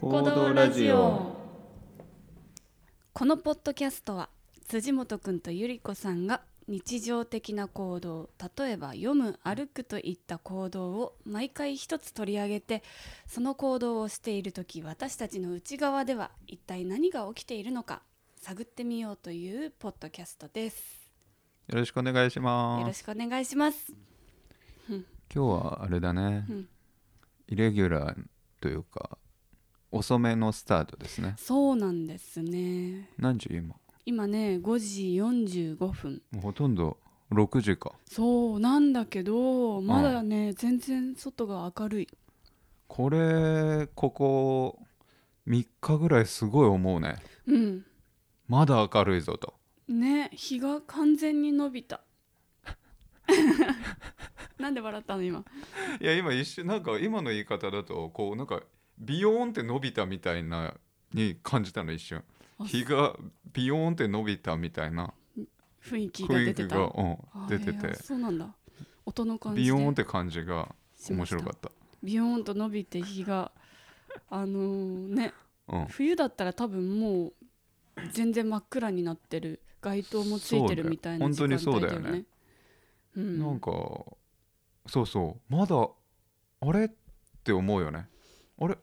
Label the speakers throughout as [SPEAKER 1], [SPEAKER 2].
[SPEAKER 1] 行動ラジオ
[SPEAKER 2] このポッドキャストは辻元くんとゆり子さんが日常的な行動例えば読む歩くといった行動を毎回一つ取り上げてその行動をしている時私たちの内側では一体何が起きているのか探ってみようというポッドキャストです。
[SPEAKER 1] よろしくお願いし
[SPEAKER 2] よ
[SPEAKER 1] ま
[SPEAKER 2] ろ
[SPEAKER 1] す
[SPEAKER 2] しくお願いします。
[SPEAKER 1] 今日はあれだね、
[SPEAKER 2] うん
[SPEAKER 1] イレギュラーというか遅めのスタートですね
[SPEAKER 2] そうなんですね。
[SPEAKER 1] 何時今
[SPEAKER 2] 今ね5時45分。
[SPEAKER 1] もうほとんど6時か
[SPEAKER 2] そうなんだけどまだね、全然外が明るい。
[SPEAKER 1] これここ3日ぐらいすごい思うね
[SPEAKER 2] うん。
[SPEAKER 1] まだ明るいぞと
[SPEAKER 2] ね日が完全に伸びた なんで笑ったの今
[SPEAKER 1] いや今一瞬なんか今の言い方だとこうなんかビヨーンって伸びたみたいなに感じたの一瞬
[SPEAKER 2] あ
[SPEAKER 1] 日がビヨーンって伸びたみたいな
[SPEAKER 2] 雰囲気が
[SPEAKER 1] 雰
[SPEAKER 2] 出
[SPEAKER 1] 囲気
[SPEAKER 2] てた
[SPEAKER 1] が、うん、
[SPEAKER 2] あ
[SPEAKER 1] 出て
[SPEAKER 2] いや
[SPEAKER 1] て
[SPEAKER 2] そうなんだ音の感じで
[SPEAKER 1] ビヨーンって感じが
[SPEAKER 2] し
[SPEAKER 1] 面
[SPEAKER 2] ました
[SPEAKER 1] 白かった
[SPEAKER 2] ビヨーンと伸びて日があのーね
[SPEAKER 1] うん
[SPEAKER 2] 冬だったら多分もう全然真っ暗になってる街灯もついてるみたいな時
[SPEAKER 1] そうだよ
[SPEAKER 2] 間帯だ
[SPEAKER 1] 本当にそ
[SPEAKER 2] よね
[SPEAKER 1] うだよね
[SPEAKER 2] うん、
[SPEAKER 1] なんかそうそうまだあれって思うよねあれ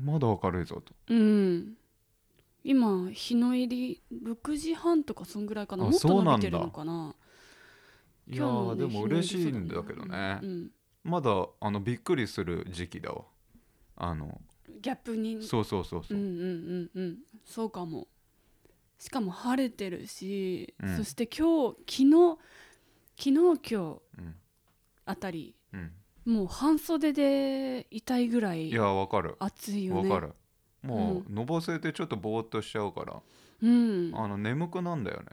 [SPEAKER 1] まだ明るいぞと
[SPEAKER 2] うん今日の入り6時半とかそんぐらいか
[SPEAKER 1] あ
[SPEAKER 2] なもっと
[SPEAKER 1] そうな
[SPEAKER 2] 伸
[SPEAKER 1] んだ
[SPEAKER 2] びてるのかない
[SPEAKER 1] やーでも嬉しいんだけどね、
[SPEAKER 2] うん、
[SPEAKER 1] まだあのびっくりする時期だわあの
[SPEAKER 2] ギャップに
[SPEAKER 1] そうそうそうそうう、
[SPEAKER 2] んうんうんうんそうかもしかも晴れてるし、
[SPEAKER 1] うん
[SPEAKER 2] そして今日昨日昨日今日
[SPEAKER 1] うん
[SPEAKER 2] あたり
[SPEAKER 1] うん、
[SPEAKER 2] もう半袖でいたいぐら
[SPEAKER 1] い
[SPEAKER 2] い
[SPEAKER 1] やわかる
[SPEAKER 2] 暑いよ
[SPEAKER 1] わ
[SPEAKER 2] ね
[SPEAKER 1] かるも
[SPEAKER 2] う
[SPEAKER 1] うのぼせてちょっとぼーっとしちゃうから、
[SPEAKER 2] うんあ
[SPEAKER 1] あの眠くなんだよね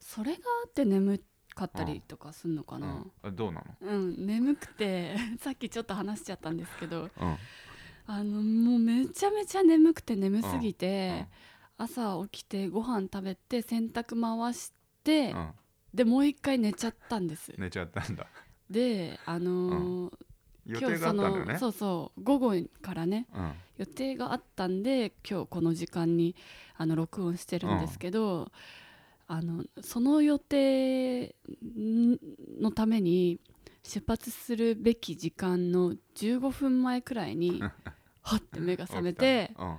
[SPEAKER 2] それがあって眠かったりとかすんのかな、
[SPEAKER 1] うん、あどうなの
[SPEAKER 2] うん、眠くて さっきちょっと話しちゃったんですけ
[SPEAKER 1] う
[SPEAKER 2] ど
[SPEAKER 1] ん
[SPEAKER 2] あのもうめちゃめちゃ眠くて眠すぎて、朝起きてご飯食べて洗濯回して、
[SPEAKER 1] うん、
[SPEAKER 2] でもう一回寝ちゃったんです、
[SPEAKER 1] 寝ちゃったんだ
[SPEAKER 2] であのー
[SPEAKER 1] 予
[SPEAKER 2] 今
[SPEAKER 1] 定
[SPEAKER 2] 日
[SPEAKER 1] があ
[SPEAKER 2] そ
[SPEAKER 1] ったんだよ
[SPEAKER 2] の
[SPEAKER 1] ね
[SPEAKER 2] そうそう午後からね
[SPEAKER 1] うん
[SPEAKER 2] 予定があったんで今日この時間にあの録音してるんですけど、あのその予定んのために出発するべき時間の15分前くら いにはって目が覚め
[SPEAKER 1] 起
[SPEAKER 2] て
[SPEAKER 1] きたうん、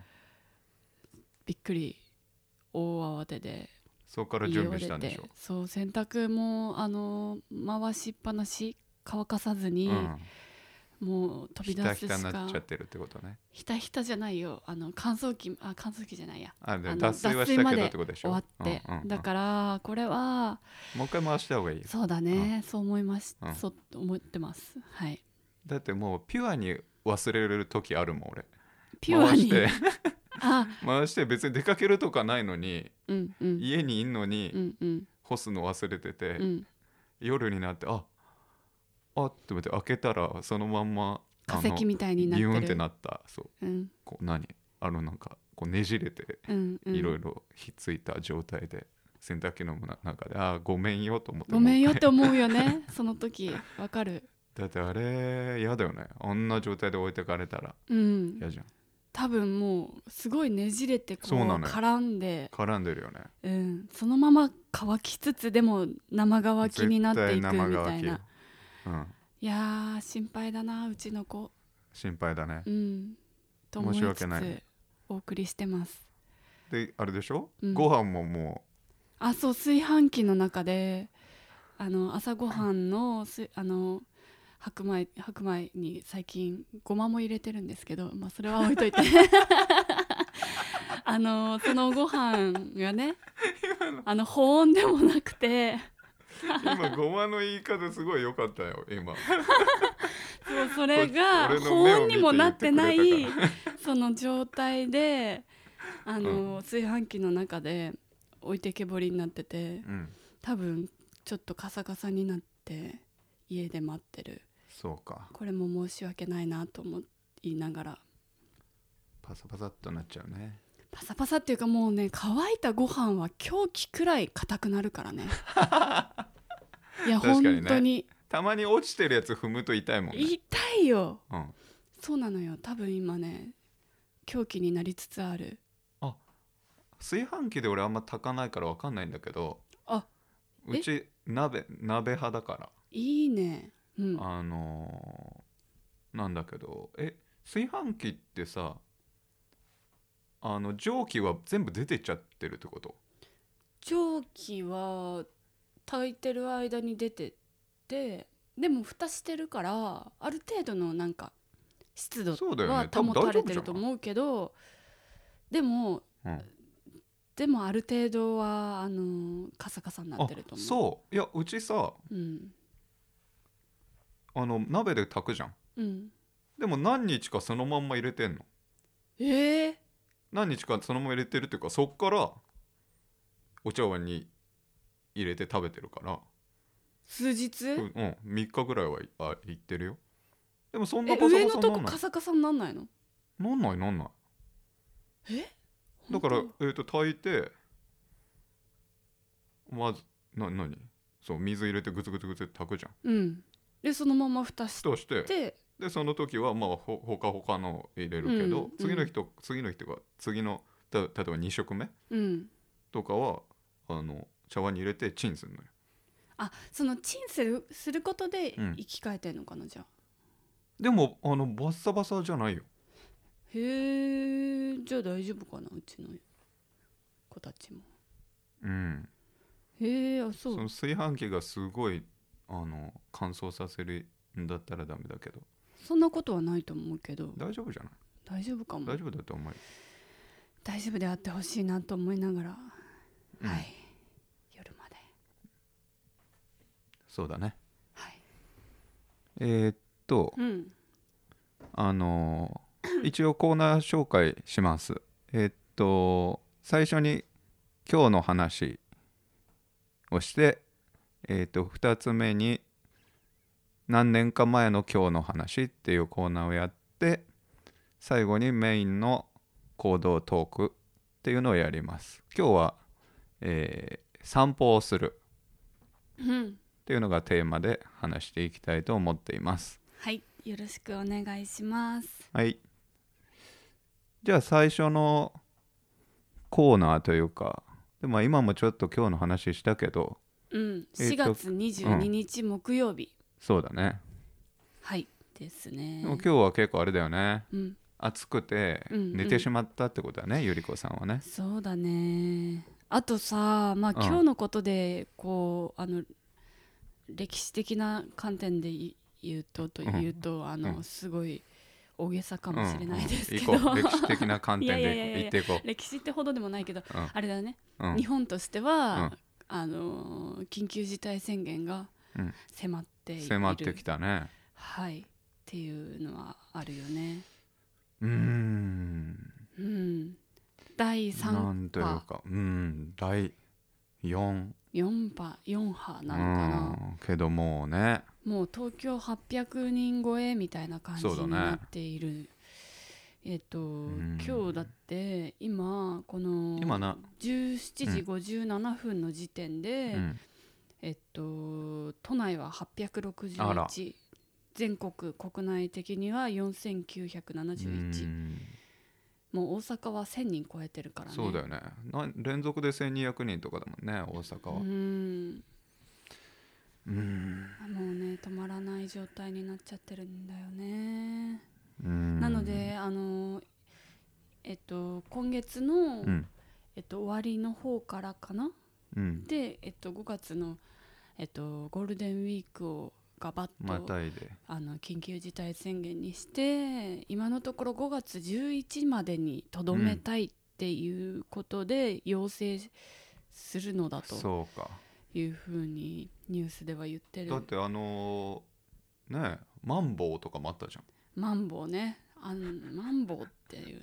[SPEAKER 2] びっくり大慌てで
[SPEAKER 1] そこから
[SPEAKER 2] 家
[SPEAKER 1] 準
[SPEAKER 2] を
[SPEAKER 1] 備し
[SPEAKER 2] 出
[SPEAKER 1] たんで
[SPEAKER 2] て
[SPEAKER 1] しょ
[SPEAKER 2] そう洗濯もあの回しっぱなし乾かさずに、
[SPEAKER 1] うん、
[SPEAKER 2] もう飛び
[SPEAKER 1] ひ
[SPEAKER 2] 出
[SPEAKER 1] た
[SPEAKER 2] す
[SPEAKER 1] ひ
[SPEAKER 2] したか
[SPEAKER 1] になっちゃってるってことね
[SPEAKER 2] ひたひたじゃないよあの乾燥機あ乾燥機じゃないや
[SPEAKER 1] あで
[SPEAKER 2] あの
[SPEAKER 1] 脱水は
[SPEAKER 2] 脱
[SPEAKER 1] し
[SPEAKER 2] 水
[SPEAKER 1] た
[SPEAKER 2] ま
[SPEAKER 1] け
[SPEAKER 2] で
[SPEAKER 1] どってことでし
[SPEAKER 2] 終
[SPEAKER 1] ょ
[SPEAKER 2] わって、
[SPEAKER 1] うんうんうん
[SPEAKER 2] だからこれは
[SPEAKER 1] もう一回回した方がいいよ
[SPEAKER 2] そうだね、そう思いまし、
[SPEAKER 1] うん
[SPEAKER 2] そう思ってますはい
[SPEAKER 1] だってもうピュアに忘れる時あるもん俺
[SPEAKER 2] ピュアに
[SPEAKER 1] 回して
[SPEAKER 2] あ
[SPEAKER 1] 回して別に出かけるとかないのに
[SPEAKER 2] うんうん
[SPEAKER 1] 家にいんのに、
[SPEAKER 2] うんうん
[SPEAKER 1] 干すの忘れてて、
[SPEAKER 2] うん
[SPEAKER 1] 夜になってああって思って開けたらそのまんま
[SPEAKER 2] 化石みたい
[SPEAKER 1] た
[SPEAKER 2] になってる
[SPEAKER 1] ビューンってなったそう
[SPEAKER 2] うん
[SPEAKER 1] こう何あのなんかこうねじれて
[SPEAKER 2] うんうん
[SPEAKER 1] いろいろひっついた状態で洗濯機の中でああごめんよと思って
[SPEAKER 2] ごめんよ
[SPEAKER 1] も
[SPEAKER 2] っ
[SPEAKER 1] う一
[SPEAKER 2] て思うよね その時わかる
[SPEAKER 1] 回だってあれ嫌だよねあんな状態で置いてかれたら
[SPEAKER 2] うん
[SPEAKER 1] 嫌じゃん
[SPEAKER 2] 多分もうすごいねじれてこう
[SPEAKER 1] そうなのよ
[SPEAKER 2] 絡んで
[SPEAKER 1] 絡んでるよね
[SPEAKER 2] うん、そのまま乾きつつでも生乾きになっていく
[SPEAKER 1] 絶
[SPEAKER 2] み
[SPEAKER 1] 対
[SPEAKER 2] たいな
[SPEAKER 1] ようん
[SPEAKER 2] いやー心配だなうちの子
[SPEAKER 1] 心配だね
[SPEAKER 2] うんと思いつつ
[SPEAKER 1] 申し訳ない
[SPEAKER 2] お送りしてます
[SPEAKER 1] であれでしょ、
[SPEAKER 2] うん
[SPEAKER 1] ご飯もも
[SPEAKER 2] あそう炊飯器の中であの朝ごはんのすあの白米白米に最近ごまも入れてるんですけど、まあ、それは置いとい てあのそのご飯が ねあの保温でもなくて
[SPEAKER 1] う今ごまの言い方すごい良かったよ今
[SPEAKER 2] そうそれが
[SPEAKER 1] こっち俺
[SPEAKER 2] 保
[SPEAKER 1] の目を
[SPEAKER 2] 温
[SPEAKER 1] 見て
[SPEAKER 2] にもなってない
[SPEAKER 1] 言って
[SPEAKER 2] その状態 であの、炊飯器の中で置いてけぼりになってて
[SPEAKER 1] うん
[SPEAKER 2] 多分ちょっとカサカサになって家で待ってる
[SPEAKER 1] そうか
[SPEAKER 2] これも申し訳ないなと思いながら
[SPEAKER 1] パサパサっとなっちゃうね
[SPEAKER 2] パサパサっていうかもうね乾いたご飯は狂気くらい硬くな るからねいや
[SPEAKER 1] 確かにね
[SPEAKER 2] 本当に
[SPEAKER 1] たまに落ちてるやつ踏むと痛いもんね
[SPEAKER 2] 痛いよ
[SPEAKER 1] うん
[SPEAKER 2] そうなのよ多分今ね狂気になりつつある
[SPEAKER 1] 炊飯器で俺あんま炊かないからわかんないんだけど
[SPEAKER 2] あ
[SPEAKER 1] うち鍋鍋派だから、
[SPEAKER 2] いいねうん
[SPEAKER 1] あのーなんだけどえ炊飯器ってさあの蒸気は全部出てっちゃってるってこと
[SPEAKER 2] 蒸気は炊いてる間に出てってでも蓋してるからある程度のなんか湿度
[SPEAKER 1] そうだよ
[SPEAKER 2] は
[SPEAKER 1] ね多分
[SPEAKER 2] 保た
[SPEAKER 1] 大丈
[SPEAKER 2] れ
[SPEAKER 1] 夫
[SPEAKER 2] て
[SPEAKER 1] じゃ
[SPEAKER 2] ると
[SPEAKER 1] ない
[SPEAKER 2] 思うけどでも
[SPEAKER 1] うん
[SPEAKER 2] でもある程度はあのカサカサになってる
[SPEAKER 1] あ
[SPEAKER 2] と思う
[SPEAKER 1] そういやうちさ
[SPEAKER 2] うん
[SPEAKER 1] あの鍋で炊くじゃん
[SPEAKER 2] うん、
[SPEAKER 1] でも何日かそのまんま入れてんの
[SPEAKER 2] えー、
[SPEAKER 1] 何日かそのまま入れてるっていうかそっからお茶碗に入れて食べてるから
[SPEAKER 2] 数日、
[SPEAKER 1] うん、うん、3日ぐらいはいあいってるよでもそんな
[SPEAKER 2] え
[SPEAKER 1] パサ
[SPEAKER 2] 上の
[SPEAKER 1] パサ
[SPEAKER 2] と
[SPEAKER 1] に
[SPEAKER 2] こ
[SPEAKER 1] な
[SPEAKER 2] カサカサになんないの
[SPEAKER 1] んないなんないなんない
[SPEAKER 2] え
[SPEAKER 1] だから
[SPEAKER 2] 本、
[SPEAKER 1] えー、と炊いてまずな何そう水入れてグツグツグツって炊くじゃん
[SPEAKER 2] 当うんでそのまま蓋し
[SPEAKER 1] そうして
[SPEAKER 2] て
[SPEAKER 1] でその時はまあほほかほかの入れるけど、
[SPEAKER 2] うん
[SPEAKER 1] 次の日と次の日とか次のた例えば2食目
[SPEAKER 2] うん
[SPEAKER 1] とかはあの茶碗に入れてチンするのよ
[SPEAKER 2] あそのチンするすることで
[SPEAKER 1] うん
[SPEAKER 2] 生き返ってんのかな、じゃあ
[SPEAKER 1] でもあのバッサバサじゃないよ
[SPEAKER 2] へえじゃあ大丈夫かなうちの子たちも
[SPEAKER 1] うん
[SPEAKER 2] へえあそ
[SPEAKER 1] そうの炊飯器がすごいあの乾燥させるんだったらダメだけど
[SPEAKER 2] そんなことはないと思うけど
[SPEAKER 1] 大丈夫じゃない
[SPEAKER 2] 大丈夫かも
[SPEAKER 1] 大丈夫だと思うよ
[SPEAKER 2] 大丈夫であってほしいなと思いながら、
[SPEAKER 1] うん
[SPEAKER 2] はい夜まで
[SPEAKER 1] そうだね
[SPEAKER 2] はい
[SPEAKER 1] えーっと
[SPEAKER 2] うん
[SPEAKER 1] あのー一応コーナー紹介しますえーっと最初に今日の話をしてえーっと2つ目に何年か前の今日の話っていうコーナーをやって最後にメインの行動トークっていうのをやります今日は、えー散歩をする
[SPEAKER 2] うん
[SPEAKER 1] っていうのがテーマで話していきたいと思っています
[SPEAKER 2] はいよろしくお願いします
[SPEAKER 1] はい。じゃあ最初のコーナーというか、でも今もちょっと今日の話したけど、
[SPEAKER 2] うん
[SPEAKER 1] えー
[SPEAKER 2] 4
[SPEAKER 1] と
[SPEAKER 2] 月22日木曜日、
[SPEAKER 1] そうだね。
[SPEAKER 2] はいです
[SPEAKER 1] で
[SPEAKER 2] ね
[SPEAKER 1] も今日は結構あれだよね。
[SPEAKER 2] うん
[SPEAKER 1] 暑くて
[SPEAKER 2] うんうん
[SPEAKER 1] 寝てしまったってことだね、ゆりこさんはね。
[SPEAKER 2] そうだねあとさまあ
[SPEAKER 1] うん
[SPEAKER 2] 今日のことでこう、あの歴史的な観点でい言うとと
[SPEAKER 1] うん
[SPEAKER 2] 言うと、あの、
[SPEAKER 1] うん
[SPEAKER 2] すごい大げさかもしれないですけど、
[SPEAKER 1] うんうん行こう歴史的な観点
[SPEAKER 2] いやいやいやいや
[SPEAKER 1] でいっていこ
[SPEAKER 2] 歴史ってほどでもないけど
[SPEAKER 1] う。
[SPEAKER 2] あれだね、
[SPEAKER 1] うんうん
[SPEAKER 2] 日本として
[SPEAKER 1] う
[SPEAKER 2] は、
[SPEAKER 1] ん
[SPEAKER 2] あのー緊急事態宣言が
[SPEAKER 1] うん
[SPEAKER 2] 迫っている、
[SPEAKER 1] 迫ってきたね。
[SPEAKER 2] はいっていうのはあるよね。
[SPEAKER 1] うーん。
[SPEAKER 2] うん、第
[SPEAKER 1] な
[SPEAKER 2] 3
[SPEAKER 1] んという
[SPEAKER 2] 波
[SPEAKER 1] か、うん、第4。
[SPEAKER 2] 4波4波なのかな。
[SPEAKER 1] うんけどもうね、
[SPEAKER 2] もう東京800人超えみたいな感じ
[SPEAKER 1] そうだ
[SPEAKER 2] に
[SPEAKER 1] ね
[SPEAKER 2] なっている、えっと、
[SPEAKER 1] ん
[SPEAKER 2] 今日だって今この
[SPEAKER 1] 今な、
[SPEAKER 2] 17時57分の時点
[SPEAKER 1] う
[SPEAKER 2] で、
[SPEAKER 1] ん、
[SPEAKER 2] えっと、都内は
[SPEAKER 1] あら
[SPEAKER 2] 861全国国内的には4971、
[SPEAKER 1] うん
[SPEAKER 2] もう大阪は1000人超えてるからね
[SPEAKER 1] そうだよねな連続で1200人とかだもんね大阪は
[SPEAKER 2] うん
[SPEAKER 1] うん
[SPEAKER 2] もうね止まらない状態になっちゃってるんだよね
[SPEAKER 1] うん
[SPEAKER 2] なのであのえっと今月の、
[SPEAKER 1] うん
[SPEAKER 2] えっと、終わりの方からかな
[SPEAKER 1] うん
[SPEAKER 2] で、えっと、5月の、えっと、ゴールデンウィークをガバ
[SPEAKER 1] ま
[SPEAKER 2] ッと、
[SPEAKER 1] たいで
[SPEAKER 2] あの緊急事態宣言にして今のところ5月11までにとどめたいっていうことで要請するのだと
[SPEAKER 1] そうか
[SPEAKER 2] いうふうにニュースでは言ってる
[SPEAKER 1] だってあのーねえマンボウとかもあったじゃん
[SPEAKER 2] マンボウねあのマンボウっていう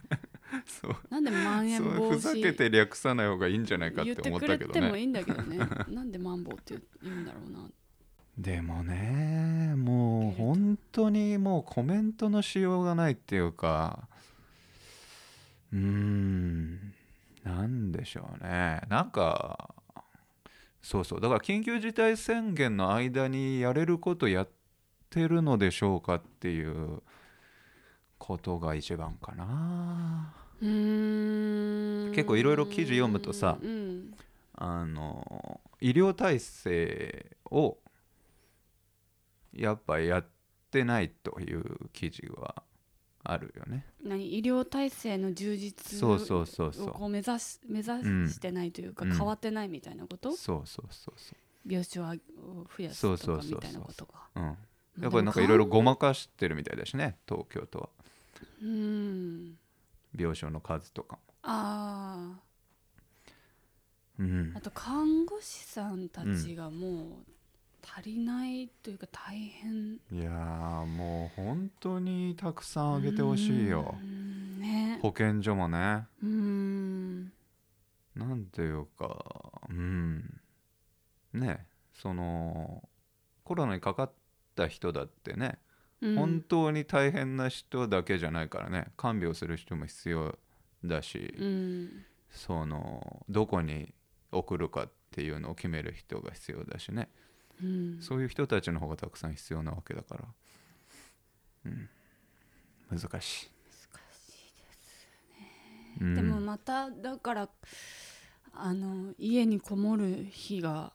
[SPEAKER 1] そう
[SPEAKER 2] なんでまん延
[SPEAKER 1] そ
[SPEAKER 2] 防
[SPEAKER 1] う
[SPEAKER 2] 止
[SPEAKER 1] ふざけて略さない方がいいんじゃないかって思ったけ
[SPEAKER 2] 言って
[SPEAKER 1] ど
[SPEAKER 2] くれても
[SPEAKER 1] ね
[SPEAKER 2] いいんだけどねなんでマンボウって言うんだろうな
[SPEAKER 1] でもねもう本当にもうコメントのしようがないっていうかうーんなんでしょうねなんかそうそうだから緊急事態宣言の間にやれることやってるのでしょうかっていうことが一番かな
[SPEAKER 2] うーん
[SPEAKER 1] 結構いろいろ記事読むとさ
[SPEAKER 2] うん
[SPEAKER 1] あの医療体制をやっぱやってないという記事はあるよね
[SPEAKER 2] 何医療体制の充実
[SPEAKER 1] そうそうそうそう
[SPEAKER 2] をこう目指し目指
[SPEAKER 1] ん
[SPEAKER 2] してないというか、
[SPEAKER 1] うん
[SPEAKER 2] 変わってないみたいなこと、
[SPEAKER 1] そうそうそうそ
[SPEAKER 2] 病床を増やす
[SPEAKER 1] そう
[SPEAKER 2] と
[SPEAKER 1] そう
[SPEAKER 2] か
[SPEAKER 1] そう
[SPEAKER 2] み
[SPEAKER 1] そう
[SPEAKER 2] たいなことか
[SPEAKER 1] ううん
[SPEAKER 2] まあ
[SPEAKER 1] やっぱりなんかいろいろごまかしてるみたいだしね東京都は
[SPEAKER 2] うん
[SPEAKER 1] 病床の数とか
[SPEAKER 2] あ
[SPEAKER 1] もうん
[SPEAKER 2] ああと看護師さんたちがもう足りないというか大変
[SPEAKER 1] いやーもう本当にたくさんあげてほしいよ
[SPEAKER 2] うんね
[SPEAKER 1] 保健所もね
[SPEAKER 2] うん
[SPEAKER 1] なんていうかうんねそのコロナにかかった人だってね、
[SPEAKER 2] うん
[SPEAKER 1] 本当に大変な人だけじゃないからね看病する人も必要だし、
[SPEAKER 2] うん
[SPEAKER 1] そのどこに送るかっていうのを決める人が必要だしね、
[SPEAKER 2] うん
[SPEAKER 1] そういう人たちの方がたくさん必要なわけだから、うん、難しい。
[SPEAKER 2] 難しい
[SPEAKER 1] うん
[SPEAKER 2] でもまただからあの家にこもる日が、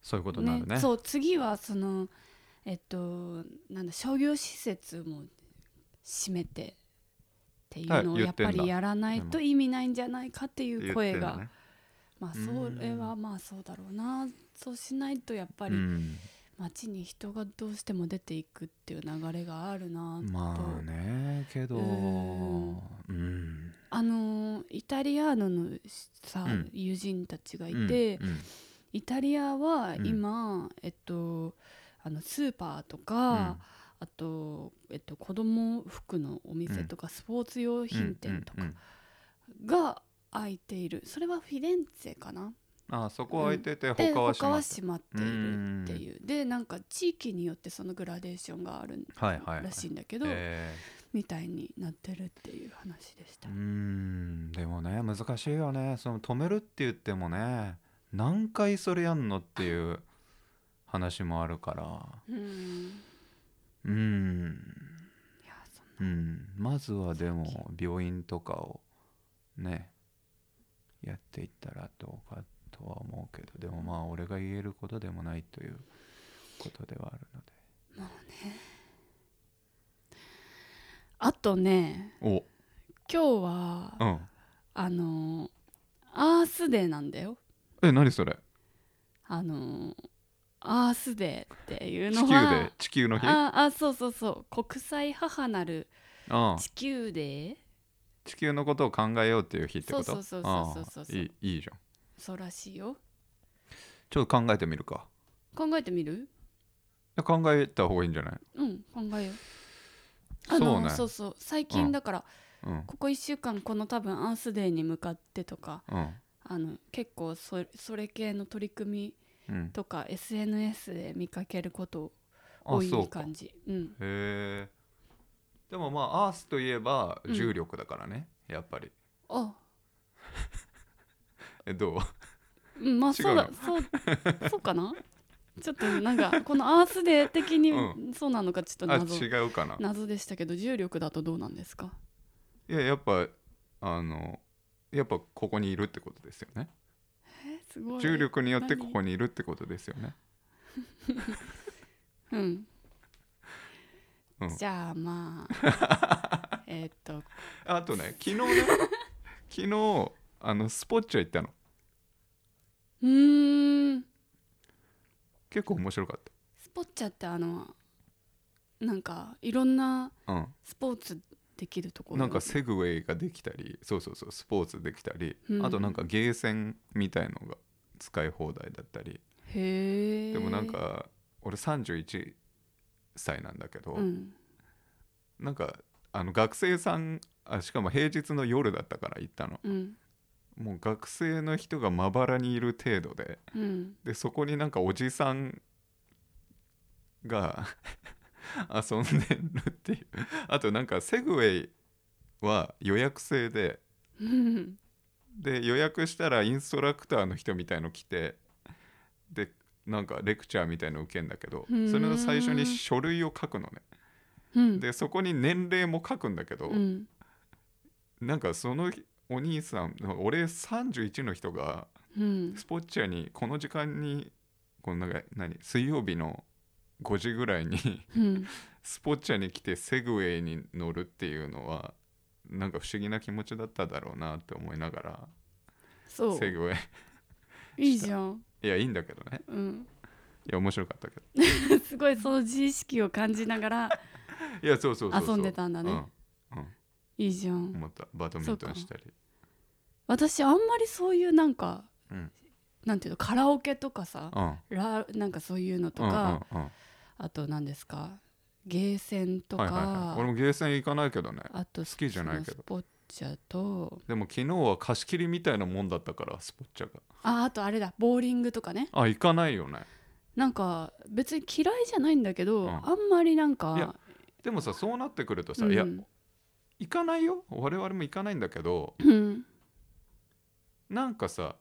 [SPEAKER 1] そういうことになるね。
[SPEAKER 2] そう次はそのえっとなんだ商業施設も閉めてっていうのを
[SPEAKER 1] あ言
[SPEAKER 2] や
[SPEAKER 1] っ
[SPEAKER 2] って
[SPEAKER 1] ん
[SPEAKER 2] ぱ
[SPEAKER 1] だ
[SPEAKER 2] りやらない
[SPEAKER 1] で
[SPEAKER 2] と
[SPEAKER 1] も
[SPEAKER 2] 意味ないんじゃないかってい
[SPEAKER 1] 言
[SPEAKER 2] う
[SPEAKER 1] って
[SPEAKER 2] 声
[SPEAKER 1] る
[SPEAKER 2] が、
[SPEAKER 1] ね
[SPEAKER 2] まあ
[SPEAKER 1] うん
[SPEAKER 2] それはまあそうだろうなそうしないとやっぱ
[SPEAKER 1] う
[SPEAKER 2] り
[SPEAKER 1] ん
[SPEAKER 2] 街に人がどうしても出ていくっていう流れがあるなと、
[SPEAKER 1] まあねけど
[SPEAKER 2] う
[SPEAKER 1] う
[SPEAKER 2] ーん
[SPEAKER 1] ん、
[SPEAKER 2] あのイタリアーノのさ、
[SPEAKER 1] うん
[SPEAKER 2] 友人たちがい
[SPEAKER 1] うん
[SPEAKER 2] て、
[SPEAKER 1] うん
[SPEAKER 2] イタリアは
[SPEAKER 1] うん
[SPEAKER 2] 今、えっとあのスーパーとか、あと、えっと、子供服のお店とか、スポーツ用品店と
[SPEAKER 1] うん
[SPEAKER 2] か
[SPEAKER 1] うん
[SPEAKER 2] が開いているそれはフィレンツェかな
[SPEAKER 1] うんあそこ空いてて
[SPEAKER 2] で
[SPEAKER 1] 他はし
[SPEAKER 2] 他
[SPEAKER 1] ま
[SPEAKER 2] は
[SPEAKER 1] す
[SPEAKER 2] 閉まっているっていうでなんか地域によってそのグラデーションがある
[SPEAKER 1] はいはいはい
[SPEAKER 2] らしいんだけど、
[SPEAKER 1] え
[SPEAKER 2] みたいになってるっていう話でした
[SPEAKER 1] ーう。んでもね難しいよねその止めるって言ってもね何回それやんのっていう話もあるから
[SPEAKER 2] うん
[SPEAKER 1] うん、
[SPEAKER 2] いやそんな
[SPEAKER 1] うん、まずはでも病院とかをねやっていったらどうかとは思うけどでもまあ俺が言えることでもないということではあるので。
[SPEAKER 2] あとね
[SPEAKER 1] お
[SPEAKER 2] 今日は
[SPEAKER 1] うん
[SPEAKER 2] あのアースデーなんだよ
[SPEAKER 1] え何それ
[SPEAKER 2] あのアースデーっていう
[SPEAKER 1] 地
[SPEAKER 2] の
[SPEAKER 1] 球で
[SPEAKER 2] は
[SPEAKER 1] 地球の日あ
[SPEAKER 2] ああそうそうそう国際母なる
[SPEAKER 1] あ
[SPEAKER 2] 地球デー
[SPEAKER 1] 地球のことを考えようっていう日ってこと
[SPEAKER 2] そうそうそうそうそうそう
[SPEAKER 1] ああいいいいじゃん
[SPEAKER 2] そうらしいよ
[SPEAKER 1] ちょっと考えてみるか
[SPEAKER 2] 考えてみる
[SPEAKER 1] いや考えた方がいいんじゃない
[SPEAKER 2] うん考えようあの
[SPEAKER 1] そうね
[SPEAKER 2] そうそう最
[SPEAKER 1] う
[SPEAKER 2] 近
[SPEAKER 1] ん
[SPEAKER 2] だから、
[SPEAKER 1] うん
[SPEAKER 2] ここ1週間この多分アースデーに向かってとか
[SPEAKER 1] うん
[SPEAKER 2] あの結構そそれ系の取り組
[SPEAKER 1] うん
[SPEAKER 2] みとか SNS で見かけること
[SPEAKER 1] あ
[SPEAKER 2] 多い
[SPEAKER 1] そうか
[SPEAKER 2] 感じうん
[SPEAKER 1] へえでもまあアースといえば
[SPEAKER 2] うん
[SPEAKER 1] 重力だからね、やっぱり
[SPEAKER 2] あ
[SPEAKER 1] えどう
[SPEAKER 2] うんまあ
[SPEAKER 1] 違う
[SPEAKER 2] そうだそうそうかなちょっとなんかこのアースデー的に
[SPEAKER 1] う
[SPEAKER 2] そうなのかちょっと
[SPEAKER 1] あ
[SPEAKER 2] 謎、
[SPEAKER 1] 違うかな
[SPEAKER 2] 謎でしたけど重力だとどうなんですか
[SPEAKER 1] いややっぱあのやっぱここにいるってことですよね
[SPEAKER 2] えすごい
[SPEAKER 1] 重力によって
[SPEAKER 2] 何
[SPEAKER 1] ここにいるってことですよね
[SPEAKER 2] うん、
[SPEAKER 1] うん
[SPEAKER 2] じゃあま あえーっと
[SPEAKER 1] あと ね昨日ね昨日あのスポッチャ行ったの
[SPEAKER 2] うーん
[SPEAKER 1] 結構面白かっ
[SPEAKER 2] スポッチャってあのなんかいろんな
[SPEAKER 1] たうん
[SPEAKER 2] スポーツできるところ
[SPEAKER 1] なんかセグウェイができたりそうそうそうスポーツできたり、
[SPEAKER 2] うん
[SPEAKER 1] あとなんかゲーセンみたいのが使い放題だったり
[SPEAKER 2] へえ
[SPEAKER 1] でもなんか俺31歳なんだけど、
[SPEAKER 2] うん
[SPEAKER 1] なんかあの学生さんあしかも平日の夜だったから行ったの
[SPEAKER 2] うん
[SPEAKER 1] もう学生の人がまばらにいる程度で
[SPEAKER 2] うん
[SPEAKER 1] でそこになんかおじさんが 遊んでるっていうあとなんかセグウェイは予約制で
[SPEAKER 2] うん
[SPEAKER 1] で予約したらインストラクターの人みたいの来てでなんかレクチャーみたいの受けんだけど
[SPEAKER 2] うーん
[SPEAKER 1] それの最初に書類を書くのね
[SPEAKER 2] うん
[SPEAKER 1] でそこに年齢も書くんだけど、
[SPEAKER 2] うん
[SPEAKER 1] なんかそのお兄さん俺31の人が
[SPEAKER 2] うん
[SPEAKER 1] スポッチャにこの時間にこのなんか何水曜日の5時ぐらいに
[SPEAKER 2] うん
[SPEAKER 1] スポッチャに来てセグウェイに乗るっていうのはなんか不思議な気持ちだっただろうなって思いながら
[SPEAKER 2] そう
[SPEAKER 1] セグウェイ
[SPEAKER 2] いいじゃん、
[SPEAKER 1] いやいいんだけどね
[SPEAKER 2] うん、
[SPEAKER 1] いや面白かったけど
[SPEAKER 2] すごいその自意識を感じなが ら
[SPEAKER 1] いやそうそうそうそう
[SPEAKER 2] 遊んでたんだね
[SPEAKER 1] うん、うん
[SPEAKER 2] いいじゃん
[SPEAKER 1] 思ったバドミントンしたり
[SPEAKER 2] 私あんまりそういうなんか
[SPEAKER 1] うん
[SPEAKER 2] なんていうのカラオケとかさ
[SPEAKER 1] うん
[SPEAKER 2] ラなんかそういうのとか、
[SPEAKER 1] うんうんうん
[SPEAKER 2] あと何ですかゲーセンとか、
[SPEAKER 1] はいはいはい、俺もゲーセン行かないけどね
[SPEAKER 2] あと
[SPEAKER 1] 好きじゃないけど
[SPEAKER 2] そのスポッチャと
[SPEAKER 1] でも昨日は貸し切りみたいなもんだったからスポッチャが
[SPEAKER 2] ああとあれだボーリングとかね
[SPEAKER 1] あ行かないよね
[SPEAKER 2] なんか別に嫌いじゃないんだけど、
[SPEAKER 1] うん
[SPEAKER 2] あんまりなん
[SPEAKER 1] いや
[SPEAKER 2] か
[SPEAKER 1] でもさそうなってくるとさ、
[SPEAKER 2] うん
[SPEAKER 1] いや行かないよ我々も行かないんだけど
[SPEAKER 2] うん
[SPEAKER 1] なんかさ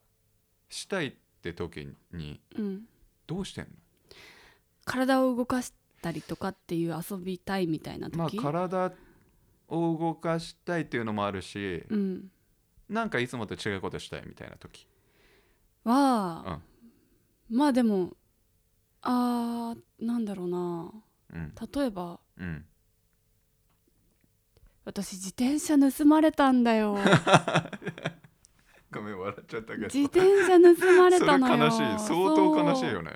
[SPEAKER 1] したいって時に
[SPEAKER 2] うん、
[SPEAKER 1] どうしてんの
[SPEAKER 2] 体を動かしたりとかっていう遊びたいみたいな
[SPEAKER 1] まあ
[SPEAKER 2] 時、
[SPEAKER 1] 体を動かしたいっていうのもあるし、
[SPEAKER 2] うん、
[SPEAKER 1] なんかいつもと違うことしたいみたいな時
[SPEAKER 2] は、まあでもあーなんだろうな
[SPEAKER 1] うん
[SPEAKER 2] 例えば
[SPEAKER 1] うん
[SPEAKER 2] 私自転車盗まれたん だよ
[SPEAKER 1] ごめん笑っちゃったけど
[SPEAKER 2] 自転車盗まれ
[SPEAKER 1] それ
[SPEAKER 2] たのよ
[SPEAKER 1] 悲しい相当悲しい
[SPEAKER 2] そう
[SPEAKER 1] よね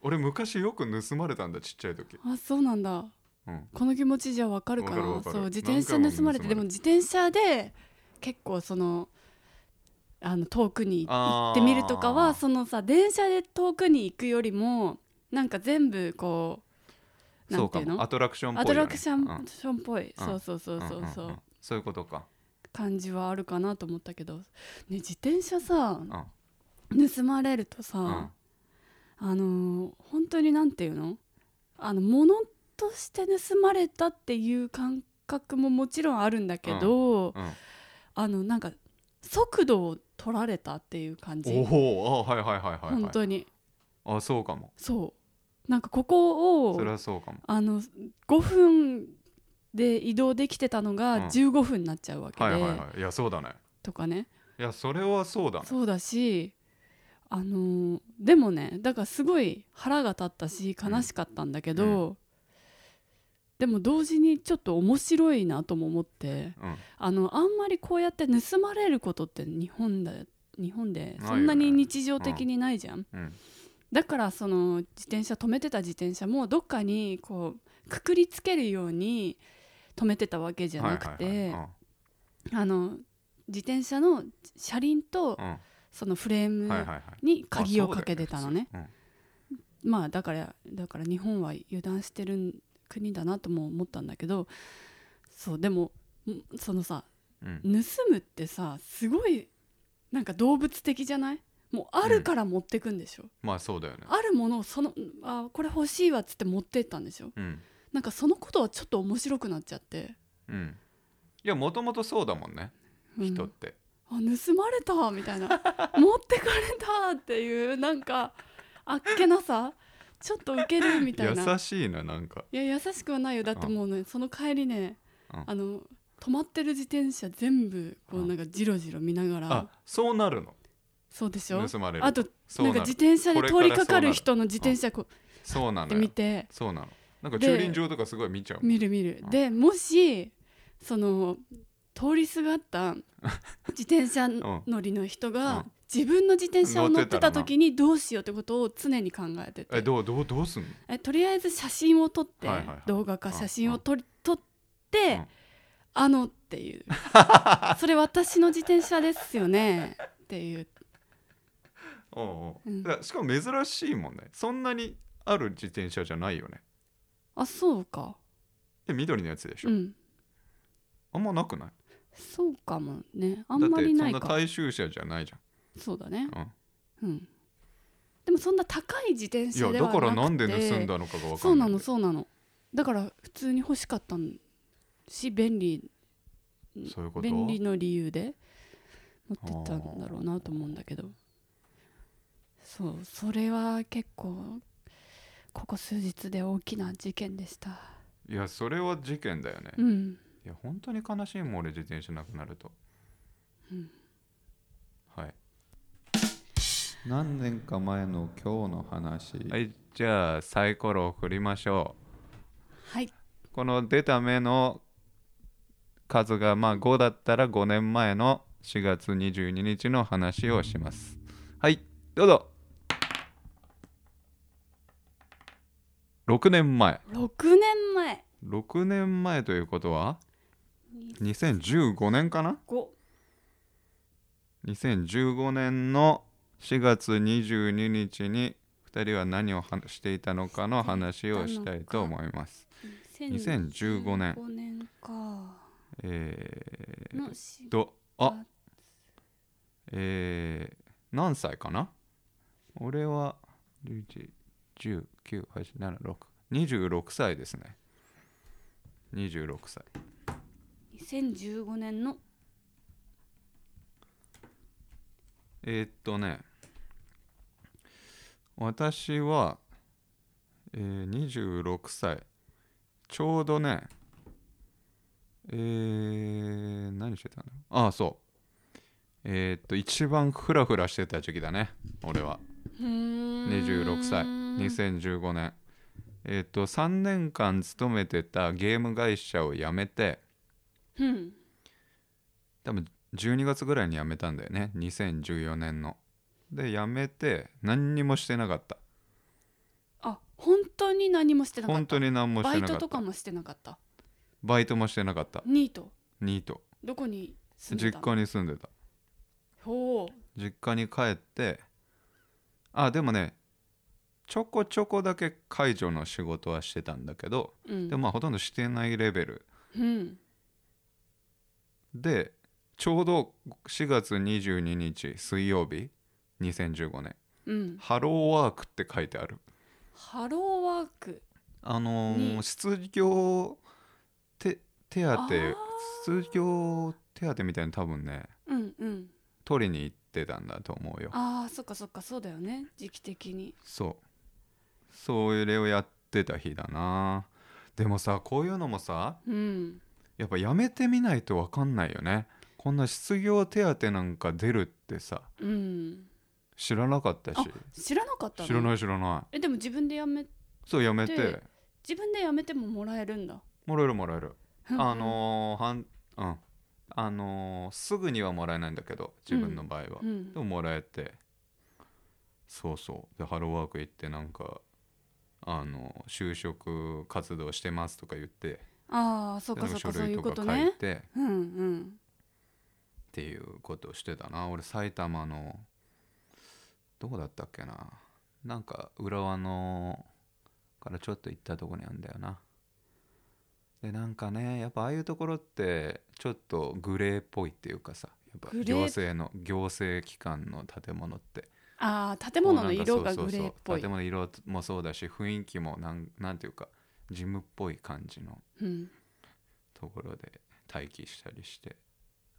[SPEAKER 1] 俺昔よく盗まれたんだちっちゃい時、
[SPEAKER 2] あそうなんだ
[SPEAKER 1] うん、
[SPEAKER 2] この気持ちじゃわかるか
[SPEAKER 1] わ
[SPEAKER 2] な
[SPEAKER 1] かるわかる
[SPEAKER 2] そう自転車
[SPEAKER 1] 何回も
[SPEAKER 2] 盗まれ
[SPEAKER 1] 盗まれ
[SPEAKER 2] て
[SPEAKER 1] て
[SPEAKER 2] でも自転車で結構そのあの遠くに行
[SPEAKER 1] あー
[SPEAKER 2] ってみるとかはそのさ電車で遠くに行くよりもなんか全部こうな
[SPEAKER 1] そうん
[SPEAKER 2] て
[SPEAKER 1] か
[SPEAKER 2] いうの
[SPEAKER 1] もアトラクションっぽ
[SPEAKER 2] ア
[SPEAKER 1] いよね、
[SPEAKER 2] トラクション
[SPEAKER 1] うん
[SPEAKER 2] ションっぽ
[SPEAKER 1] う
[SPEAKER 2] い、
[SPEAKER 1] ん
[SPEAKER 2] そうそうそうそ
[SPEAKER 1] ん
[SPEAKER 2] うんそう、
[SPEAKER 1] んそういうことか、
[SPEAKER 2] 感じはあるかなと思ったけど、ね、自転車さ
[SPEAKER 1] うん
[SPEAKER 2] 盗まれるとさ、
[SPEAKER 1] うん
[SPEAKER 2] あのー本当になんていうのあの物として盗まれたっていう感覚ももちろんあるんだけ
[SPEAKER 1] う
[SPEAKER 2] ど、
[SPEAKER 1] ん、
[SPEAKER 2] あのなんか速度を取られたっていう感じ、
[SPEAKER 1] おおあはいはいはいはい、はい、
[SPEAKER 2] 本当に
[SPEAKER 1] あそうかも
[SPEAKER 2] そうなんかここ
[SPEAKER 1] それ
[SPEAKER 2] を
[SPEAKER 1] はそうかも
[SPEAKER 2] あの5分で移動できてたの
[SPEAKER 1] うん
[SPEAKER 2] が15分になっちゃうわけで、
[SPEAKER 1] はいはいはいいやそうだね
[SPEAKER 2] とかね
[SPEAKER 1] いやそれはそうだね
[SPEAKER 2] そうだしあのーでもねだからすごい腹が立ったし悲しかったんだけど、でも同時にちょっと面白いなとも思って
[SPEAKER 1] うん
[SPEAKER 2] あのあんまりこうやって盗まれることって日本だ日本で
[SPEAKER 1] ないよね
[SPEAKER 2] そんなに日常的にないじゃん、
[SPEAKER 1] うん
[SPEAKER 2] だからその自転車止めてた自転車もどっかにこうくくりつけるように止めてたわけじゃなくて、
[SPEAKER 1] はいはいはい
[SPEAKER 2] あの自転車の車輪と
[SPEAKER 1] うんうん
[SPEAKER 2] そのフレーム
[SPEAKER 1] はいはいはい
[SPEAKER 2] に鍵をかけてたのね
[SPEAKER 1] あそうだよ
[SPEAKER 2] まあだからだから日本は油断してる国だなとも思ったんだけどそうでもんそのさ
[SPEAKER 1] うんうん
[SPEAKER 2] 盗むってさすごいなんか動物的じゃないもうあるから持ってくんでしょ、
[SPEAKER 1] まあそうだよね
[SPEAKER 2] あるものをそのあこれ欲しいわっつって持ってったんでしょ
[SPEAKER 1] うん
[SPEAKER 2] なんかそのことはちょっと面白くなっちゃって、
[SPEAKER 1] うんいやもともとそうだもんね
[SPEAKER 2] うん
[SPEAKER 1] 人って、
[SPEAKER 2] あ盗まれた みたいな持ってかれたっていうなんかあっけなさちょっとウケるみたいな
[SPEAKER 1] 優しいななんか
[SPEAKER 2] いや優しくはないよだってもうねその帰りね、
[SPEAKER 1] うん
[SPEAKER 2] あの止まってる自転車全部こ
[SPEAKER 1] う
[SPEAKER 2] うんなんかジロジロ見ながら、
[SPEAKER 1] あそうなるの
[SPEAKER 2] そうでしょ
[SPEAKER 1] 盗まれる
[SPEAKER 2] あと
[SPEAKER 1] そう
[SPEAKER 2] な
[SPEAKER 1] なんの
[SPEAKER 2] か自転車で通りかかる人の自転車こう
[SPEAKER 1] そうな
[SPEAKER 2] っ
[SPEAKER 1] の
[SPEAKER 2] て
[SPEAKER 1] よ
[SPEAKER 2] 見て
[SPEAKER 1] そうなのなんか
[SPEAKER 2] で
[SPEAKER 1] 駐輪場とかすごい見ちゃうもん
[SPEAKER 2] 見る見る
[SPEAKER 1] うん
[SPEAKER 2] でもしその通りすがった 自転車乗りの人
[SPEAKER 1] う
[SPEAKER 2] が
[SPEAKER 1] ん
[SPEAKER 2] 自分の自転車を乗
[SPEAKER 1] 乗
[SPEAKER 2] っ
[SPEAKER 1] ってて
[SPEAKER 2] た
[SPEAKER 1] たらな
[SPEAKER 2] 時にどうしようってことを常に考えて
[SPEAKER 1] え
[SPEAKER 2] て
[SPEAKER 1] どうどうどうすんの
[SPEAKER 2] えとりあえず写真を撮って
[SPEAKER 1] はいはいはい
[SPEAKER 2] 動画か写真を撮り撮っ
[SPEAKER 1] う
[SPEAKER 2] て
[SPEAKER 1] ん
[SPEAKER 2] あのっていう それ私の自転車ですよねっていう
[SPEAKER 1] おうおう
[SPEAKER 2] うん
[SPEAKER 1] だからしかも珍しいもんねそんなにある自転車じゃないよね
[SPEAKER 2] あそうか
[SPEAKER 1] で緑のやつでしょ、
[SPEAKER 2] うん
[SPEAKER 1] あんまなくない
[SPEAKER 2] そうかもねあんまりない
[SPEAKER 1] だってそんな
[SPEAKER 2] か
[SPEAKER 1] 大衆車じゃないじ
[SPEAKER 2] そうだね
[SPEAKER 1] ゃん、うん
[SPEAKER 2] うんでもそんな高い自転
[SPEAKER 1] い
[SPEAKER 2] 車
[SPEAKER 1] や
[SPEAKER 2] で
[SPEAKER 1] だ
[SPEAKER 2] はなく
[SPEAKER 1] か
[SPEAKER 2] て
[SPEAKER 1] らなんで盗んだのかが分
[SPEAKER 2] そ
[SPEAKER 1] か
[SPEAKER 2] うん
[SPEAKER 1] な
[SPEAKER 2] ないのそうなのだから普通に欲しかったんし便利
[SPEAKER 1] そういうこと
[SPEAKER 2] 便利の理由で持ってったんだろうなと思うんだけどそうそれは結構ここ数日で大きな事件でした
[SPEAKER 1] いやそれは事件だよね、い
[SPEAKER 2] うん
[SPEAKER 1] や本当に悲しいもん俺自転車なくなると、
[SPEAKER 2] うん
[SPEAKER 1] はい何年か前の今日の話はいじゃあサイコロを振りましょ
[SPEAKER 2] はい、
[SPEAKER 1] うこの出た目の数がまあ5だったら5年前の4月22日の話をしますはいどうぞ6年前
[SPEAKER 2] 6年前
[SPEAKER 1] 6年前ということは
[SPEAKER 2] に
[SPEAKER 1] 2015年かな
[SPEAKER 2] 5
[SPEAKER 1] 2015年の4月22日に2人は何を話していたのかの話をしたいと思います2015年
[SPEAKER 2] 5年か
[SPEAKER 1] え
[SPEAKER 2] のし
[SPEAKER 1] ー、とあえー、何歳かな俺は1119872626歳ですね26歳
[SPEAKER 2] 2015年の
[SPEAKER 1] えーっとね私は、えー26歳ちょうどねえー何してたのああそうえーっと一番フラフラしてた時期だね俺は
[SPEAKER 2] 26
[SPEAKER 1] 26歳2015年えーっと3年間勤めてたゲーム会社を辞めて
[SPEAKER 2] うん
[SPEAKER 1] 多分12月ぐらいに辞めたんだよね2014年ので辞めて何にもしてなかった
[SPEAKER 2] あ本当に何もしてなかった
[SPEAKER 1] 本当に何もし
[SPEAKER 2] バ
[SPEAKER 1] て
[SPEAKER 2] イ
[SPEAKER 1] なか
[SPEAKER 2] ト
[SPEAKER 1] っ
[SPEAKER 2] と
[SPEAKER 1] た
[SPEAKER 2] かもしてなかった
[SPEAKER 1] バイトもしてなかった
[SPEAKER 2] ニート
[SPEAKER 1] ニート
[SPEAKER 2] どこに住んで
[SPEAKER 1] 実
[SPEAKER 2] たの
[SPEAKER 1] 家に住んでた
[SPEAKER 2] ほ
[SPEAKER 1] 実家に帰ってあでもねちょこちょこだけ介助の仕事はしてたんだけど
[SPEAKER 2] う、うん、
[SPEAKER 1] でもまあほとんどしてないレベル
[SPEAKER 2] うん
[SPEAKER 1] でちょうど4月22日水曜日2015年
[SPEAKER 2] う
[SPEAKER 1] 「
[SPEAKER 2] ん
[SPEAKER 1] ハローワーク」って書いてある
[SPEAKER 2] ハローワーク
[SPEAKER 1] あのー
[SPEAKER 2] に
[SPEAKER 1] 失業手手当
[SPEAKER 2] あー
[SPEAKER 1] 失業手当みたいなの多分ね
[SPEAKER 2] うんうん
[SPEAKER 1] 取りに行ってたんだと思うよ
[SPEAKER 2] あーそっかそっかそうだよね時期的に
[SPEAKER 1] そうそれをやってた日だなでもさこういうのもさ
[SPEAKER 2] うん
[SPEAKER 1] やっぱやめてみないと分かんないよねこんな失業手当なんか出るってさ
[SPEAKER 2] うん
[SPEAKER 1] 知らなかったし
[SPEAKER 2] あ知らなかったの
[SPEAKER 1] 知らない知らない
[SPEAKER 2] えでも自分でやめ
[SPEAKER 1] そうやめて
[SPEAKER 2] で自分でやめてももらえるんだ
[SPEAKER 1] もらえるもらえるあのーはんうんあのーすぐにはもらえないんだけど自分の場合は、
[SPEAKER 2] うん
[SPEAKER 1] でももらえてそうそうでハローワーク行ってなんかあの就職活動してますとか言って
[SPEAKER 2] ああそっ
[SPEAKER 1] で
[SPEAKER 2] か
[SPEAKER 1] なん
[SPEAKER 2] そ
[SPEAKER 1] か
[SPEAKER 2] っか
[SPEAKER 1] 書
[SPEAKER 2] そうい
[SPEAKER 1] 類と
[SPEAKER 2] うこ
[SPEAKER 1] か
[SPEAKER 2] と
[SPEAKER 1] 書い
[SPEAKER 2] ね
[SPEAKER 1] てっ
[SPEAKER 2] うんうん
[SPEAKER 1] ていうことをしてたな俺埼玉のどこだったっけななんか浦和のからちょっと行ったとこにあるんだよなでなんかねやっぱああいうところってちょっとグレーっぽいっていうかさやっぱ
[SPEAKER 2] グレー
[SPEAKER 1] 行政の行政機関の建物って
[SPEAKER 2] ああ建物の色が
[SPEAKER 1] こう
[SPEAKER 2] グ
[SPEAKER 1] なんか
[SPEAKER 2] レ
[SPEAKER 1] そうそう
[SPEAKER 2] ーっぽい
[SPEAKER 1] 建物の色もそうだし雰囲気もなんなんていうかジムっぽい感じの
[SPEAKER 2] うん
[SPEAKER 1] ところで待機したりして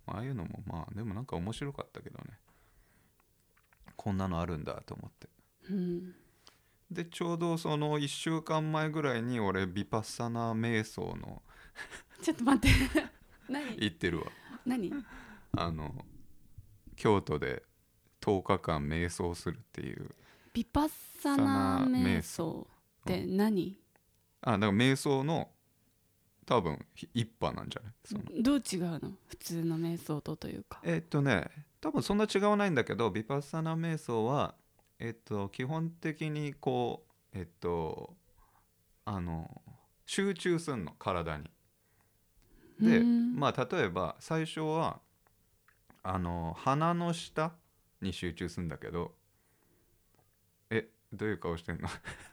[SPEAKER 1] まあああいうのもまあでもなんか面白かったけどねこんなのあるんだと思って
[SPEAKER 2] うん
[SPEAKER 1] でちょうどその1週間前ぐらいに俺ビパッサナー瞑想の
[SPEAKER 2] ちょっと待って 何
[SPEAKER 1] 行ってるわ
[SPEAKER 2] 何
[SPEAKER 1] あの京都で10日間瞑想するっていう
[SPEAKER 2] ビパッサナ
[SPEAKER 1] サナー
[SPEAKER 2] ー瞑
[SPEAKER 1] 瞑
[SPEAKER 2] 想って何、
[SPEAKER 1] あだから瞑想の多分ひ一派なんじゃないその
[SPEAKER 2] どう違うの普通の瞑想とというか
[SPEAKER 1] えっとね多分そんな違わないんだけどヴィパッサナ瞑想は、えっと、基本的にこうえっとあの集中すんの体に。で
[SPEAKER 2] うん
[SPEAKER 1] まあ例えば最初はあの鼻の下に集中するんだけどえどういう顔してんの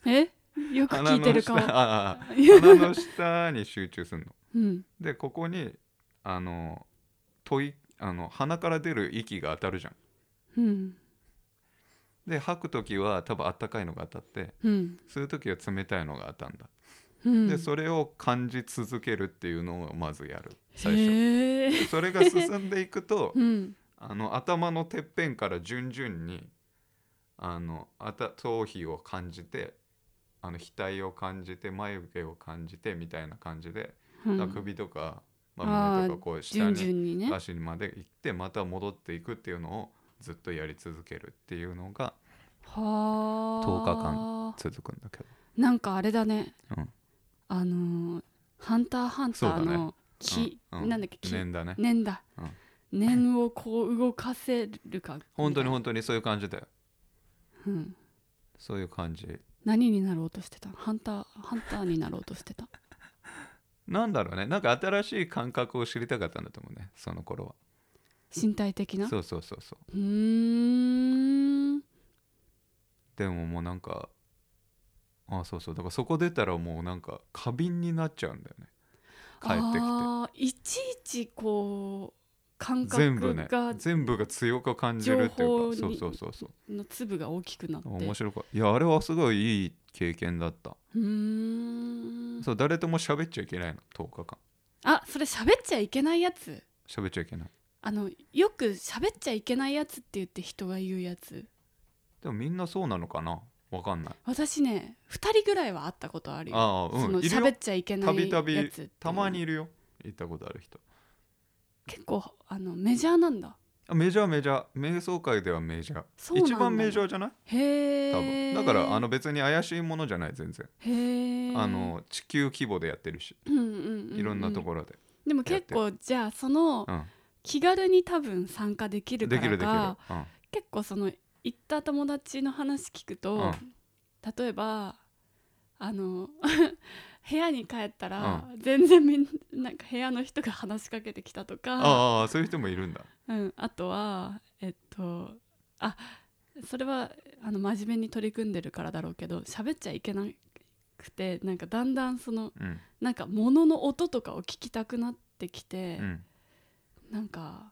[SPEAKER 2] えよく
[SPEAKER 1] 鼻
[SPEAKER 2] 聞い
[SPEAKER 1] の
[SPEAKER 2] てる
[SPEAKER 1] 下
[SPEAKER 2] 顔
[SPEAKER 1] ああ鼻の下に集中すんの。
[SPEAKER 2] うん
[SPEAKER 1] でここにあの吐いあの鼻から出る息が当たるじゃん。
[SPEAKER 2] うん
[SPEAKER 1] で吐く時は多分あったかいのが当たって
[SPEAKER 2] うん
[SPEAKER 1] 吸う時は冷たいのが当たんだ、
[SPEAKER 2] うん
[SPEAKER 1] でそれを感じ続けるっていうのをまずやる最初
[SPEAKER 2] へえ
[SPEAKER 1] それが進んでいくと
[SPEAKER 2] うん
[SPEAKER 1] あの頭のてっぺんから順々にあのあた頭皮を感じてあの額を感じて眉毛を感じてみたいな感じで、
[SPEAKER 2] うん
[SPEAKER 1] だから首とか、まあ、胸とかこう下
[SPEAKER 2] 順
[SPEAKER 1] に
[SPEAKER 2] 々にね
[SPEAKER 1] 足にまで行ってまた戻っていくっていうのをずっとやり続けるっていうのが
[SPEAKER 2] は
[SPEAKER 1] 10日間
[SPEAKER 2] あ
[SPEAKER 1] 続くんだけど
[SPEAKER 2] なんかあれだね、
[SPEAKER 1] うん
[SPEAKER 2] あのーハンターハンター
[SPEAKER 1] そうだ
[SPEAKER 2] の木、
[SPEAKER 1] うんうん
[SPEAKER 2] なんだっけ木、
[SPEAKER 1] 念だね
[SPEAKER 2] 念だ、
[SPEAKER 1] うん
[SPEAKER 2] 念をこう動かせるか
[SPEAKER 1] 本当に
[SPEAKER 2] み
[SPEAKER 1] 本当にそういう感じだよ
[SPEAKER 2] たいなうん、
[SPEAKER 1] そういう感じ
[SPEAKER 2] 何になろうとしてたハンターハンターになろうとし てた
[SPEAKER 1] なんだろうねなんか新しい感覚を知りたかったんだと思うねその頃
[SPEAKER 2] 身体的
[SPEAKER 1] は
[SPEAKER 2] なう
[SPEAKER 1] そうそうそうそう
[SPEAKER 2] ーん
[SPEAKER 1] でももうなんかあそうそうだからそこ出たらもうなんか過敏になっちゃうんだよね帰ってきて
[SPEAKER 2] あーいちいちこう感
[SPEAKER 1] 全部
[SPEAKER 2] 覚
[SPEAKER 1] ね
[SPEAKER 2] が
[SPEAKER 1] 全部が強く感じるっていうか
[SPEAKER 2] 情
[SPEAKER 1] そ
[SPEAKER 2] 報
[SPEAKER 1] う
[SPEAKER 2] に
[SPEAKER 1] そうそうそう
[SPEAKER 2] の粒が大きくなって
[SPEAKER 1] 面白かったいやあれはすごいいい経験だった、
[SPEAKER 2] うーん
[SPEAKER 1] そう誰とも喋っちゃいけないの10日間
[SPEAKER 2] あそれ喋っちゃいけないやつ
[SPEAKER 1] 喋っちゃいけない
[SPEAKER 2] あのよく喋っちゃいけないやつって言って人が言うやつ
[SPEAKER 1] でもみんなそうなのかなわかんない
[SPEAKER 2] 私ね2人ぐらいは会ったことあるよ
[SPEAKER 1] ああ
[SPEAKER 2] そ
[SPEAKER 1] うん
[SPEAKER 2] の
[SPEAKER 1] いるよ
[SPEAKER 2] 喋っちゃいけないやつ
[SPEAKER 1] たびたび
[SPEAKER 2] っていう
[SPEAKER 1] たまにいるよ行ったことある人
[SPEAKER 2] 結構あのメジャーなんだ
[SPEAKER 1] あメジャーメジャー瞑想界ではメジャ
[SPEAKER 2] そ
[SPEAKER 1] ー
[SPEAKER 2] うなんだ
[SPEAKER 1] 一番メジャーじゃない多
[SPEAKER 2] へ
[SPEAKER 1] 分
[SPEAKER 2] え
[SPEAKER 1] だからあの別に怪しいものじゃない全然
[SPEAKER 2] へえ
[SPEAKER 1] あの地球規模でやってるし
[SPEAKER 2] うんうんうん
[SPEAKER 1] いろんなところで、
[SPEAKER 2] でも結構じゃあその
[SPEAKER 1] うん
[SPEAKER 2] 気軽に多分参加できるか
[SPEAKER 1] でき
[SPEAKER 2] ら
[SPEAKER 1] るできる、
[SPEAKER 2] か
[SPEAKER 1] うん
[SPEAKER 2] 結構その行った友達の話聞くと、
[SPEAKER 1] うん
[SPEAKER 2] 例えばあの 部屋に帰ったら、全然みんななんか部屋の人が話しかけてきたとかあ,、
[SPEAKER 1] ああそういう人もいるんだ
[SPEAKER 2] うん、あとはえっとあそれはあの真面目に取り組んでるからだろうけど喋っちゃいけなくてなんかだんだんその
[SPEAKER 1] うん
[SPEAKER 2] なんか物の音とかを聞きたくなってきて。
[SPEAKER 1] うん
[SPEAKER 2] なんか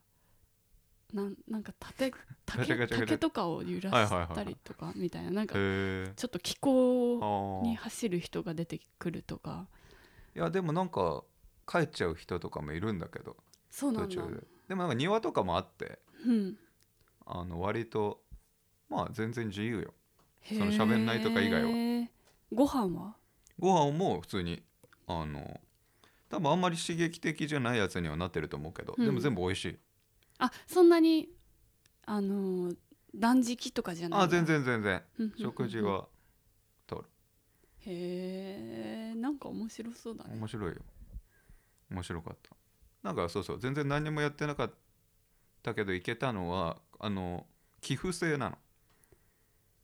[SPEAKER 2] なんなんか 竹
[SPEAKER 1] ガチャ
[SPEAKER 2] 竹
[SPEAKER 1] ガチャガチャ
[SPEAKER 2] 竹とかを揺らしたりとかみたいななん
[SPEAKER 1] へ
[SPEAKER 2] か
[SPEAKER 1] え
[SPEAKER 2] ちょっと気候
[SPEAKER 1] あ
[SPEAKER 2] に
[SPEAKER 1] あ
[SPEAKER 2] 走る人が出てくるとか
[SPEAKER 1] いやでもなんか帰っちゃう人とかもいるんだけど
[SPEAKER 2] そうな
[SPEAKER 1] 途
[SPEAKER 2] んだ
[SPEAKER 1] 中、ででもなんか庭とかもあって
[SPEAKER 2] うん、
[SPEAKER 1] あの割とまあ全然自由よ
[SPEAKER 2] そ
[SPEAKER 1] の喋んないとか以外
[SPEAKER 2] はご飯は
[SPEAKER 1] ご飯も普通にあの多分あんまり刺激的じゃないやつにはなってると思うけど、
[SPEAKER 2] うん
[SPEAKER 1] でも全部美味しい
[SPEAKER 2] あそんなにあのー断食とかじゃない
[SPEAKER 1] あ全然全然
[SPEAKER 2] うんうんうんうん
[SPEAKER 1] 食事は
[SPEAKER 2] へえんか面白そうだね
[SPEAKER 1] 面白いよ面白かったなんかそうそう全然何もやってなかったけど行けたのはあの寄付制なの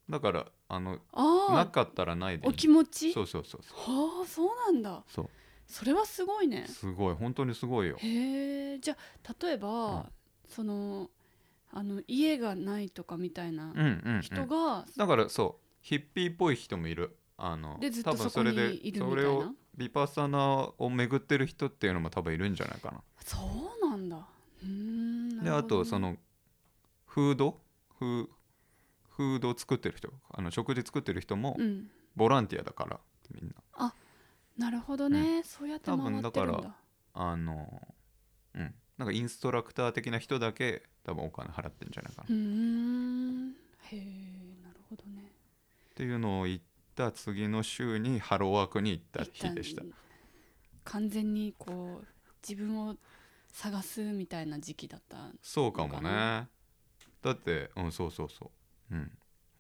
[SPEAKER 1] だからあのな
[SPEAKER 2] ああ
[SPEAKER 1] かったらないでい
[SPEAKER 2] お
[SPEAKER 1] い
[SPEAKER 2] 気持ち
[SPEAKER 1] そうそうそうそう
[SPEAKER 2] はあそうなんだ
[SPEAKER 1] そう
[SPEAKER 2] それはすごいね
[SPEAKER 1] すごい本当にすごいよ
[SPEAKER 2] へえじゃあ例えば、
[SPEAKER 1] うん
[SPEAKER 2] そのあの家がないとかみたいな
[SPEAKER 1] うんうん、うん、
[SPEAKER 2] 人が、
[SPEAKER 1] だからそうヒッピーっぽい人もいるあの
[SPEAKER 2] でずっ
[SPEAKER 1] 多
[SPEAKER 2] と
[SPEAKER 1] 分
[SPEAKER 2] そこ
[SPEAKER 1] れ
[SPEAKER 2] に
[SPEAKER 1] で
[SPEAKER 2] いる
[SPEAKER 1] そ
[SPEAKER 2] みたい
[SPEAKER 1] れを
[SPEAKER 2] な
[SPEAKER 1] ビパッサナを巡ってる人っていうのも多分いるんじゃないかな
[SPEAKER 2] そうなんだうーんな
[SPEAKER 1] で
[SPEAKER 2] るほ
[SPEAKER 1] あ
[SPEAKER 2] どね
[SPEAKER 1] とそのフードフーフードを作ってる人あの食事作ってる人も
[SPEAKER 2] うん
[SPEAKER 1] ボランティアだからみんな
[SPEAKER 2] なるほどね、そうやって回ってるんだ
[SPEAKER 1] 多分だかあのうんなんかインストラクター的な人だけ多分お金払ってんじゃないかな、
[SPEAKER 2] う
[SPEAKER 1] っ
[SPEAKER 2] ーんへえなるほどね
[SPEAKER 1] ていうのを言った次の週にハローワークに行った日でした
[SPEAKER 2] 一旦完全にこう自分を探すみたいな時期だった
[SPEAKER 1] そうかも
[SPEAKER 2] のか
[SPEAKER 1] ねだってうんそうそうそううん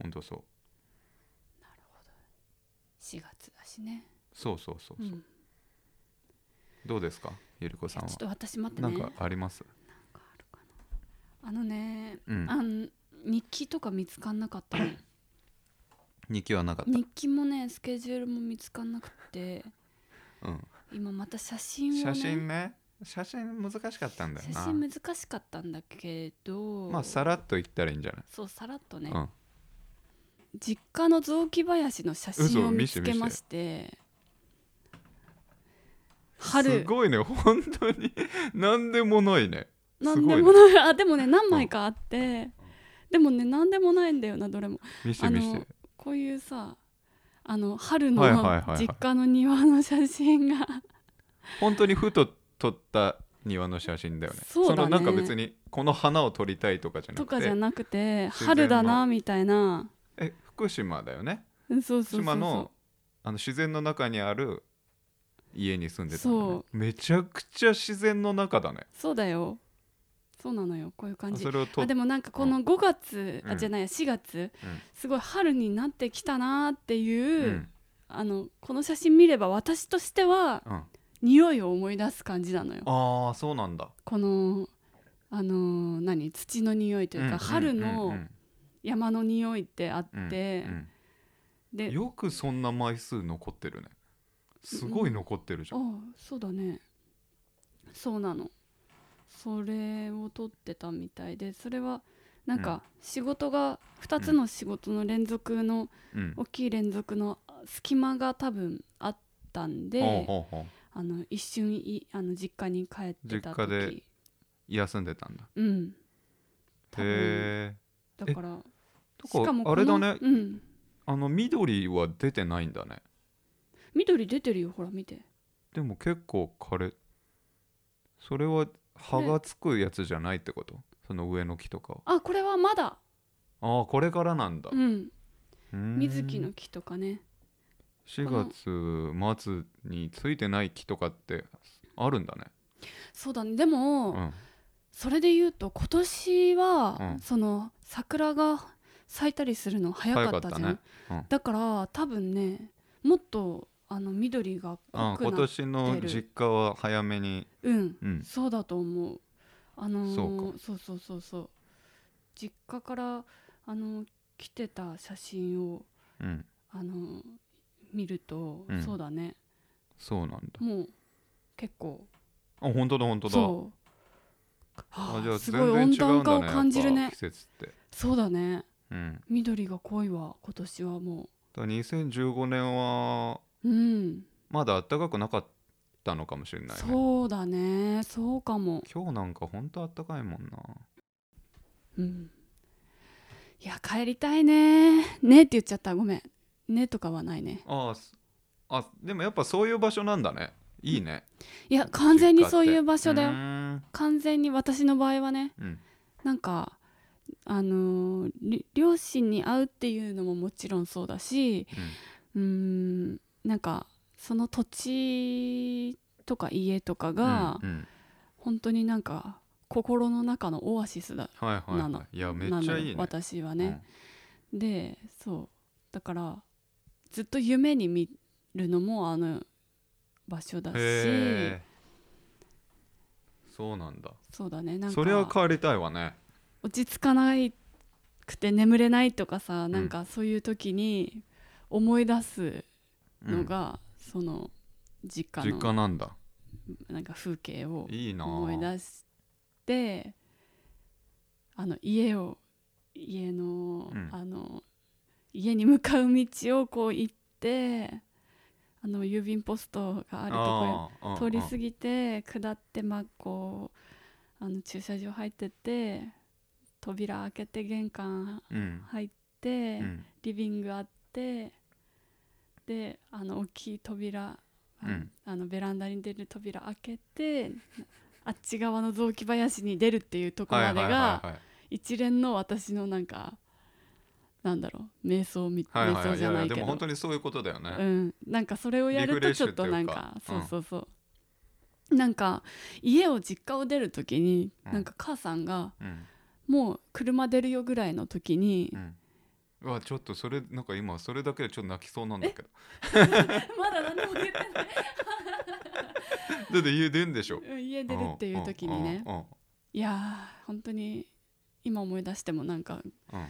[SPEAKER 1] ほんとそう
[SPEAKER 2] 4月だしね、
[SPEAKER 1] そうそうそう
[SPEAKER 2] う
[SPEAKER 1] そう、
[SPEAKER 2] ん、
[SPEAKER 1] どうですかゆりこさんは
[SPEAKER 2] ちょっと私待って
[SPEAKER 1] な
[SPEAKER 2] ね
[SPEAKER 1] んかあります
[SPEAKER 2] あのね
[SPEAKER 1] うん
[SPEAKER 2] あん日記とか見つかんなかったの
[SPEAKER 1] 日記はなかっ
[SPEAKER 2] 日記もねスケジュールも見つかんなくて
[SPEAKER 1] た、うん、
[SPEAKER 2] 今また写真をね
[SPEAKER 1] 写真ね写真難しかったんだよ
[SPEAKER 2] 写
[SPEAKER 1] な
[SPEAKER 2] 真難しかったんだけど
[SPEAKER 1] まあさらっと言ったらいいんじゃない
[SPEAKER 2] そうさらっとね、
[SPEAKER 1] うん
[SPEAKER 2] 実家の雑木林の写真
[SPEAKER 1] 嘘
[SPEAKER 2] を見
[SPEAKER 1] 見せ
[SPEAKER 2] つ
[SPEAKER 1] て
[SPEAKER 2] けまして春
[SPEAKER 1] すごいね本当に何でもないねす
[SPEAKER 2] なん
[SPEAKER 1] ご
[SPEAKER 2] で
[SPEAKER 1] い
[SPEAKER 2] も
[SPEAKER 1] ね
[SPEAKER 2] ないあでもね何枚かあってでもね何でもないんだよなどれも
[SPEAKER 1] 見せ
[SPEAKER 2] あ
[SPEAKER 1] て見せ
[SPEAKER 2] の
[SPEAKER 1] て
[SPEAKER 2] こういうさあの春の
[SPEAKER 1] はいはいはいはい
[SPEAKER 2] 実家の庭の写真が
[SPEAKER 1] 本当にふと撮った庭の写真だよね
[SPEAKER 2] そうだね
[SPEAKER 1] のなんか別にこの花を撮りたいとかじゃな
[SPEAKER 2] と
[SPEAKER 1] く
[SPEAKER 2] かじゃ
[SPEAKER 1] て
[SPEAKER 2] なくて
[SPEAKER 1] 自然の
[SPEAKER 2] 春だなみたいな
[SPEAKER 1] え福島だよね
[SPEAKER 2] うんそうそうそうそ
[SPEAKER 1] 島
[SPEAKER 2] う
[SPEAKER 1] のあの自然の中にある家に住んでたの、ね
[SPEAKER 2] そ、
[SPEAKER 1] めちゃくちゃ自然の中だね
[SPEAKER 2] そうだよそうなのよこういう感
[SPEAKER 1] あ
[SPEAKER 2] じ
[SPEAKER 1] それをと
[SPEAKER 2] あでもなんかこの5月、
[SPEAKER 1] う
[SPEAKER 2] あ
[SPEAKER 1] ん
[SPEAKER 2] じゃないや4月、
[SPEAKER 1] うん
[SPEAKER 2] すごい春になってきたなーって
[SPEAKER 1] う
[SPEAKER 2] いう、
[SPEAKER 1] ん
[SPEAKER 2] あのこの写真見れば私としては
[SPEAKER 1] うん、あ
[SPEAKER 2] 匂いを思い出す感じなのよ
[SPEAKER 1] あそうなんだ
[SPEAKER 2] このあのー何土の匂いというか、
[SPEAKER 1] ん
[SPEAKER 2] 春
[SPEAKER 1] うんう
[SPEAKER 2] の
[SPEAKER 1] ん
[SPEAKER 2] 山の匂いってあ
[SPEAKER 1] うん
[SPEAKER 2] って、
[SPEAKER 1] うん
[SPEAKER 2] で
[SPEAKER 1] よくそんな枚数残ってるねすごい残ってるじゃ
[SPEAKER 2] あ
[SPEAKER 1] ん、
[SPEAKER 2] あそうだねそうなのそれを撮ってたみたいでそれはなんか仕事が2つの仕事の連続の
[SPEAKER 1] うん
[SPEAKER 2] 大きい連続の隙間が多分あったん
[SPEAKER 1] ほう
[SPEAKER 2] で
[SPEAKER 1] ほうほう
[SPEAKER 2] あの一瞬いあの実家に帰ってた
[SPEAKER 1] 実
[SPEAKER 2] 時
[SPEAKER 1] 家で休んでたんだ
[SPEAKER 2] うん多分
[SPEAKER 1] へえ
[SPEAKER 2] だから
[SPEAKER 1] と
[SPEAKER 2] しかも
[SPEAKER 1] か
[SPEAKER 2] こ
[SPEAKER 1] あれだ
[SPEAKER 2] の
[SPEAKER 1] ね
[SPEAKER 2] うん
[SPEAKER 1] あの緑は出てないんだね
[SPEAKER 2] 緑出てるよほら見て
[SPEAKER 1] でも結構枯れそれは葉がつくやつじゃないってことその上の木とかは
[SPEAKER 2] あこれはまだ
[SPEAKER 1] ああこれからなんだ
[SPEAKER 2] うん
[SPEAKER 1] うーん
[SPEAKER 2] 水木の木とかね
[SPEAKER 1] 4月末についてない木とかってあるんだね
[SPEAKER 2] そうだねでも、
[SPEAKER 1] うん
[SPEAKER 2] それで言うと今年は、
[SPEAKER 1] うん
[SPEAKER 2] その桜が咲いたりするの早かったじゃん
[SPEAKER 1] 早かったねうん
[SPEAKER 2] だから多分ねもっとあの緑が
[SPEAKER 1] あ
[SPEAKER 2] 濃く
[SPEAKER 1] 今
[SPEAKER 2] なっ
[SPEAKER 1] 年の実家は早めに
[SPEAKER 2] うん、
[SPEAKER 1] うん
[SPEAKER 2] そうだと思うあのー
[SPEAKER 1] そう
[SPEAKER 2] そうそうそうそう実家からあの来てた写真を
[SPEAKER 1] うん
[SPEAKER 2] あのー見ると、
[SPEAKER 1] うん
[SPEAKER 2] そうだね
[SPEAKER 1] そうなんだ
[SPEAKER 2] もう結構
[SPEAKER 1] あ本当だ本当だ
[SPEAKER 2] そう
[SPEAKER 1] あ
[SPEAKER 2] は
[SPEAKER 1] じゃあ
[SPEAKER 2] あすごい
[SPEAKER 1] 全然
[SPEAKER 2] 温
[SPEAKER 1] 違うんだ
[SPEAKER 2] 暖化
[SPEAKER 1] ね
[SPEAKER 2] を感じる
[SPEAKER 1] やっ
[SPEAKER 2] ね
[SPEAKER 1] ぱ季節って
[SPEAKER 2] そうだね
[SPEAKER 1] うん
[SPEAKER 2] 緑が濃いわ今年はも
[SPEAKER 1] だから2015年は
[SPEAKER 2] ううん、
[SPEAKER 1] まだ暖かくなかったのかもしれない、ね、
[SPEAKER 2] そうだねそうかも、
[SPEAKER 1] 今日なんか本当暖かいもんな
[SPEAKER 2] うん、いや帰りたいねねって言っちゃったごめんねとかはないね
[SPEAKER 1] あーすあでもやっぱそういう場所なんだねいいね
[SPEAKER 2] いや完全に
[SPEAKER 1] 実家って
[SPEAKER 2] そういう場所だ
[SPEAKER 1] うー
[SPEAKER 2] よ
[SPEAKER 1] ん
[SPEAKER 2] 完全に私の場合はね
[SPEAKER 1] うん
[SPEAKER 2] なんかあのーり両親に会うっていうのももちろんそうだしうーんなんかその土地とか家とかが
[SPEAKER 1] うんうん
[SPEAKER 2] 本当になんか心の中のオアシスだ
[SPEAKER 1] はいはい、
[SPEAKER 2] な
[SPEAKER 1] は
[SPEAKER 2] の
[SPEAKER 1] い、いやめっ
[SPEAKER 2] な
[SPEAKER 1] ちゃ
[SPEAKER 2] の
[SPEAKER 1] いいね
[SPEAKER 2] よ私はね、でそうだからずっと夢に見るのもあの場所だ
[SPEAKER 1] うん、
[SPEAKER 2] し
[SPEAKER 1] へえそうなんだ
[SPEAKER 2] そうだねなん
[SPEAKER 1] それは
[SPEAKER 2] か
[SPEAKER 1] 帰りたいわね
[SPEAKER 2] 落ち着かなくて眠れないとかさなんかそういう時に思い出す
[SPEAKER 1] う
[SPEAKER 2] の
[SPEAKER 1] ん
[SPEAKER 2] が、その実家
[SPEAKER 1] 実家
[SPEAKER 2] の
[SPEAKER 1] なんだ
[SPEAKER 2] なんか風景を
[SPEAKER 1] いいなあ
[SPEAKER 2] 思い出してあの家を家の,、
[SPEAKER 1] うん
[SPEAKER 2] あの家に向かう道をこう行ってあの郵便ポストがあるとこ
[SPEAKER 1] あ
[SPEAKER 2] ろ
[SPEAKER 1] ー
[SPEAKER 2] 通り
[SPEAKER 1] うん
[SPEAKER 2] 過ぎて下ってまあこうあの駐車場入ってって扉開けて玄関
[SPEAKER 1] うん
[SPEAKER 2] 入って、
[SPEAKER 1] うん
[SPEAKER 2] リビングあってであの大きい扉、あ
[SPEAKER 1] うん
[SPEAKER 2] あのベランダに出る扉開けて あっち側の雑木林に出るっていうとこ
[SPEAKER 1] はいは
[SPEAKER 2] ま
[SPEAKER 1] いは
[SPEAKER 2] で
[SPEAKER 1] い
[SPEAKER 2] が
[SPEAKER 1] はい
[SPEAKER 2] 一連の私のなんかなんだろう瞑想み、
[SPEAKER 1] はいはい
[SPEAKER 2] 瞑
[SPEAKER 1] は
[SPEAKER 2] 想
[SPEAKER 1] い
[SPEAKER 2] じゃ
[SPEAKER 1] や
[SPEAKER 2] な
[SPEAKER 1] や
[SPEAKER 2] いけ
[SPEAKER 1] で
[SPEAKER 2] ど
[SPEAKER 1] も本当にそういうことだよね、
[SPEAKER 2] うん、なんかそれをやるとちょっとなんか
[SPEAKER 1] リフレッシュっていうか
[SPEAKER 2] そうそうそう、なんか家を実家を出る時に、
[SPEAKER 1] うん
[SPEAKER 2] なんか母さんが
[SPEAKER 1] うん
[SPEAKER 2] もう車出るよぐらいの時に
[SPEAKER 1] う、んうわちょっとそれなんか今それだけでちょっと泣きそうなんだけど
[SPEAKER 2] まだ何も言ってない
[SPEAKER 1] だって家出んでしょ
[SPEAKER 2] うん家出るっていう時にね
[SPEAKER 1] うんうん
[SPEAKER 2] いやー本当に今思い出してもなんか
[SPEAKER 1] うんうん
[SPEAKER 2] っ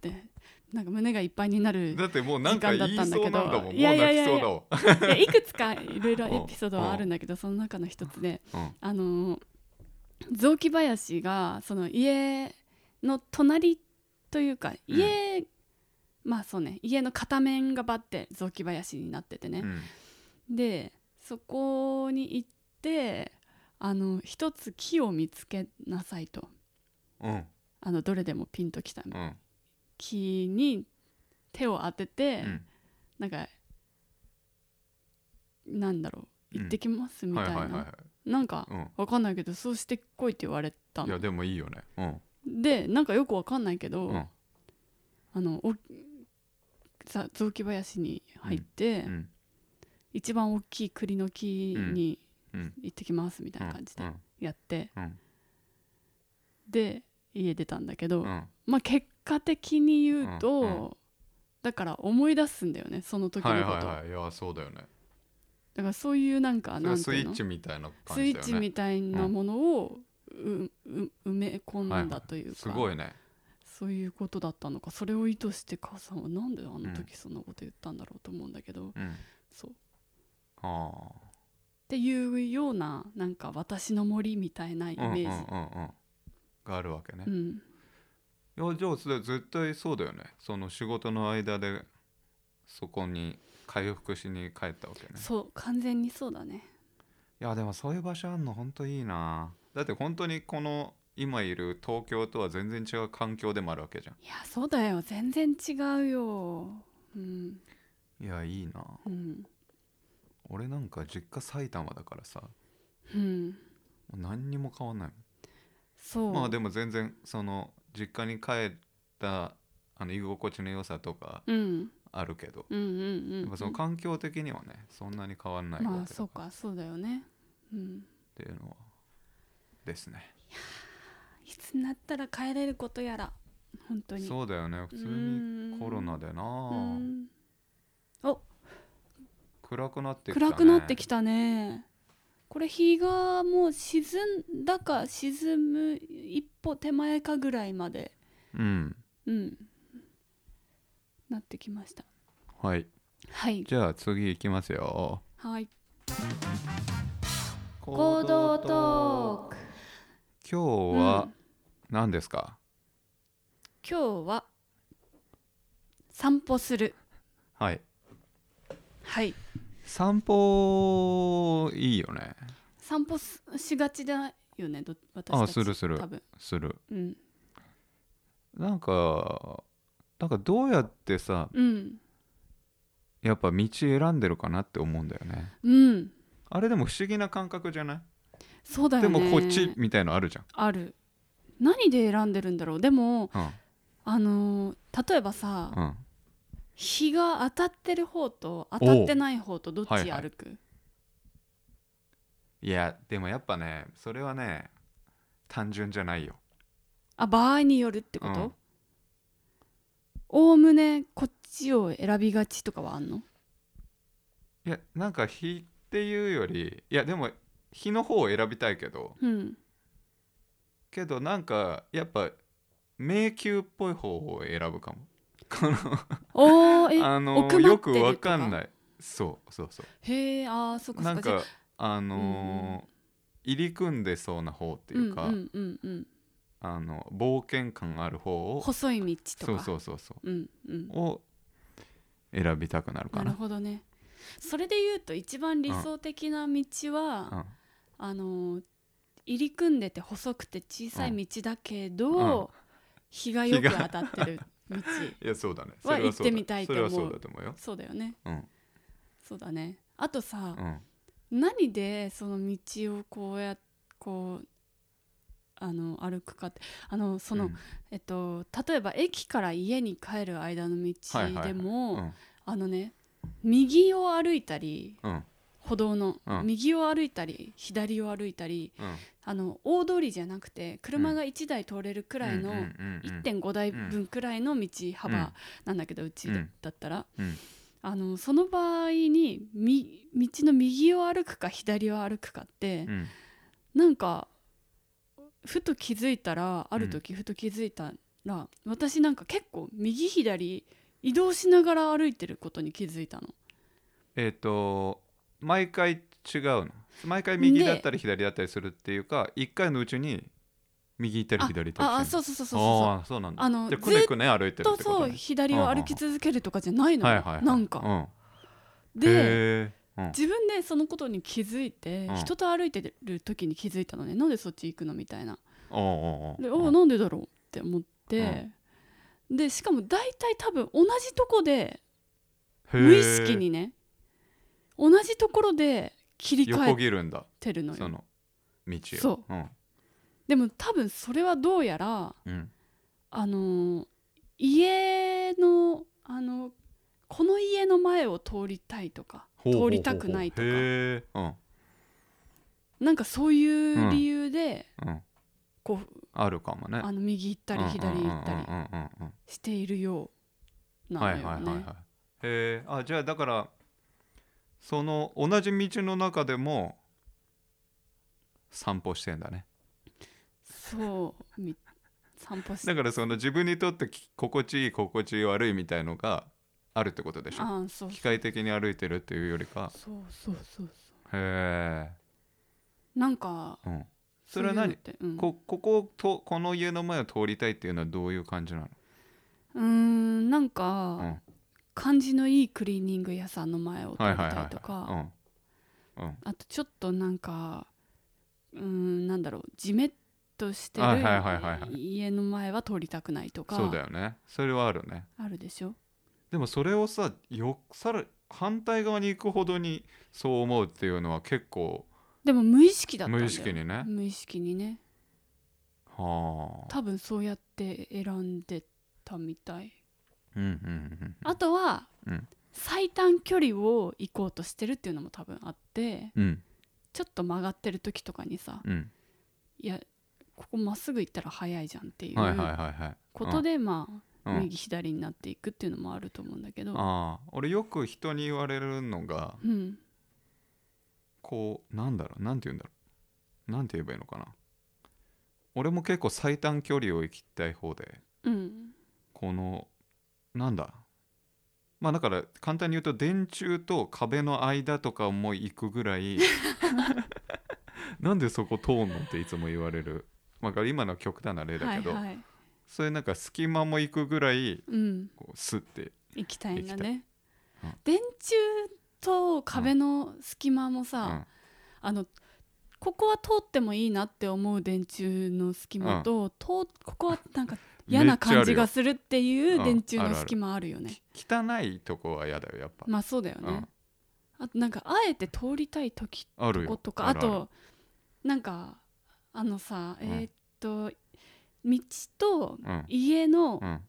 [SPEAKER 2] てなんか胸がいっぱいに なる
[SPEAKER 1] だってもうなんか
[SPEAKER 2] 時間だ
[SPEAKER 1] 言
[SPEAKER 2] っ
[SPEAKER 1] い
[SPEAKER 2] たんだ
[SPEAKER 1] そう
[SPEAKER 2] けど
[SPEAKER 1] なんだもんもう
[SPEAKER 2] いやいや
[SPEAKER 1] 泣
[SPEAKER 2] い
[SPEAKER 1] き
[SPEAKER 2] やいや
[SPEAKER 1] そうだわ
[SPEAKER 2] いやいくつかいろいろエピソードはあるんだけどその中の一つで
[SPEAKER 1] うん
[SPEAKER 2] あのー雑木林がその家の隣というか家、まあそうね家の片面がバッて雑木林になっててね、
[SPEAKER 1] うん
[SPEAKER 2] でそこに行ってあの一つ木を見つけなさいと
[SPEAKER 1] うん
[SPEAKER 2] あのどれでもピンときた
[SPEAKER 1] うん
[SPEAKER 2] 木に手を当てて、
[SPEAKER 1] うん
[SPEAKER 2] なんかなんだろ
[SPEAKER 1] う
[SPEAKER 2] う
[SPEAKER 1] ん
[SPEAKER 2] 行ってきますみ
[SPEAKER 1] は
[SPEAKER 2] た
[SPEAKER 1] い
[SPEAKER 2] い
[SPEAKER 1] はい
[SPEAKER 2] な、
[SPEAKER 1] はいはい
[SPEAKER 2] なんか
[SPEAKER 1] う
[SPEAKER 2] わかんないけどそうしてこいって言われた
[SPEAKER 1] んいや
[SPEAKER 2] の
[SPEAKER 1] でもいいよねうん
[SPEAKER 2] でなんかよくわかんないけど、
[SPEAKER 1] うん
[SPEAKER 2] あのおさ雑木林に入って、
[SPEAKER 1] うん
[SPEAKER 2] 一番大きい栗の木に
[SPEAKER 1] うん
[SPEAKER 2] 行ってきますみたいな感じで
[SPEAKER 1] うん
[SPEAKER 2] やって、
[SPEAKER 1] うん
[SPEAKER 2] で家出たんだけど、
[SPEAKER 1] うん
[SPEAKER 2] まあ結果的に言うと、
[SPEAKER 1] うんう
[SPEAKER 2] だから思い出すんだよねその時の
[SPEAKER 1] は
[SPEAKER 2] こ
[SPEAKER 1] い
[SPEAKER 2] と、
[SPEAKER 1] はいはいいやそうだよね
[SPEAKER 2] だからそういうなんか
[SPEAKER 1] それは
[SPEAKER 2] なんて
[SPEAKER 1] スイ
[SPEAKER 2] いうの
[SPEAKER 1] ッチみたいな
[SPEAKER 2] ス
[SPEAKER 1] 感
[SPEAKER 2] イ
[SPEAKER 1] じだよ
[SPEAKER 2] ッ
[SPEAKER 1] ね
[SPEAKER 2] チみたいなものをう、う埋め込んだという
[SPEAKER 1] す
[SPEAKER 2] か、
[SPEAKER 1] ごいね
[SPEAKER 2] そういうことだったのかそれを意図して母さんはなんであの時そんなこと言ったんだろうと思うんだけ
[SPEAKER 1] う
[SPEAKER 2] ど、
[SPEAKER 1] ん
[SPEAKER 2] そうっ
[SPEAKER 1] ああ
[SPEAKER 2] ていうようななんか私の森みたいなイメージ、
[SPEAKER 1] うんうんうんうん、があるわけね
[SPEAKER 2] うん、
[SPEAKER 1] いやじゃあそれ絶対そうだよねその仕事の間でそこに回復しに帰ったわけね
[SPEAKER 2] そう完全にそうだね
[SPEAKER 1] いやでもそういう場所あんの本当いいなだって本当にこの今いる東京とは全然違う環境でもあるわけじゃ
[SPEAKER 2] いやそうだよ全然違うようん
[SPEAKER 1] んいやいいな
[SPEAKER 2] うん
[SPEAKER 1] 俺なんか実家埼玉だからさも
[SPEAKER 2] うん
[SPEAKER 1] う何にも変わんない
[SPEAKER 2] そう、
[SPEAKER 1] まあでも全然その実家に帰ったあの居心地の良さとか
[SPEAKER 2] うん
[SPEAKER 1] あるけど、
[SPEAKER 2] うんうんうん
[SPEAKER 1] やっぱその環境的にはねそんなに変わんないわけ
[SPEAKER 2] ま
[SPEAKER 1] だ
[SPEAKER 2] あ
[SPEAKER 1] から
[SPEAKER 2] そうかそうだよねうん
[SPEAKER 1] っていうのはですね
[SPEAKER 2] いつになったら帰れることやら本当に
[SPEAKER 1] そうだよね普通にコロナで
[SPEAKER 2] う
[SPEAKER 1] なん
[SPEAKER 2] お
[SPEAKER 1] 暗くなってきた、ね、
[SPEAKER 2] 暗くなってきたねこれ日がもう沈んだか沈む一歩手前かぐらいまで
[SPEAKER 1] うん
[SPEAKER 2] うんなってきました
[SPEAKER 1] はい
[SPEAKER 2] はい
[SPEAKER 1] じゃあ次行きますよ
[SPEAKER 2] はい
[SPEAKER 1] 行動
[SPEAKER 2] トーク
[SPEAKER 1] 今日は
[SPEAKER 2] うん
[SPEAKER 1] 何ですか、
[SPEAKER 2] 今日は散歩する
[SPEAKER 1] はい
[SPEAKER 2] はい
[SPEAKER 1] 散歩いいよね
[SPEAKER 2] 散歩すしがちだよねど私たち
[SPEAKER 1] あするする
[SPEAKER 2] 多分
[SPEAKER 1] する
[SPEAKER 2] うん
[SPEAKER 1] なんかなんかどうやってさ
[SPEAKER 2] うん
[SPEAKER 1] やっぱ道選んでるかなって思うんだよね
[SPEAKER 2] うん
[SPEAKER 1] あれでも不思議な感覚じゃない、
[SPEAKER 2] そうだよ
[SPEAKER 1] で
[SPEAKER 2] ね
[SPEAKER 1] もこっちみたいのあるじ
[SPEAKER 2] ある何で選んでるんだろうでも
[SPEAKER 1] ゃん
[SPEAKER 2] あのー例えばさ、
[SPEAKER 1] うんうん
[SPEAKER 2] 日が当たってる方と当たってない方とどっ
[SPEAKER 1] はい
[SPEAKER 2] ち
[SPEAKER 1] はい
[SPEAKER 2] 歩く、
[SPEAKER 1] いやでもやっぱねそれはね単純じゃないよ
[SPEAKER 2] あ場合によるってこ
[SPEAKER 1] う
[SPEAKER 2] と
[SPEAKER 1] ん
[SPEAKER 2] おおむねこっちを選びがちとかはあんの
[SPEAKER 1] いやなんか日っていうよりいやでも日の方を選びたいけど
[SPEAKER 2] うん
[SPEAKER 1] けどなんかやっぱ迷宮っぽい方を選ぶかもこの
[SPEAKER 2] おーえ
[SPEAKER 1] あの
[SPEAKER 2] 奥ま
[SPEAKER 1] よ
[SPEAKER 2] って
[SPEAKER 1] く
[SPEAKER 2] ると
[SPEAKER 1] わかんないいそうそうそ
[SPEAKER 2] へえあーそっ
[SPEAKER 1] う
[SPEAKER 2] かそ
[SPEAKER 1] な
[SPEAKER 2] っ
[SPEAKER 1] ん
[SPEAKER 2] かじゃあ
[SPEAKER 1] かあのー入り組んでそうな方っていうか、
[SPEAKER 2] んうんうんうん、
[SPEAKER 1] あの冒険感ある方を
[SPEAKER 2] 細い道と
[SPEAKER 1] そう
[SPEAKER 2] か
[SPEAKER 1] そううそうそ
[SPEAKER 2] んうん
[SPEAKER 1] うを選びたくなる
[SPEAKER 2] な
[SPEAKER 1] か
[SPEAKER 2] る
[SPEAKER 1] な
[SPEAKER 2] ほどねそれで言うと一番理想的な道は、あのー入り組んでて細くて小さい道だけど、
[SPEAKER 1] うん
[SPEAKER 2] 日がよく当たってる道
[SPEAKER 1] うん、いやそうだね
[SPEAKER 2] は
[SPEAKER 1] それは
[SPEAKER 2] 行っ
[SPEAKER 1] そう
[SPEAKER 2] て
[SPEAKER 1] だ
[SPEAKER 2] みたいと
[SPEAKER 1] それはそ
[SPEAKER 2] 思う
[SPEAKER 1] うだと思うよ
[SPEAKER 2] そうだよね
[SPEAKER 1] うん
[SPEAKER 2] そうだねあとさ
[SPEAKER 1] う、ん
[SPEAKER 2] 何でその道をこうやこうあの歩くかってあのその、
[SPEAKER 1] うん
[SPEAKER 2] えっと例えば駅から家に帰る間の道
[SPEAKER 1] はいはいはい
[SPEAKER 2] でも、
[SPEAKER 1] うん
[SPEAKER 2] あのね右を歩いたり
[SPEAKER 1] うん
[SPEAKER 2] 歩道の、
[SPEAKER 1] うん
[SPEAKER 2] 右を歩いたり左を歩いたり
[SPEAKER 1] うん
[SPEAKER 2] あの大通りじゃなくて車が1台通れるくらいの、
[SPEAKER 1] うんうんうんうん
[SPEAKER 2] 1.5台分くらいの道
[SPEAKER 1] う
[SPEAKER 2] 幅
[SPEAKER 1] ん
[SPEAKER 2] なんだけど、うちだ
[SPEAKER 1] うん
[SPEAKER 2] だったら、
[SPEAKER 1] うん
[SPEAKER 2] あのその場合にみ道の右を歩くか左を歩くかって、
[SPEAKER 1] うん
[SPEAKER 2] なんかふと気づいたらある時ふと気づいたら、私なんか結構右左移動しながら歩いてることに気づいたの。
[SPEAKER 1] えっ、と毎回違うの毎回右だったり左だったりするっていうか一回のうちに右行ったり
[SPEAKER 2] あ
[SPEAKER 1] 左行ったり
[SPEAKER 2] ああ
[SPEAKER 1] してる
[SPEAKER 2] そうそうそうそうそう
[SPEAKER 1] あーそうなんだ
[SPEAKER 2] あの
[SPEAKER 1] じゃあくねくね歩いてる
[SPEAKER 2] と
[SPEAKER 1] ってこと、
[SPEAKER 2] そう
[SPEAKER 1] ね、
[SPEAKER 2] 左を歩き続けるとかじゃないの、
[SPEAKER 1] はいはいはい
[SPEAKER 2] なんか。
[SPEAKER 1] うん、
[SPEAKER 2] で
[SPEAKER 1] へーうん
[SPEAKER 2] 自分でそのことに気づいて、
[SPEAKER 1] うん
[SPEAKER 2] 人と歩いてる時に気づいたのねなんでそっち行くのみたいな
[SPEAKER 1] おうおう
[SPEAKER 2] で、
[SPEAKER 1] おう
[SPEAKER 2] おなんでだろうって思って、でしかも大体多分同じとこで
[SPEAKER 1] へー
[SPEAKER 2] 無意識にね同じところで切り替
[SPEAKER 1] 横
[SPEAKER 2] え
[SPEAKER 1] 切るんだ
[SPEAKER 2] てるの
[SPEAKER 1] そ
[SPEAKER 2] よ
[SPEAKER 1] の道を
[SPEAKER 2] そ
[SPEAKER 1] うん
[SPEAKER 2] でも多分それはどうやら
[SPEAKER 1] うん
[SPEAKER 2] あのー家のあのこの家の前を通りたいとか
[SPEAKER 1] ほうほうほうほう
[SPEAKER 2] 通りたくないと
[SPEAKER 1] へ
[SPEAKER 2] か
[SPEAKER 1] えうん
[SPEAKER 2] なんかそういう理由で、
[SPEAKER 1] うん
[SPEAKER 2] こ
[SPEAKER 1] あるかもね
[SPEAKER 2] うあの右行ったり左行ったり
[SPEAKER 1] うんうんうんうんうん
[SPEAKER 2] しているよう
[SPEAKER 1] は
[SPEAKER 2] ないの
[SPEAKER 1] はい
[SPEAKER 2] よ
[SPEAKER 1] はいはい
[SPEAKER 2] ね。
[SPEAKER 1] へえあじゃあだからその同じ道の中でも散歩してんだね
[SPEAKER 2] そうみ散歩し
[SPEAKER 1] だからその自分にとってき心地いい心地悪いみたいのがあるってことでしょ
[SPEAKER 2] あそう
[SPEAKER 1] 機械的に歩いてるっていうよりか
[SPEAKER 2] そうそうそうそ
[SPEAKER 1] へ
[SPEAKER 2] うなんか
[SPEAKER 1] え、うん、それは何
[SPEAKER 2] そういうのって
[SPEAKER 1] こここをとこの家の前を通りたいっていうのはどういう感じなの
[SPEAKER 2] うんうーんなん
[SPEAKER 1] う
[SPEAKER 2] か
[SPEAKER 1] ん
[SPEAKER 2] 感じのいいクリーニング屋さんの前を通
[SPEAKER 1] は
[SPEAKER 2] り
[SPEAKER 1] いはいはい
[SPEAKER 2] た
[SPEAKER 1] はい
[SPEAKER 2] とか
[SPEAKER 1] うんうん
[SPEAKER 2] あとちょっとなんかうーんなんだろうじめっとしてる
[SPEAKER 1] はいはいはいはいはい
[SPEAKER 2] 家の前は通りたくないと
[SPEAKER 1] そうだ
[SPEAKER 2] か
[SPEAKER 1] よねそれはあるね
[SPEAKER 2] あるでしょ
[SPEAKER 1] でもそれをさよさら反対側に行くほどにそう思うっていうのは結構
[SPEAKER 2] でも無意識だったんだ
[SPEAKER 1] 無
[SPEAKER 2] よ
[SPEAKER 1] 意識にね、
[SPEAKER 2] 無意識にね
[SPEAKER 1] はあ
[SPEAKER 2] 多分そうやって選んでたみたい
[SPEAKER 1] うんうんうん
[SPEAKER 2] あとは、
[SPEAKER 1] うん
[SPEAKER 2] 最短距離を行こうとしてるっていうのも多分あって
[SPEAKER 1] うん
[SPEAKER 2] ちょっと曲がってる時とかにさ
[SPEAKER 1] うん
[SPEAKER 2] いやここまっすぐ行ったら早いじゃんってい
[SPEAKER 1] はいはいうはいはい
[SPEAKER 2] ことでまあ、
[SPEAKER 1] うんうん
[SPEAKER 2] 右左になっていくっていうのもあると思うんだけど、
[SPEAKER 1] ああ俺よく人に言われるのが
[SPEAKER 2] うん、
[SPEAKER 1] こうなんだろうなんて言うんだろうなんて言えばいいのかな俺も結構最短距離を行きたい方で
[SPEAKER 2] うん、
[SPEAKER 1] このなんだまあだから簡単に言うと電柱と壁の間とかも行くぐらいなんでそこ通んのっていつも言われる、まあ、今のは極端な例だ
[SPEAKER 2] は
[SPEAKER 1] け
[SPEAKER 2] い
[SPEAKER 1] ど、
[SPEAKER 2] はい、
[SPEAKER 1] そういうなんか隙間も行くぐらい
[SPEAKER 2] うん、
[SPEAKER 1] こうスッて
[SPEAKER 2] 行きたいん
[SPEAKER 1] 行
[SPEAKER 2] だね
[SPEAKER 1] きたいうん。
[SPEAKER 2] 電柱と壁の隙間も
[SPEAKER 1] う
[SPEAKER 2] さ、
[SPEAKER 1] ん
[SPEAKER 2] あのここは通ってもいいなって思う電柱の隙間と、通ここはなんか嫌な感じがするっていう電柱の隙間あるよね。
[SPEAKER 1] 汚いとこは嫌だよやっぱ、
[SPEAKER 2] まあそうだよね。あとなんかあえて通りたい時
[SPEAKER 1] うん、ある
[SPEAKER 2] とこ
[SPEAKER 1] よ
[SPEAKER 2] とかあ
[SPEAKER 1] るる
[SPEAKER 2] となんかあのさ、
[SPEAKER 1] うん
[SPEAKER 2] えーっと道と
[SPEAKER 1] うん
[SPEAKER 2] 家の
[SPEAKER 1] うん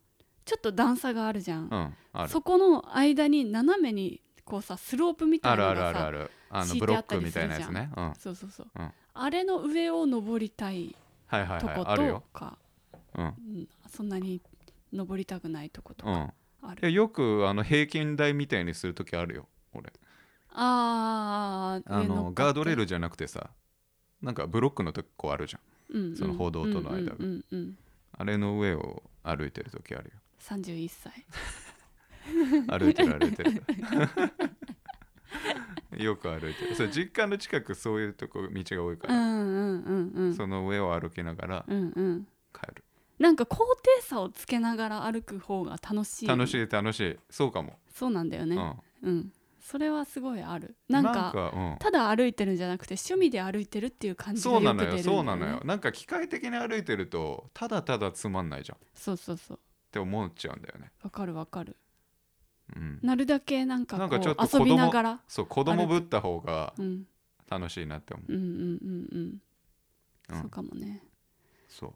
[SPEAKER 2] ちょっと段差があるじゃ
[SPEAKER 1] う
[SPEAKER 2] ん。
[SPEAKER 1] んある
[SPEAKER 2] そこの間に斜めにこうさスロープみた
[SPEAKER 1] あ
[SPEAKER 2] い
[SPEAKER 1] る
[SPEAKER 2] な
[SPEAKER 1] あ
[SPEAKER 2] の
[SPEAKER 1] るあるあ
[SPEAKER 2] がさ
[SPEAKER 1] るあの
[SPEAKER 2] 敷い
[SPEAKER 1] ブ
[SPEAKER 2] て
[SPEAKER 1] ロ
[SPEAKER 2] あ
[SPEAKER 1] ッ
[SPEAKER 2] った
[SPEAKER 1] ク
[SPEAKER 2] り
[SPEAKER 1] み
[SPEAKER 2] す
[SPEAKER 1] たい
[SPEAKER 2] る
[SPEAKER 1] なやつね、うん、はい
[SPEAKER 2] そうそうそう、
[SPEAKER 1] うん
[SPEAKER 2] あれの上を登りたい
[SPEAKER 1] はいはい
[SPEAKER 2] とこ
[SPEAKER 1] あるよ
[SPEAKER 2] と、か、
[SPEAKER 1] うん
[SPEAKER 2] うんそんなに登りたくないとこと
[SPEAKER 1] うん、
[SPEAKER 2] か
[SPEAKER 1] い
[SPEAKER 2] ある、
[SPEAKER 1] やよくあの平均台みたいにする時あるよ俺
[SPEAKER 2] あー
[SPEAKER 1] あ
[SPEAKER 2] 上乗っか
[SPEAKER 1] の
[SPEAKER 2] って
[SPEAKER 1] ガードレールじゃなくてさなんかブロックのとこあるじゃん
[SPEAKER 2] うんうん
[SPEAKER 1] その歩道との間が
[SPEAKER 2] うんうんうんうん
[SPEAKER 1] あれの上を歩いてる時あ る
[SPEAKER 2] 31歳
[SPEAKER 1] よ歩いてる歩いてる よく歩いてるそう実家の近くそういうとこ道が多いか
[SPEAKER 2] う
[SPEAKER 1] ら、
[SPEAKER 2] んうんうんうん
[SPEAKER 1] その上を歩きながら
[SPEAKER 2] うんうん
[SPEAKER 1] 帰る、
[SPEAKER 2] なんか高低差をつけながら歩く方が楽しい
[SPEAKER 1] 楽しい楽しいそうかも、
[SPEAKER 2] そうなんだよ
[SPEAKER 1] う
[SPEAKER 2] ね
[SPEAKER 1] ん、
[SPEAKER 2] うん、それはすごいあるなんか
[SPEAKER 1] うん
[SPEAKER 2] ただ歩いてるんじゃなくて趣味で歩いてるっていう感じが
[SPEAKER 1] そう
[SPEAKER 2] よく
[SPEAKER 1] な
[SPEAKER 2] 出る
[SPEAKER 1] の
[SPEAKER 2] んだよ
[SPEAKER 1] よ
[SPEAKER 2] ね
[SPEAKER 1] そうなのよなんか機械的に歩いてるとただただつまんないじゃんっ
[SPEAKER 2] そうそうそう
[SPEAKER 1] て思っちゃうんだよね、
[SPEAKER 2] わかるわかる
[SPEAKER 1] うん、
[SPEAKER 2] なるだけなんかこ
[SPEAKER 1] な
[SPEAKER 2] うん
[SPEAKER 1] かちょっと子
[SPEAKER 2] 遊
[SPEAKER 1] 供
[SPEAKER 2] びながら、
[SPEAKER 1] そう子供ぶった方が
[SPEAKER 2] うん、
[SPEAKER 1] 楽しいなって思う
[SPEAKER 2] うんうんうんうん
[SPEAKER 1] うん
[SPEAKER 2] そうかもね、
[SPEAKER 1] そう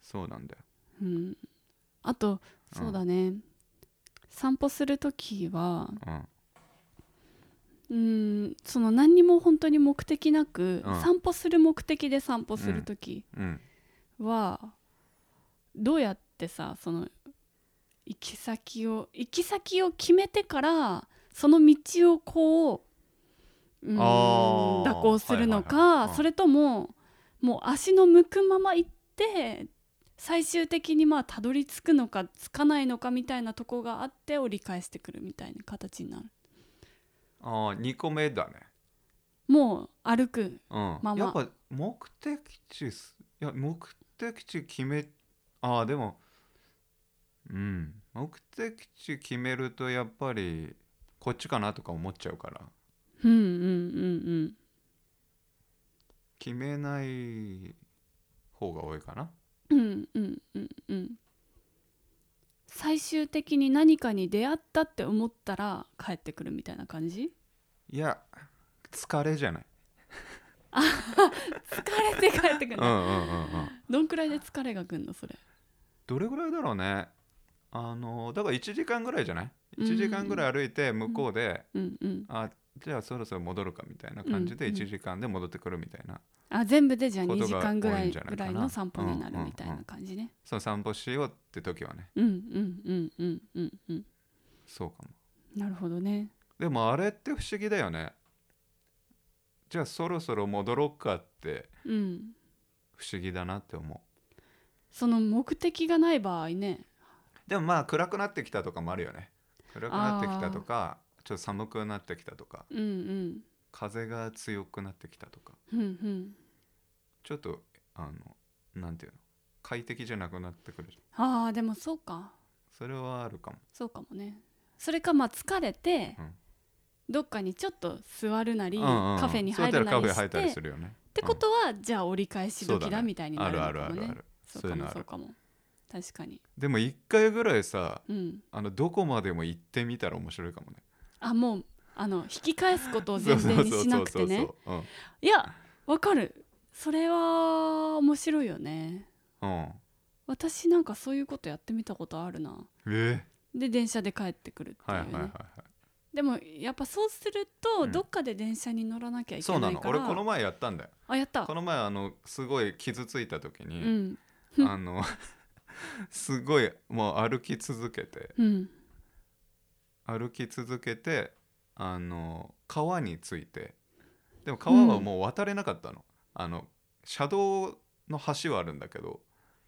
[SPEAKER 1] そうなんだよ
[SPEAKER 2] うん、あと
[SPEAKER 1] うん
[SPEAKER 2] そうだね、散歩する時は
[SPEAKER 1] うん
[SPEAKER 2] うんその何にも本当に目的なく、
[SPEAKER 1] うん
[SPEAKER 2] 散歩する目的で散歩する時
[SPEAKER 1] うん
[SPEAKER 2] は、どうやってさその行き先を行き先を決めてからその道をこう、うん、
[SPEAKER 1] あー
[SPEAKER 2] 蛇行するのか、
[SPEAKER 1] はいはいはいうん
[SPEAKER 2] それとももう足の向くまま行って最終的にまあたどり着くのかつかないのかみたいなとこがあって折り返してくるみたいな形になる
[SPEAKER 1] あー2個目だね
[SPEAKER 2] もう歩く
[SPEAKER 1] うん、
[SPEAKER 2] まあまあ
[SPEAKER 1] やっぱ目的地すいや目的地決めああでもうん目的地決めるとやっぱりこっちかなとか思っちゃうから
[SPEAKER 2] うんうんうん
[SPEAKER 1] 決めない方が多いかな
[SPEAKER 2] うんうんうんうんうん最終的に何かに出会ったって思ったら帰ってくるみたいな感じ
[SPEAKER 1] いや疲れじゃない
[SPEAKER 2] 疲れて帰ってく
[SPEAKER 1] う
[SPEAKER 2] る
[SPEAKER 1] んうんうんうん
[SPEAKER 2] どんくらいで疲れがくんのそれ
[SPEAKER 1] どれぐらいだろうねあのだから1時間ぐらいじゃない
[SPEAKER 2] うん
[SPEAKER 1] 1時間ぐらい歩いて向こうで、
[SPEAKER 2] うんうん
[SPEAKER 1] あじゃあそろそろ戻るかみたいな感じで
[SPEAKER 2] うんうん
[SPEAKER 1] 1時間で戻ってくるみたいな、
[SPEAKER 2] あ全部でじゃあ
[SPEAKER 1] こと
[SPEAKER 2] 2
[SPEAKER 1] が
[SPEAKER 2] 時間ぐら
[SPEAKER 1] 多い
[SPEAKER 2] い
[SPEAKER 1] んじゃない
[SPEAKER 2] ぐ
[SPEAKER 1] からない
[SPEAKER 2] の散歩になるみたいな感じね。
[SPEAKER 1] その散歩しようって時はね
[SPEAKER 2] うんうんうんうんうんうん。
[SPEAKER 1] そうかも
[SPEAKER 2] なるほどね。
[SPEAKER 1] でもあれって不思議だよねじゃあそろそろ戻ろうかって
[SPEAKER 2] うん。
[SPEAKER 1] 不思議だなって思
[SPEAKER 2] その目的がない場合ね。
[SPEAKER 1] うでもまあ暗くなってきたとかもあるよね暗くなってきたとかちょっと寒くなってきたとか
[SPEAKER 2] うんうん。
[SPEAKER 1] 風が強くなってきたとか
[SPEAKER 2] うんうん。
[SPEAKER 1] ちょっとあのなんていうの快適じゃなくなってくるじゃん
[SPEAKER 2] ああでもそうか
[SPEAKER 1] それはあるかも
[SPEAKER 2] そうかもね。それかまあ疲れて、
[SPEAKER 1] うん
[SPEAKER 2] どっかにちょっと座るなり、
[SPEAKER 1] うんうんうん
[SPEAKER 2] カフェに入
[SPEAKER 1] そう
[SPEAKER 2] る
[SPEAKER 1] やったら
[SPEAKER 2] な
[SPEAKER 1] カフ
[SPEAKER 2] り
[SPEAKER 1] ェ入
[SPEAKER 2] し
[SPEAKER 1] った
[SPEAKER 2] て
[SPEAKER 1] り
[SPEAKER 2] っ
[SPEAKER 1] するよね
[SPEAKER 2] てことは、じゃあ折り返し
[SPEAKER 1] そう
[SPEAKER 2] 時
[SPEAKER 1] だ
[SPEAKER 2] だ
[SPEAKER 1] ね
[SPEAKER 2] みたいにな
[SPEAKER 1] あ
[SPEAKER 2] る
[SPEAKER 1] る
[SPEAKER 2] の
[SPEAKER 1] あ
[SPEAKER 2] か
[SPEAKER 1] るあ
[SPEAKER 2] も
[SPEAKER 1] るあ
[SPEAKER 2] ね。
[SPEAKER 1] る
[SPEAKER 2] そ
[SPEAKER 1] そう
[SPEAKER 2] う
[SPEAKER 1] いう
[SPEAKER 2] か
[SPEAKER 1] の
[SPEAKER 2] も
[SPEAKER 1] あ
[SPEAKER 2] そう
[SPEAKER 1] る
[SPEAKER 2] かも。確かに。
[SPEAKER 1] でも一回ぐらいさ
[SPEAKER 2] うん。
[SPEAKER 1] あのどこまでも行ってみたら面白いかもね
[SPEAKER 2] あもうあの引き返すことを前提にしなくてね。
[SPEAKER 1] そうそうそう
[SPEAKER 2] いやわかるそれは面白いよね
[SPEAKER 1] そううん、うん、
[SPEAKER 2] 私なんかそういうことやってみたことあるな
[SPEAKER 1] え
[SPEAKER 2] で電車で帰ってくるって
[SPEAKER 1] ー、はい
[SPEAKER 2] いうね、
[SPEAKER 1] はいはいはい
[SPEAKER 2] でもやっぱそうすると、
[SPEAKER 1] うん
[SPEAKER 2] どっかで電車に乗らなきゃいけ
[SPEAKER 1] そう
[SPEAKER 2] な
[SPEAKER 1] ないの
[SPEAKER 2] から
[SPEAKER 1] 俺この前やったんだよ
[SPEAKER 2] あやった
[SPEAKER 1] この前あのすごい傷ついた時
[SPEAKER 2] う
[SPEAKER 1] に、
[SPEAKER 2] ん
[SPEAKER 1] あの すごいもう歩き続けて
[SPEAKER 2] うん
[SPEAKER 1] 歩き続けてあの川についてでも川はもう渡れなかったの,、あの車道の橋はあるんだけど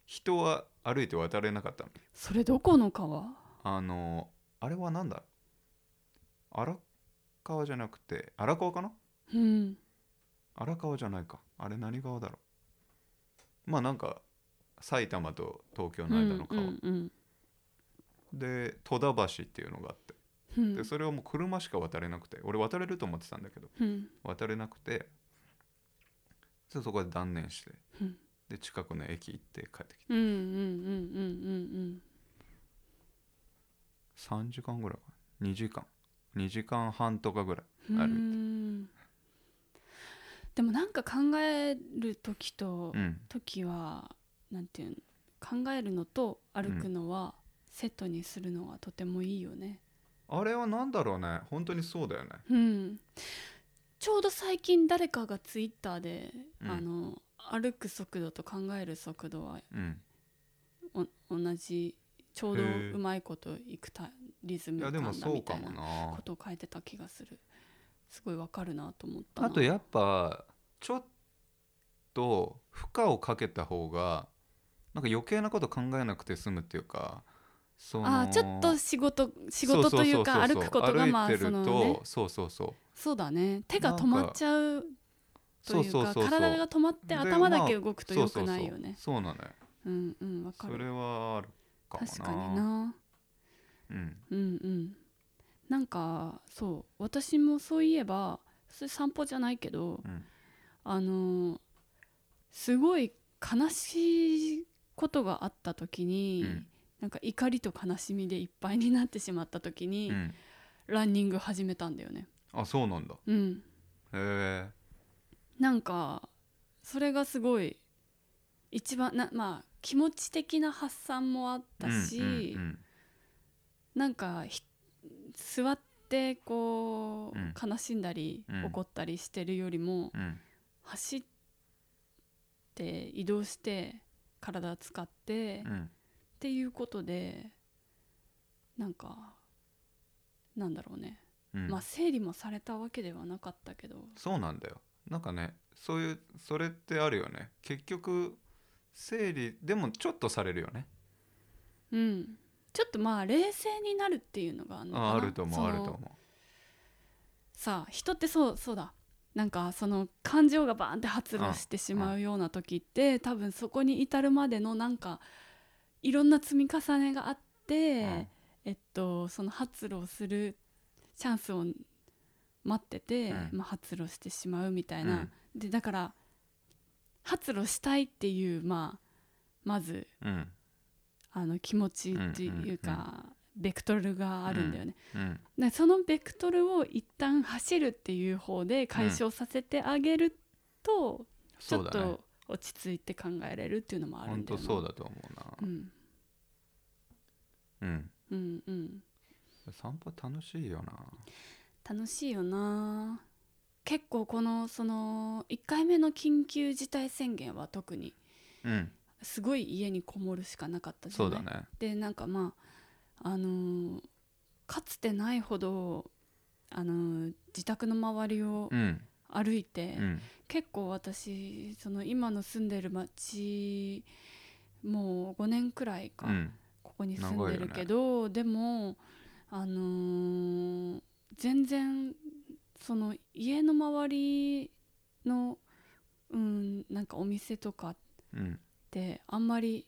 [SPEAKER 1] 人は歩いて渡れなかったの
[SPEAKER 2] それどこの川
[SPEAKER 1] あのあれはなんだ荒川じゃなくて荒川かな
[SPEAKER 2] うん
[SPEAKER 1] 荒川じゃないかあれ何川だろうまあなんか埼玉と東京の間の川、
[SPEAKER 2] うんうん
[SPEAKER 1] で戸田橋っていうのがあって
[SPEAKER 2] うんうん
[SPEAKER 1] でそれはもう車しか渡れなくて俺渡れると思ってたんだけど
[SPEAKER 2] うん
[SPEAKER 1] 渡れなくてちょっとそこで断念して、
[SPEAKER 2] うん
[SPEAKER 1] で近くの駅行って帰ってきて
[SPEAKER 2] うんうんうんうん
[SPEAKER 1] 3時間ぐらいかな2時間2時間半とかぐらい
[SPEAKER 2] うんうん
[SPEAKER 1] 歩いて
[SPEAKER 2] うんでもなんか考える時と
[SPEAKER 1] うん
[SPEAKER 2] 時はなんていうの考えるのと歩くのはセットにするのがとてもいいよね。
[SPEAKER 1] あれは何だろうね本当にそうだよね
[SPEAKER 2] うん、ちょうど最近誰かがツイッターで、
[SPEAKER 1] うん
[SPEAKER 2] あの歩く速度と考える速度は
[SPEAKER 1] うん
[SPEAKER 2] お同じちょうど
[SPEAKER 1] へえ
[SPEAKER 2] うまいこといくタリズ
[SPEAKER 1] い
[SPEAKER 2] ム
[SPEAKER 1] や
[SPEAKER 2] 感
[SPEAKER 1] で
[SPEAKER 2] だ
[SPEAKER 1] もそ
[SPEAKER 2] み
[SPEAKER 1] う
[SPEAKER 2] た
[SPEAKER 1] か
[SPEAKER 2] い
[SPEAKER 1] も
[SPEAKER 2] な
[SPEAKER 1] な
[SPEAKER 2] ことを書いてた気がする。すごいわかるなと思ったな。
[SPEAKER 1] あとやっぱちょっと負荷をかけた方がなんか余計なこと考えなくて済むっていうかその
[SPEAKER 2] あーちょっと仕事仕事というか
[SPEAKER 1] そ
[SPEAKER 2] 歩
[SPEAKER 1] そそ
[SPEAKER 2] く
[SPEAKER 1] そ
[SPEAKER 2] ことがま
[SPEAKER 1] 歩
[SPEAKER 2] あ
[SPEAKER 1] いて
[SPEAKER 2] そ
[SPEAKER 1] る
[SPEAKER 2] の
[SPEAKER 1] と
[SPEAKER 2] ね
[SPEAKER 1] そうそうそう
[SPEAKER 2] そうだね手が止まっちゃうと
[SPEAKER 1] そう
[SPEAKER 2] いう
[SPEAKER 1] そう
[SPEAKER 2] か
[SPEAKER 1] そうそう
[SPEAKER 2] 体が止まって
[SPEAKER 1] で
[SPEAKER 2] 頭だけ
[SPEAKER 1] まあ
[SPEAKER 2] 動くと
[SPEAKER 1] そう
[SPEAKER 2] 良
[SPEAKER 1] そ
[SPEAKER 2] く
[SPEAKER 1] うそう
[SPEAKER 2] ないよね。
[SPEAKER 1] そうなのよ
[SPEAKER 2] うんうんわか
[SPEAKER 1] そ
[SPEAKER 2] る
[SPEAKER 1] れはあるかもな
[SPEAKER 2] 確かにな
[SPEAKER 1] うん
[SPEAKER 2] うんうんなんかそう私もそういえばそれ散歩じゃないけど
[SPEAKER 1] うん
[SPEAKER 2] あのーすごい悲しいことがあった時に、
[SPEAKER 1] うん
[SPEAKER 2] なんか怒りと悲しみでいっぱいになってしまった時に、
[SPEAKER 1] うん
[SPEAKER 2] ランニング始めたんだよね。
[SPEAKER 1] あそうなんだ
[SPEAKER 2] うん
[SPEAKER 1] へえ
[SPEAKER 2] なんかそれがすごい一番なまあ気持ち的な発散もあったし、
[SPEAKER 1] うん
[SPEAKER 2] なんかひ座ってこう、
[SPEAKER 1] うん
[SPEAKER 2] 悲しんだり、
[SPEAKER 1] うん
[SPEAKER 2] 怒ったりしてるよりも
[SPEAKER 1] うんうん
[SPEAKER 2] 走って移動して体使って、
[SPEAKER 1] う
[SPEAKER 2] っ
[SPEAKER 1] ん
[SPEAKER 2] ていうことでなんかなんだろうね、
[SPEAKER 1] うんうん
[SPEAKER 2] まあ整理もされたわけではなかったけど
[SPEAKER 1] そうなんだよなんかねそういうそれってあるよね結局整理でもちょっとされるよね
[SPEAKER 2] うん、ちょっとまあ冷静になるっていうのがあるのかな
[SPEAKER 1] ああると思
[SPEAKER 2] そうの
[SPEAKER 1] あると思
[SPEAKER 2] さあ人ってそうそうだなんかその感情がバーンって発露してしまうような時って、多分そこに至るまでのなんかいろんな積み重ねがあって、
[SPEAKER 1] うん
[SPEAKER 2] えっとその発露するチャンスを待ってて、
[SPEAKER 1] うん
[SPEAKER 2] まあ、発露してしまうみた
[SPEAKER 1] う
[SPEAKER 2] いな、
[SPEAKER 1] うん
[SPEAKER 2] でだから発露したいっていうまあまず
[SPEAKER 1] うん
[SPEAKER 2] あの気持ちっていうか、ベクトルがあるんだよね。
[SPEAKER 1] うん
[SPEAKER 2] でそのベクトルを一旦走るっていう方で解消させてあげると、ち
[SPEAKER 1] そ
[SPEAKER 2] ょ
[SPEAKER 1] う
[SPEAKER 2] っ
[SPEAKER 1] だね
[SPEAKER 2] と落ち着いて考えれるっていうのもある
[SPEAKER 1] 本
[SPEAKER 2] んだ
[SPEAKER 1] 当
[SPEAKER 2] よね。
[SPEAKER 1] そうだと思うな
[SPEAKER 2] うん
[SPEAKER 1] うん
[SPEAKER 2] うんうん
[SPEAKER 1] 散歩楽しいよな
[SPEAKER 2] 楽しいよな結構このその1回目の緊急事態宣言は特に
[SPEAKER 1] うん
[SPEAKER 2] すごい家にこもるしかなかったじゃ
[SPEAKER 1] そ
[SPEAKER 2] な
[SPEAKER 1] う
[SPEAKER 2] い
[SPEAKER 1] だね
[SPEAKER 2] でなんかまああのーかつてないほど、あのー自宅の周りを
[SPEAKER 1] うん
[SPEAKER 2] 歩いて、
[SPEAKER 1] うん
[SPEAKER 2] 結構私その今の住んでる町もう5年くらいか、
[SPEAKER 1] うん
[SPEAKER 2] ここに住んで
[SPEAKER 1] 長いよ
[SPEAKER 2] る
[SPEAKER 1] ね
[SPEAKER 2] けど、でもあのー全然その家の周りのうんなんかお店とかっ
[SPEAKER 1] うん
[SPEAKER 2] てあんまり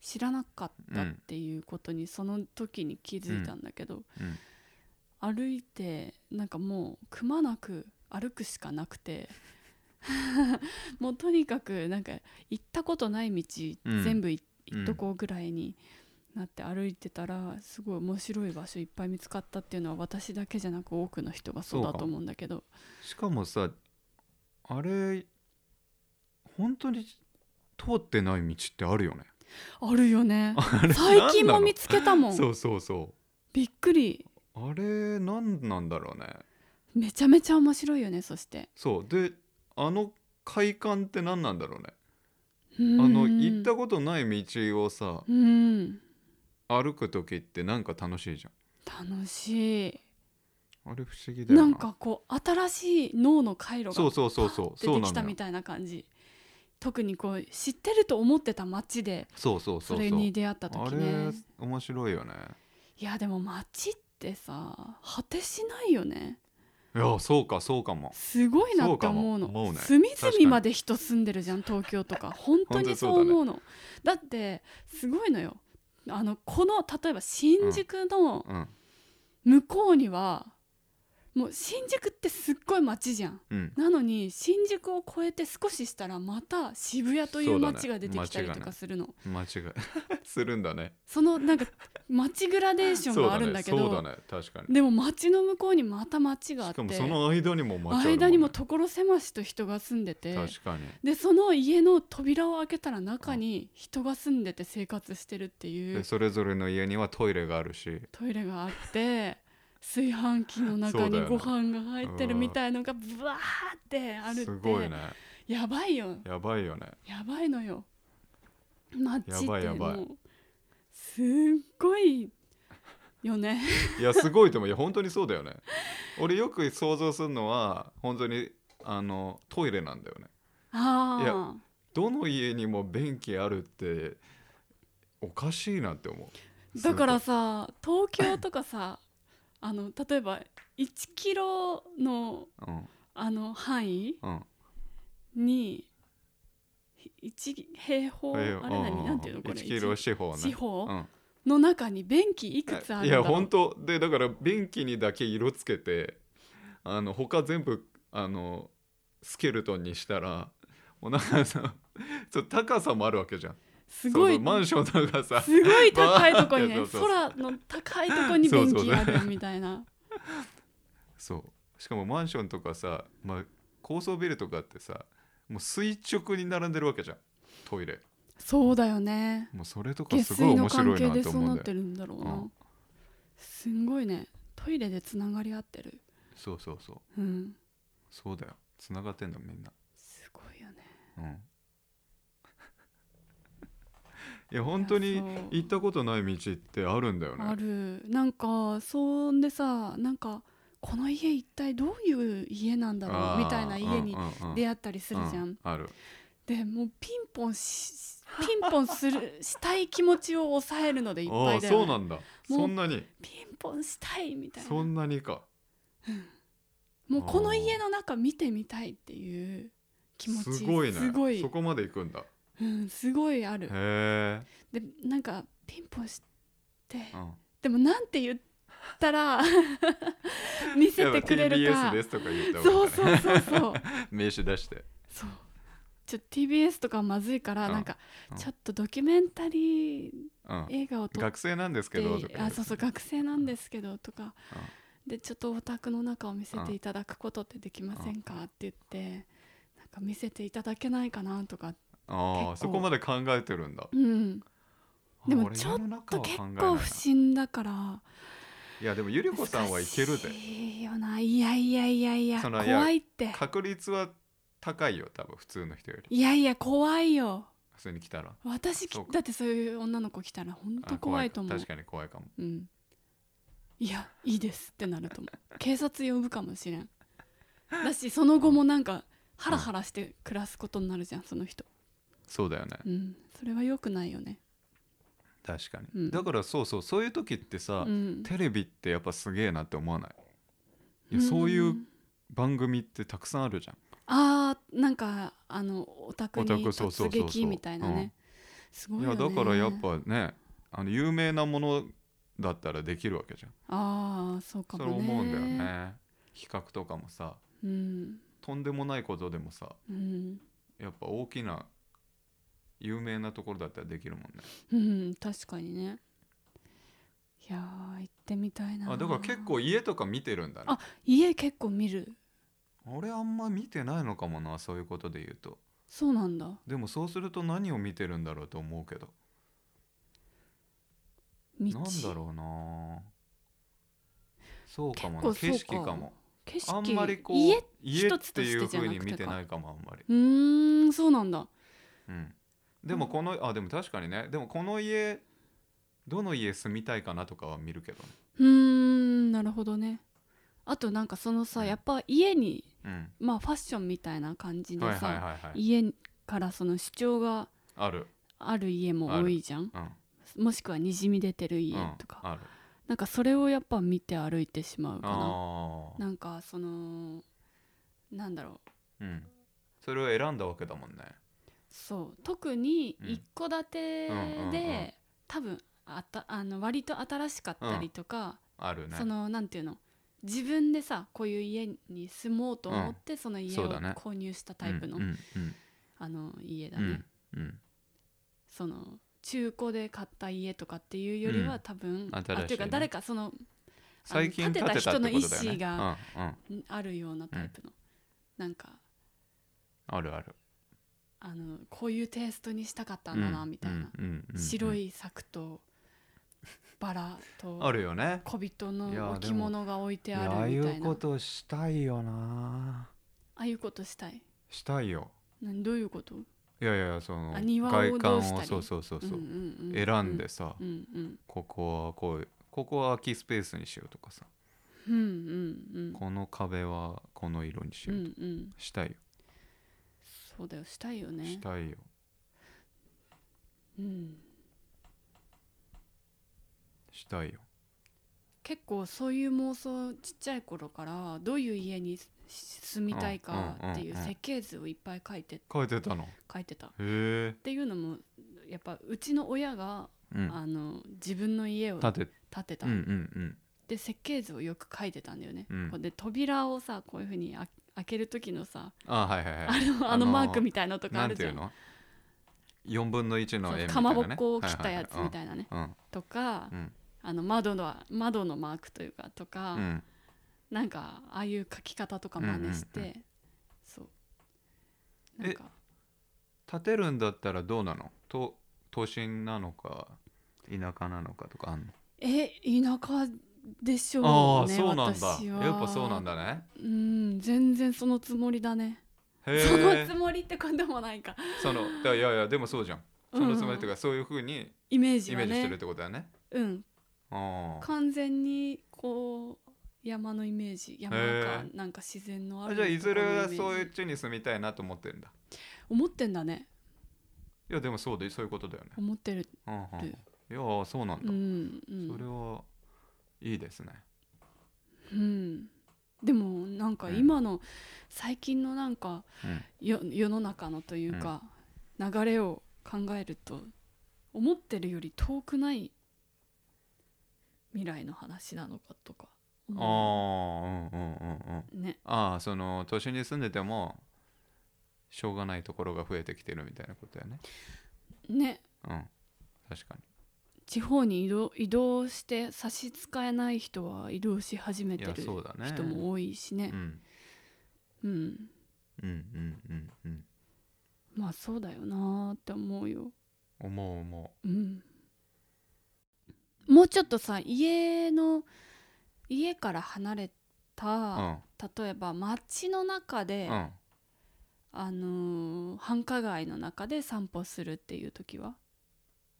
[SPEAKER 2] 知らなかったっていうことにその時に気づいたんだけど、
[SPEAKER 1] うん
[SPEAKER 2] 歩いてなんかもうくまなく歩くしかなくて もうとにかくなんか行ったことない道
[SPEAKER 1] うん
[SPEAKER 2] 全部い
[SPEAKER 1] うん
[SPEAKER 2] 行っとこうぐらいになって歩いてたらすごい面白い場所いっぱい見つかったっていうのは私だけじゃなく多くの人がそう
[SPEAKER 1] そう
[SPEAKER 2] だ
[SPEAKER 1] か
[SPEAKER 2] と思うんだけど
[SPEAKER 1] しかもさあれ本当に通ってない道ってあるよね
[SPEAKER 2] あるよ ね
[SPEAKER 1] あれ
[SPEAKER 2] 最
[SPEAKER 1] 何
[SPEAKER 2] 近
[SPEAKER 1] な
[SPEAKER 2] も
[SPEAKER 1] の
[SPEAKER 2] 見つけたも
[SPEAKER 1] そ
[SPEAKER 2] ん
[SPEAKER 1] うそうそ
[SPEAKER 2] びっくり
[SPEAKER 1] うあれ何なんだろうね
[SPEAKER 2] めちゃめちゃ面白いよねそして
[SPEAKER 1] そうであの快感って何なんだろうね
[SPEAKER 2] あ
[SPEAKER 1] あの行ったことない道をさ
[SPEAKER 2] うん
[SPEAKER 1] 歩く時ってなんか楽しいじ
[SPEAKER 2] 楽しい
[SPEAKER 1] ゃんあれ不思議だよ
[SPEAKER 2] な
[SPEAKER 1] なん
[SPEAKER 2] かこう新しい脳の回路が
[SPEAKER 1] そうそうそうそう
[SPEAKER 2] 出
[SPEAKER 1] そ
[SPEAKER 2] て
[SPEAKER 1] うな
[SPEAKER 2] きた
[SPEAKER 1] のよ
[SPEAKER 2] みたいな感じ特にこう知ってると思ってた街で
[SPEAKER 1] そうそうそ
[SPEAKER 2] そ
[SPEAKER 1] そ
[SPEAKER 2] う
[SPEAKER 1] う
[SPEAKER 2] れに出会った
[SPEAKER 1] あ
[SPEAKER 2] 時
[SPEAKER 1] れ
[SPEAKER 2] ね
[SPEAKER 1] 面白いよね
[SPEAKER 2] いやでも街ってさ果てしないよね
[SPEAKER 1] いやそうかそうかも
[SPEAKER 2] すごいなって思うの
[SPEAKER 1] そうかも思うね
[SPEAKER 2] 隅々まで人住んでるじゃん東京と か本当にそう思うのだってすごいのよあのこの例えば新宿の
[SPEAKER 1] うん
[SPEAKER 2] 向こうには、もう新宿ってすっごい街じゃん
[SPEAKER 1] うん
[SPEAKER 2] なのに新宿を越えて少ししたらまた渋谷とい
[SPEAKER 1] そううだね
[SPEAKER 2] 街が出てきたりと
[SPEAKER 1] 街が
[SPEAKER 2] か
[SPEAKER 1] ね
[SPEAKER 2] するのそ,、
[SPEAKER 1] 間違い するんだね
[SPEAKER 2] のなんか街グラデーション
[SPEAKER 1] そう
[SPEAKER 2] が
[SPEAKER 1] だ
[SPEAKER 2] あるん
[SPEAKER 1] ね
[SPEAKER 2] だけど
[SPEAKER 1] そうだね確かに
[SPEAKER 2] でも街の向こうにまた街があっ
[SPEAKER 1] してかもその間にも間違い
[SPEAKER 2] 間にも所狭しと人が住んでて
[SPEAKER 1] 確かに
[SPEAKER 2] でその家の扉を開けたら中に人が住んでて生活してるっていう
[SPEAKER 1] でそれぞれの家にはトイレがあるし
[SPEAKER 2] トイレが あって炊飯器の
[SPEAKER 1] そ
[SPEAKER 2] 中
[SPEAKER 1] うだ
[SPEAKER 2] に
[SPEAKER 1] よね
[SPEAKER 2] ご飯が入ってるみたいのがブワーってあるって
[SPEAKER 1] すごいね
[SPEAKER 2] やばいよ
[SPEAKER 1] やばいよね
[SPEAKER 2] やばいのよマッチっ
[SPEAKER 1] やばい
[SPEAKER 2] て
[SPEAKER 1] やばい
[SPEAKER 2] もうすっごいよね
[SPEAKER 1] いやすごいと思ういや本当にそうだよね俺よく想像するのは本当にあのトイレなんだよねい
[SPEAKER 2] ああ
[SPEAKER 1] やどの家にも便器あるっておかしいなって思う
[SPEAKER 2] だから
[SPEAKER 1] す
[SPEAKER 2] さ東京とかさあの例えば1キロの
[SPEAKER 1] ごいうん
[SPEAKER 2] あの範囲
[SPEAKER 1] うん
[SPEAKER 2] に1平方あ
[SPEAKER 1] い
[SPEAKER 2] れ
[SPEAKER 1] やうん
[SPEAKER 2] 何なんていうの
[SPEAKER 1] ん
[SPEAKER 2] これ
[SPEAKER 1] 1キロ
[SPEAKER 2] 一
[SPEAKER 1] 四方ね
[SPEAKER 2] 四方
[SPEAKER 1] うん
[SPEAKER 2] の中に便器いくつある
[SPEAKER 1] い
[SPEAKER 2] んだろ
[SPEAKER 1] や
[SPEAKER 2] う
[SPEAKER 1] 本当でだから便器にだけ色つけてあの他全部あのスケルトンにしたらもうなんかさそう高さもあるわけじゃん
[SPEAKER 2] すごい
[SPEAKER 1] そのマンションとかさ
[SPEAKER 2] すごい高いとこ にね
[SPEAKER 1] バーってそうそう
[SPEAKER 2] 空の高いとこに便器あるみたいな
[SPEAKER 1] そうしかもマンションとかさ、まあ、高層ビルとかってさもう垂直に並んでるわけじゃんトイレ
[SPEAKER 2] そうだよね
[SPEAKER 1] もうそれとかす
[SPEAKER 2] 下
[SPEAKER 1] ごい
[SPEAKER 2] 水の
[SPEAKER 1] 面白
[SPEAKER 2] 関
[SPEAKER 1] い
[SPEAKER 2] 係で
[SPEAKER 1] なと
[SPEAKER 2] そう
[SPEAKER 1] 思う
[SPEAKER 2] なんっ
[SPEAKER 1] だ
[SPEAKER 2] て
[SPEAKER 1] よ
[SPEAKER 2] るんだろうな、
[SPEAKER 1] うん
[SPEAKER 2] すんごいねトイレでつながり合ってる
[SPEAKER 1] そうそうそう
[SPEAKER 2] うん
[SPEAKER 1] そうだよつながってんだみんな
[SPEAKER 2] すごいよね
[SPEAKER 1] うん いや本当
[SPEAKER 2] い
[SPEAKER 1] に
[SPEAKER 2] やそう
[SPEAKER 1] 行ったことない道ってあるんだよね
[SPEAKER 2] あるなんかそんでさなんかこの家一体どういう家なんだろ
[SPEAKER 1] あ
[SPEAKER 2] う
[SPEAKER 1] ー
[SPEAKER 2] みたいな家に
[SPEAKER 1] うんうんうん
[SPEAKER 2] 出会ったりするじゃん、
[SPEAKER 1] うある
[SPEAKER 2] でもうピンポンしピンポンするしたい気持ちを抑えるのでいっ
[SPEAKER 1] あ
[SPEAKER 2] ぱ
[SPEAKER 1] あ
[SPEAKER 2] いだよ、ね、
[SPEAKER 1] そうなんだ
[SPEAKER 2] う
[SPEAKER 1] そんなに
[SPEAKER 2] ピンポンしたいみたいな
[SPEAKER 1] そんなにか
[SPEAKER 2] もうこの家の中見てみたいっていう気持ち
[SPEAKER 1] すごいね
[SPEAKER 2] すごい
[SPEAKER 1] そこまで行くんだ
[SPEAKER 2] うん、すごいある
[SPEAKER 1] へ
[SPEAKER 2] でなんかピンポンして
[SPEAKER 1] え、うん
[SPEAKER 2] でもなんて言った ら見せてくれる
[SPEAKER 1] やっぱ
[SPEAKER 2] か
[SPEAKER 1] TBS ですとか言った方
[SPEAKER 2] そ
[SPEAKER 1] が
[SPEAKER 2] う
[SPEAKER 1] いい
[SPEAKER 2] そうそう そう
[SPEAKER 1] 名刺出して
[SPEAKER 2] そうちょっと TBS とかはまずいから
[SPEAKER 1] うん
[SPEAKER 2] なんか
[SPEAKER 1] うん
[SPEAKER 2] ちょっとドキュメンタリー
[SPEAKER 1] うん
[SPEAKER 2] 映画を撮っ
[SPEAKER 1] 学生なんですけどと
[SPEAKER 2] て
[SPEAKER 1] か
[SPEAKER 2] あそうそう学生なんですけどとかでちょっとお宅の中を見せ
[SPEAKER 1] う
[SPEAKER 2] て
[SPEAKER 1] ん
[SPEAKER 2] いただくことってできませんかって言ってなんか見せていただけないかなとか
[SPEAKER 1] あ
[SPEAKER 2] 結構
[SPEAKER 1] あそこまで考えてるんだ
[SPEAKER 2] うんでも
[SPEAKER 1] あ俺
[SPEAKER 2] ちょっ
[SPEAKER 1] 家の中
[SPEAKER 2] と
[SPEAKER 1] は考え
[SPEAKER 2] 結
[SPEAKER 1] ないな
[SPEAKER 2] 構不審だから
[SPEAKER 1] いやでもゆりこさんはいけるで
[SPEAKER 2] 難しいよないやいやいやいや
[SPEAKER 1] そのいや
[SPEAKER 2] 怖いって
[SPEAKER 1] 確率は高いよ多分普通の人より
[SPEAKER 2] いやいや怖いよ
[SPEAKER 1] 普通に来たら
[SPEAKER 2] 私き
[SPEAKER 1] そうか
[SPEAKER 2] だってそういう女の子来たら本当
[SPEAKER 1] あ
[SPEAKER 2] 怖いと思う
[SPEAKER 1] 確かに怖いかも
[SPEAKER 2] うんいやいいですってなると思う警察呼ぶかもしれんだしその後もなんかハラハラして暮らすことになるじゃんその人
[SPEAKER 1] そうだよね
[SPEAKER 2] うんそれは良くないよね
[SPEAKER 1] 確かに、
[SPEAKER 2] うん
[SPEAKER 1] だからそうそうそういう時ってさ、
[SPEAKER 2] うん
[SPEAKER 1] テレビってやっぱすげえなって思わないいやそういう
[SPEAKER 2] うん
[SPEAKER 1] 番組ってたくさんあるじゃん
[SPEAKER 2] あーなんかあのオタクに
[SPEAKER 1] オタクそうそうそう
[SPEAKER 2] 突
[SPEAKER 1] そう
[SPEAKER 2] 撃みたいなねすごい
[SPEAKER 1] い
[SPEAKER 2] よ
[SPEAKER 1] や
[SPEAKER 2] ね
[SPEAKER 1] だからやっぱねあの有名なものだったらできるわけじゃん
[SPEAKER 2] ああそうか
[SPEAKER 1] そ
[SPEAKER 2] も
[SPEAKER 1] れ
[SPEAKER 2] ね
[SPEAKER 1] 思うんだよね企画とかもさ
[SPEAKER 2] うん
[SPEAKER 1] とんでもないことでもさ
[SPEAKER 2] うん、
[SPEAKER 1] やっぱ大きな有名なところだったらできるもんね
[SPEAKER 2] うん、確かにねいやー行ってみたいな
[SPEAKER 1] あだから結構家とか見てるんだね
[SPEAKER 2] あ家結構見る
[SPEAKER 1] 俺あんま見てないのかもなそういうことで言うと
[SPEAKER 2] そうなんだ
[SPEAKER 1] でもそうすると何を見てるんだろうと思うけど
[SPEAKER 2] 道
[SPEAKER 1] なんだろうなそうかもな
[SPEAKER 2] 結構
[SPEAKER 1] 景
[SPEAKER 2] そう
[SPEAKER 1] 色
[SPEAKER 2] か
[SPEAKER 1] かも
[SPEAKER 2] 景色
[SPEAKER 1] あんまりこう
[SPEAKER 2] 家
[SPEAKER 1] 家っ
[SPEAKER 2] 一つ
[SPEAKER 1] て
[SPEAKER 2] と
[SPEAKER 1] い
[SPEAKER 2] して
[SPEAKER 1] う
[SPEAKER 2] じ
[SPEAKER 1] ふ
[SPEAKER 2] ゃ
[SPEAKER 1] う
[SPEAKER 2] なくて
[SPEAKER 1] に
[SPEAKER 2] か
[SPEAKER 1] 見てないかもあんまり
[SPEAKER 2] うーんそうなんだ
[SPEAKER 1] うん、でもこの、あでも確かにねでもこの家どの家住みたいかなとかは見るけどね、
[SPEAKER 2] うーんなるほどねあとなんかそのさやっぱ家にまあファッションみたいな感じ
[SPEAKER 1] うん、
[SPEAKER 2] で
[SPEAKER 1] はい
[SPEAKER 2] さ、
[SPEAKER 1] はいはいはい
[SPEAKER 2] 家からその主張が
[SPEAKER 1] ある
[SPEAKER 2] ある家も多いじゃん
[SPEAKER 1] うん
[SPEAKER 2] もしくはにじみ出てる家
[SPEAKER 1] うん
[SPEAKER 2] とか、
[SPEAKER 1] ある
[SPEAKER 2] なんかそれをやっぱ見て歩いてしまうかな
[SPEAKER 1] ああ
[SPEAKER 2] なんかそのなんだろう
[SPEAKER 1] うんそれを選んだわけだもんね
[SPEAKER 2] そう特に
[SPEAKER 1] うん
[SPEAKER 2] 一戸建てで、
[SPEAKER 1] うんうんうん
[SPEAKER 2] 多分あたあの割と新しかったりとか、
[SPEAKER 1] あるね
[SPEAKER 2] そのなんていうの自分でさこういう家に住もうと思って、その家
[SPEAKER 1] そう
[SPEAKER 2] を
[SPEAKER 1] だね
[SPEAKER 2] 購入したタイプの、
[SPEAKER 1] うんうん
[SPEAKER 2] あの家だ
[SPEAKER 1] う
[SPEAKER 2] ね、
[SPEAKER 1] んうんうん
[SPEAKER 2] その中古で買った家とかっていうよりは、
[SPEAKER 1] うん
[SPEAKER 2] 多分
[SPEAKER 1] 新しいね
[SPEAKER 2] あというか誰かその
[SPEAKER 1] 最近建てたってことだよ
[SPEAKER 2] 建てた人の意
[SPEAKER 1] ね
[SPEAKER 2] 思が
[SPEAKER 1] うんうん、
[SPEAKER 2] んあるようなタイプの、なんか
[SPEAKER 1] あるある
[SPEAKER 2] あのこういうテイストにしたかったんだな、みたいな、
[SPEAKER 1] うんうんうんうん
[SPEAKER 2] 白い柵とバラと
[SPEAKER 1] あるよね
[SPEAKER 2] 小人
[SPEAKER 1] いや
[SPEAKER 2] の
[SPEAKER 1] で
[SPEAKER 2] 置
[SPEAKER 1] も
[SPEAKER 2] 物が置い
[SPEAKER 1] い
[SPEAKER 2] て
[SPEAKER 1] やあ
[SPEAKER 2] あ
[SPEAKER 1] あ
[SPEAKER 2] る
[SPEAKER 1] い
[SPEAKER 2] みたいうな
[SPEAKER 1] ことしたいよな
[SPEAKER 2] ああいうことしたい
[SPEAKER 1] したいよ
[SPEAKER 2] 何どういうこと
[SPEAKER 1] いやいやその
[SPEAKER 2] あ庭を
[SPEAKER 1] 外
[SPEAKER 2] どう
[SPEAKER 1] 観
[SPEAKER 2] した
[SPEAKER 1] を
[SPEAKER 2] り
[SPEAKER 1] そうそうそうそう、
[SPEAKER 2] んう
[SPEAKER 1] 選んでさ、
[SPEAKER 2] うんうん
[SPEAKER 1] ここはこうここは空きスペースにしようとかさ、
[SPEAKER 2] うんうん
[SPEAKER 1] この壁はこの色にし
[SPEAKER 2] うんう
[SPEAKER 1] ようとか、
[SPEAKER 2] んうん
[SPEAKER 1] したいよ、
[SPEAKER 2] そうだよしたいよね
[SPEAKER 1] したいよ
[SPEAKER 2] うん
[SPEAKER 1] したいよ
[SPEAKER 2] 結構そういう妄想ちっちゃい頃からどういう家に住みたいかってい
[SPEAKER 1] うんうん
[SPEAKER 2] う
[SPEAKER 1] うんうん
[SPEAKER 2] 設計図をいっぱい書いて
[SPEAKER 1] 書いてたのへ
[SPEAKER 2] 書いてたっ
[SPEAKER 1] え、
[SPEAKER 2] ていうのもやっぱうちの親が、
[SPEAKER 1] うん、
[SPEAKER 2] あの自分の家を
[SPEAKER 1] 立
[SPEAKER 2] 建
[SPEAKER 1] て
[SPEAKER 2] てた
[SPEAKER 1] うんうん
[SPEAKER 2] で設計図をよく書いてたんだよね、
[SPEAKER 1] うん
[SPEAKER 2] こうで扉をさこういうふうにあ開ける時のさ
[SPEAKER 1] あはいはい
[SPEAKER 2] あ
[SPEAKER 1] はい
[SPEAKER 2] のあのマークみたいなのとか
[SPEAKER 1] な
[SPEAKER 2] あ
[SPEAKER 1] ん
[SPEAKER 2] る
[SPEAKER 1] てい
[SPEAKER 2] じゃ
[SPEAKER 1] うんの4分の1の絵みたいな、ね、
[SPEAKER 2] そうかまぼっこを切ったやつみ
[SPEAKER 1] い
[SPEAKER 2] たいなね、
[SPEAKER 1] な、うん
[SPEAKER 2] とか、
[SPEAKER 1] うん
[SPEAKER 2] あの窓の窓のマークというかとか、
[SPEAKER 1] うん
[SPEAKER 2] なんかああいう書き方とか真似して、
[SPEAKER 1] うんう
[SPEAKER 2] そうなんか
[SPEAKER 1] 立てるんだったらどうなのと都心なのか田舎なのかとかあんの
[SPEAKER 2] え田舎でしょうね
[SPEAKER 1] ああそうなんだ
[SPEAKER 2] 私は
[SPEAKER 1] やっぱそうなんだね
[SPEAKER 2] うん全然そのつもりだね、
[SPEAKER 1] へ
[SPEAKER 2] その
[SPEAKER 1] え
[SPEAKER 2] つもりってこともないか
[SPEAKER 1] そのだからいやいやでもそうじゃんそのつもりというかそういうふうに
[SPEAKER 2] イメージ
[SPEAKER 1] イ
[SPEAKER 2] は
[SPEAKER 1] メージしてるっ
[SPEAKER 2] ね
[SPEAKER 1] てことだよね
[SPEAKER 2] うん
[SPEAKER 1] ああ
[SPEAKER 2] 完全にこう山のイメージ山か
[SPEAKER 1] へ
[SPEAKER 2] なんか自然のあ
[SPEAKER 1] あ
[SPEAKER 2] る
[SPEAKER 1] じゃあいずれは
[SPEAKER 2] ところのイメージ
[SPEAKER 1] そういう地に住みたいなと思ってるんだ
[SPEAKER 2] 思ってんだね
[SPEAKER 1] いやでもそうでそういうことだよね
[SPEAKER 2] 思ってる
[SPEAKER 1] うんうんうんいやそうなん
[SPEAKER 2] う
[SPEAKER 1] だ
[SPEAKER 2] んう
[SPEAKER 1] それ
[SPEAKER 2] ん、
[SPEAKER 1] はいいですね
[SPEAKER 2] うん、でもなんか今の最近のなんか
[SPEAKER 1] うん
[SPEAKER 2] よ世の中のというか流れを考えると思ってるより遠くない未来の話なのかとか
[SPEAKER 1] ああ
[SPEAKER 2] 思
[SPEAKER 1] うんうんうんうん
[SPEAKER 2] うね
[SPEAKER 1] ああその都心に住んでてもしょうがないところが増えてきてるみたいなことだよね
[SPEAKER 2] ね
[SPEAKER 1] うん確か
[SPEAKER 2] 地方に移動移動して差し支えない人は移動し始め
[SPEAKER 1] にい
[SPEAKER 2] て
[SPEAKER 1] や
[SPEAKER 2] る
[SPEAKER 1] そうだね
[SPEAKER 2] 人も多いしね
[SPEAKER 1] うん
[SPEAKER 2] うん、
[SPEAKER 1] うんうんうんうん
[SPEAKER 2] まあそうだよなーって思うよ、
[SPEAKER 1] 思う思
[SPEAKER 2] うん、もうちょっとさ家の家から離れ
[SPEAKER 1] う
[SPEAKER 2] た、
[SPEAKER 1] ん
[SPEAKER 2] 例えば街の中で、
[SPEAKER 1] うん
[SPEAKER 2] あのー繁華街の中で散歩するっていう時は、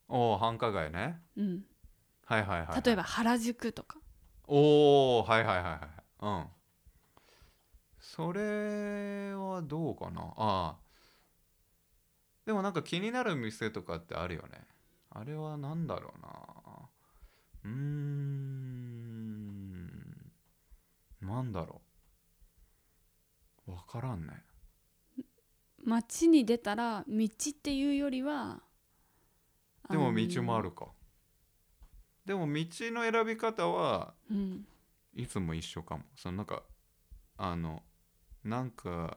[SPEAKER 1] おお繁華街ね
[SPEAKER 2] うん、
[SPEAKER 1] はいはいはいはい
[SPEAKER 2] 例えば原宿とか、
[SPEAKER 1] おおはいはいはいはいうんそれはどうかなああでもなんか気になる店とかってあるよねあれは何だろうなうーんなんだろうわからんね
[SPEAKER 2] 街に出たら道っていうよりは
[SPEAKER 1] でも道もあ
[SPEAKER 2] る、
[SPEAKER 1] るかでも道の選び方は
[SPEAKER 2] うん、
[SPEAKER 1] いつも一緒かもそのなんかあのなんか